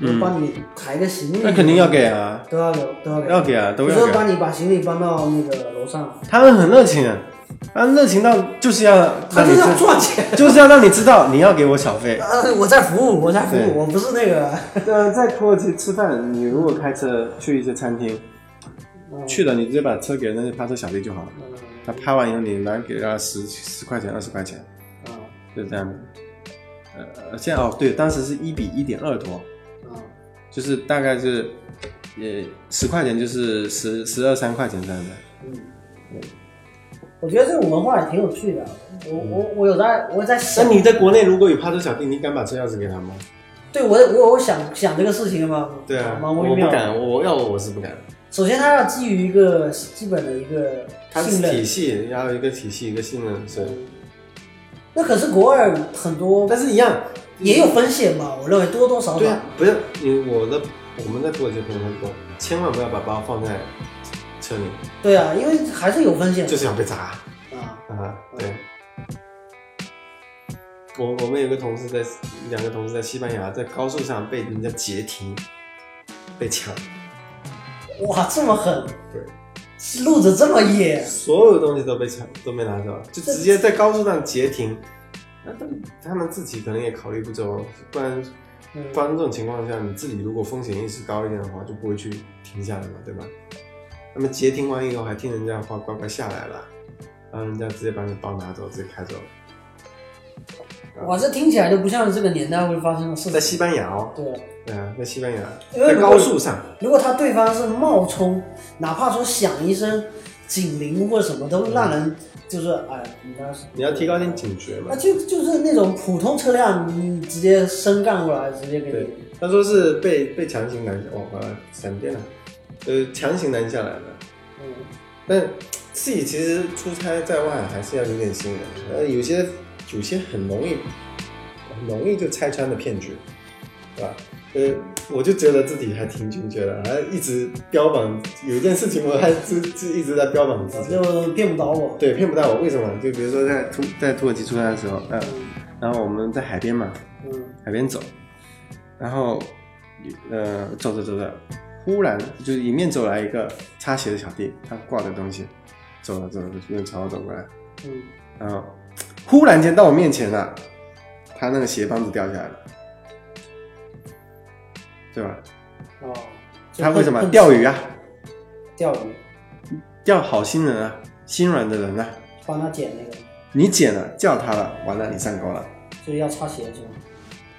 [SPEAKER 2] 嗯
[SPEAKER 3] 帮你抬个行李，
[SPEAKER 2] 那肯定要给，啊，
[SPEAKER 3] 都要给，都要给，
[SPEAKER 2] 要给啊，都
[SPEAKER 3] 比如说
[SPEAKER 2] 要给啊、
[SPEAKER 3] 帮你把行李搬到那个楼上，
[SPEAKER 2] 他们很热情，他们热情到就是要
[SPEAKER 3] 他啊
[SPEAKER 2] 让
[SPEAKER 3] 就
[SPEAKER 2] 你
[SPEAKER 3] 想
[SPEAKER 2] 知，
[SPEAKER 3] 赚钱。
[SPEAKER 2] 就是要让你知道你要给我小费。
[SPEAKER 3] 呃，我在服务，我在服
[SPEAKER 2] 对
[SPEAKER 3] 务，我不是那个。
[SPEAKER 2] 呃，在土耳其吃饭，你如果开车去一些餐厅，
[SPEAKER 7] 嗯
[SPEAKER 2] 去了你直接把车给那些趴车小弟就好了，他拍完以后你拿给他十十块钱、二十块钱，
[SPEAKER 3] 嗯
[SPEAKER 2] 就这样的。呃，现在哦，对，当时是一比一点二多，
[SPEAKER 3] 嗯
[SPEAKER 2] 就是大概是，呃，十块钱就是十十二三块钱这样的。
[SPEAKER 3] 我觉得这种文化也挺有趣的。我我我有在我在
[SPEAKER 2] 那
[SPEAKER 3] 想，
[SPEAKER 2] 你在国内如果有
[SPEAKER 7] 趴
[SPEAKER 2] 趴
[SPEAKER 7] 车小弟，你敢把车钥匙给他吗？
[SPEAKER 3] 对我我我想想这个事情嘛，
[SPEAKER 7] 对啊，
[SPEAKER 3] 蛮微
[SPEAKER 7] 我不
[SPEAKER 3] 妙。
[SPEAKER 7] 敢，我要我我是不敢。
[SPEAKER 3] 首先，它要基于一个基本的一个
[SPEAKER 7] 它是
[SPEAKER 3] 信
[SPEAKER 7] 体
[SPEAKER 3] 任。
[SPEAKER 7] 系，然后一个体系，一个信任，是。
[SPEAKER 3] 那可是国外很多
[SPEAKER 7] 但是一样，
[SPEAKER 3] 也有风险吧？我认为多多少
[SPEAKER 7] 对
[SPEAKER 3] 少
[SPEAKER 7] 啊。，不是你我的我们在土耳其朋友说，千万不要把包放在车里，
[SPEAKER 3] 对啊，因为还是有风险的
[SPEAKER 7] 就是要被砸
[SPEAKER 3] 啊。
[SPEAKER 7] 啊！对，我我们有个同事在两个同事在西班牙，在高速上被人家截停，被抢，
[SPEAKER 3] 哇，这么狠！
[SPEAKER 7] 对，
[SPEAKER 3] 路子这么野，
[SPEAKER 7] 所有东西都被抢，都被拿走，就直接在高速上截停。那他们他们自己可能也考虑不周，不然
[SPEAKER 3] 嗯
[SPEAKER 7] 发生这种情况下，你自己如果风险意识高一点的话，就不会去停下来嘛，对吧？那么截停完以后还听人家话，乖乖下来了，然后人家直接把你包拿走，直接开走。
[SPEAKER 3] 哇，这听起来就不像是这个年代会发生的事
[SPEAKER 7] 在
[SPEAKER 3] 情。
[SPEAKER 7] 西班牙哦，
[SPEAKER 3] 对啊，
[SPEAKER 7] 对啊，在西班牙，
[SPEAKER 3] 因为
[SPEAKER 7] 在
[SPEAKER 3] 如果
[SPEAKER 7] 高速上，
[SPEAKER 3] 如果他对方是冒充，哪怕说响一声警铃或者什么，都让人就是哎，你要是
[SPEAKER 7] 嗯你要提高一点警觉嘛
[SPEAKER 3] 那。就就是那种普通车辆，你直接生干过来，直接给
[SPEAKER 7] 对
[SPEAKER 3] 你，
[SPEAKER 7] 他说是被被强行拦，哦，好了，闪电了，呃，强行拦下来的。
[SPEAKER 3] 嗯
[SPEAKER 7] 但自己其实出差在外还是要有点心眼，呃，有些有些很容易很容易就拆穿的骗局，对吧？呃，我就觉得自己还挺警觉的，还一直标榜有一件事情，我还自自一直在标榜自己，
[SPEAKER 3] 就骗不倒我。
[SPEAKER 7] 对，骗不到我。为什么？就比如说在
[SPEAKER 2] 在土在土耳其出差的时候，嗯、然后我们在海边嘛，
[SPEAKER 3] 嗯
[SPEAKER 2] 海边走，然后呃走着走着，忽然就是迎面走来一个擦鞋的小弟，他挂的东西，走了走了，就朝我走过来，
[SPEAKER 3] 嗯，
[SPEAKER 2] 然后忽然间到我面前了，他那个鞋帮子掉下来了，对吧？
[SPEAKER 3] 哦，就
[SPEAKER 2] 他为什么
[SPEAKER 3] 笨
[SPEAKER 2] 钓鱼啊？
[SPEAKER 3] 钓鱼，
[SPEAKER 2] 钓好心人啊，心软的人啊，
[SPEAKER 3] 帮他捡那个，
[SPEAKER 2] 你捡了叫他了，完了你上钩了。
[SPEAKER 3] 就是要擦鞋是吗？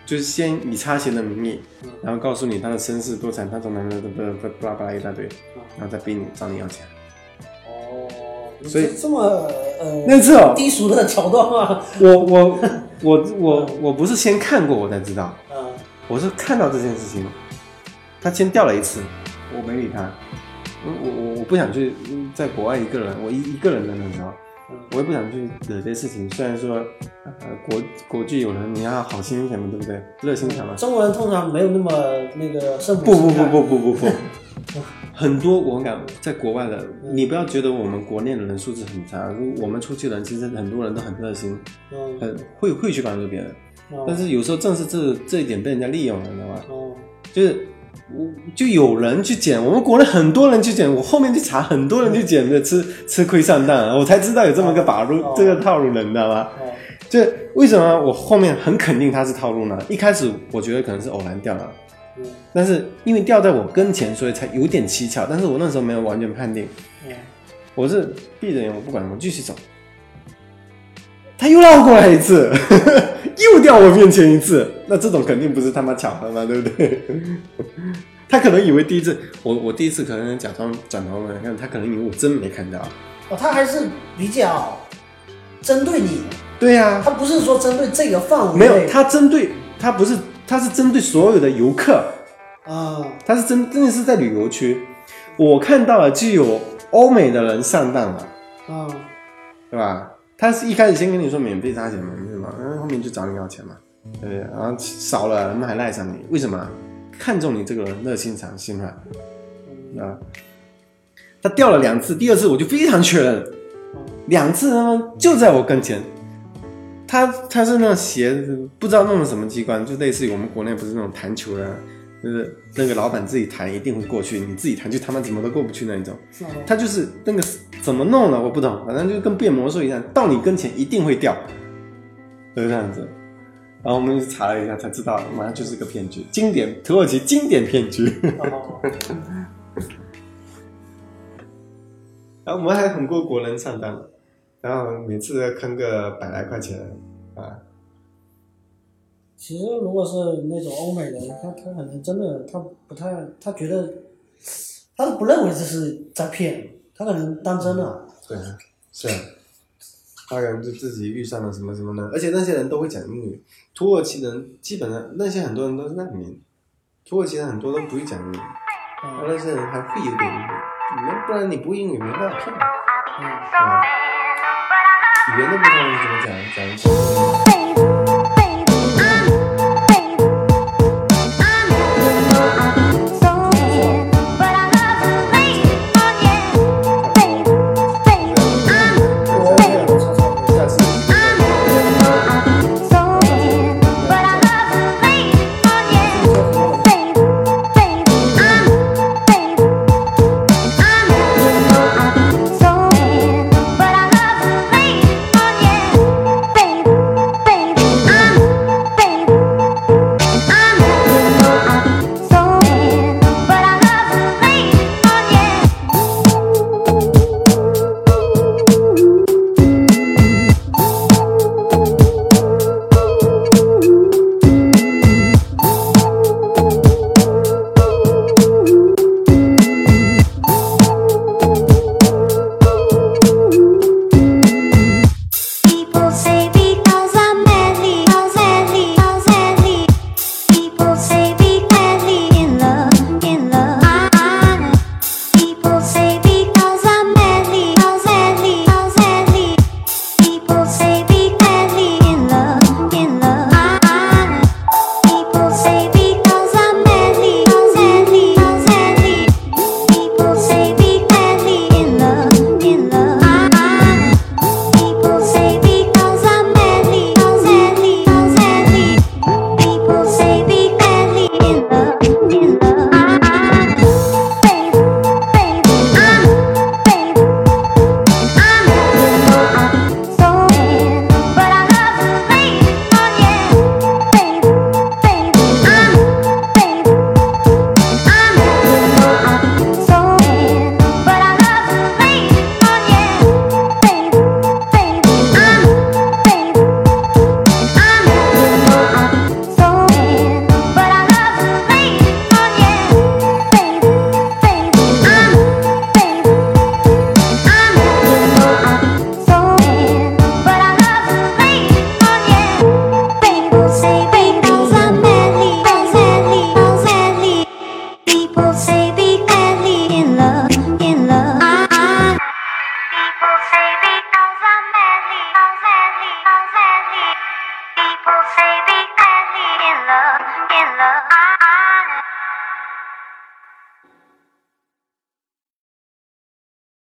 [SPEAKER 2] 就是先以擦鞋的名义，然后告诉你他的身世多惨，他从哪哪不不巴拉巴拉一大堆，然后再逼你找你要钱。
[SPEAKER 3] 哦，
[SPEAKER 2] 所以
[SPEAKER 3] 这这么呃
[SPEAKER 2] 那次 哦，
[SPEAKER 3] 低俗的桥段啊吗？
[SPEAKER 2] 我我我我我不是先看过我才知道，
[SPEAKER 3] 嗯
[SPEAKER 2] 我是看到这件事情，他先掉了一次，我没理他，嗯我我我不想去嗯在国外一个人，我一一个人的那时候，我也不想去惹这些事情。虽然说，呃，国国际友人你要好心一点嘛，对不对？热心一点嘛。
[SPEAKER 3] 中国人通常没有那么那个圣母
[SPEAKER 2] 啊不
[SPEAKER 3] 心
[SPEAKER 2] 不不
[SPEAKER 3] 态
[SPEAKER 2] 不不不不， 很多我敢在国外的，你不要觉得我们国内的人素质很差，我们出去的人其实很多人都很热心，
[SPEAKER 3] 嗯，
[SPEAKER 2] 很会会去帮助别人，
[SPEAKER 3] 哦
[SPEAKER 2] 呃但是有时候正是这这一点被人家利用了，你知道吗？
[SPEAKER 3] 哦
[SPEAKER 2] 就是。我就有人去捡，我们国内很多人去捡，我后面去查，很多人去捡的，吃吃亏上当，我才知道有这么个把路，
[SPEAKER 3] 哦
[SPEAKER 2] 这个套路的，你知道吗？
[SPEAKER 3] 哦
[SPEAKER 2] 就是为什么我后面很肯定他是套路呢？一开始我觉得可能是偶然掉了，
[SPEAKER 3] 嗯
[SPEAKER 2] 但是因为掉在我跟前，所以才有点蹊跷。但是我那时候没有完全判定，
[SPEAKER 3] 嗯。
[SPEAKER 2] 我是闭着眼，我不管，我继续走。他又绕过来一次， 又掉我面前一次，那这种肯定不是他妈巧合嘛，对不对？ 他可能以为第一次，我我第一次可能假装转头来看，他可能以为我真没看到。
[SPEAKER 3] 哦，他还是比较针对你，
[SPEAKER 2] 对呀、
[SPEAKER 3] 他不是说针对这个范围内，
[SPEAKER 2] 没有，他针对他不是，他是针对所有的游客，
[SPEAKER 3] 啊，
[SPEAKER 2] 他是真真的是在旅游区，我看到了就有欧美的人上当了。
[SPEAKER 3] 啊，
[SPEAKER 2] 对吧？他是一开始先跟你说免费差钱嘛，没什么，嗯，后面就找你要钱嘛，对不对？然后少了，他们还赖上你，为什么？看中你这个人热心肠、心软啊。他掉了两次，第二次我就非常确认，两次他妈就在我跟前，他
[SPEAKER 1] 它它是那种鞋子，不知道弄了什么机关，就类似于我们国内不是那种弹球的，就是那个老板自己弹一定会过去，你自己弹就他妈怎么都过不去那一种。
[SPEAKER 8] 是吧啊
[SPEAKER 1] 它就是那个怎么弄的我不懂，反正就跟变魔术一样，到你跟前一定会掉，就是这样子。然后我们就查了一下才知道，马上就是个骗局，经典土耳其经典骗局。
[SPEAKER 8] 哦
[SPEAKER 1] 然后我们还很过国人上当，然后每次要坑个百来块钱啊，
[SPEAKER 8] 其实如果是那种欧美人，他他可能真的他不太，他觉得他都不认为这是诈骗，他可能当真了。
[SPEAKER 1] 对啊，
[SPEAKER 2] 是啊，他可能就自己遇上了什么什么呢？而且那些人都会讲英语，土耳其人基本上那些很多人都是难民，土耳其人很多都不会讲英语，然后那些人还会一点英语，你不然你不会英语没办法骗你。啊语言都不知道你怎么讲，讲一讲。
[SPEAKER 8] 我这样我操操
[SPEAKER 2] 下次
[SPEAKER 9] People say because I'm madly, madly, madly. People say be madly in love, in love. I'm baby, baby, I'm baby, I'm so in, but I love you, baby, oh yeah. Baby, baby, I'm baby, I'm so in, but I love you, baby, oh yeah. Baby, baby, I'm baby, I'm so in, but I love you, baby, oh yeah. Baby, baby, I'm baby, I'm so in, but I love you, baby, oh yeah. People say because I'm madly, madly, madly. People say be madly in love, in love. I. People say because I'm madly, I'm madly, I'm madly. People say be madly in love, Ah, in love. I,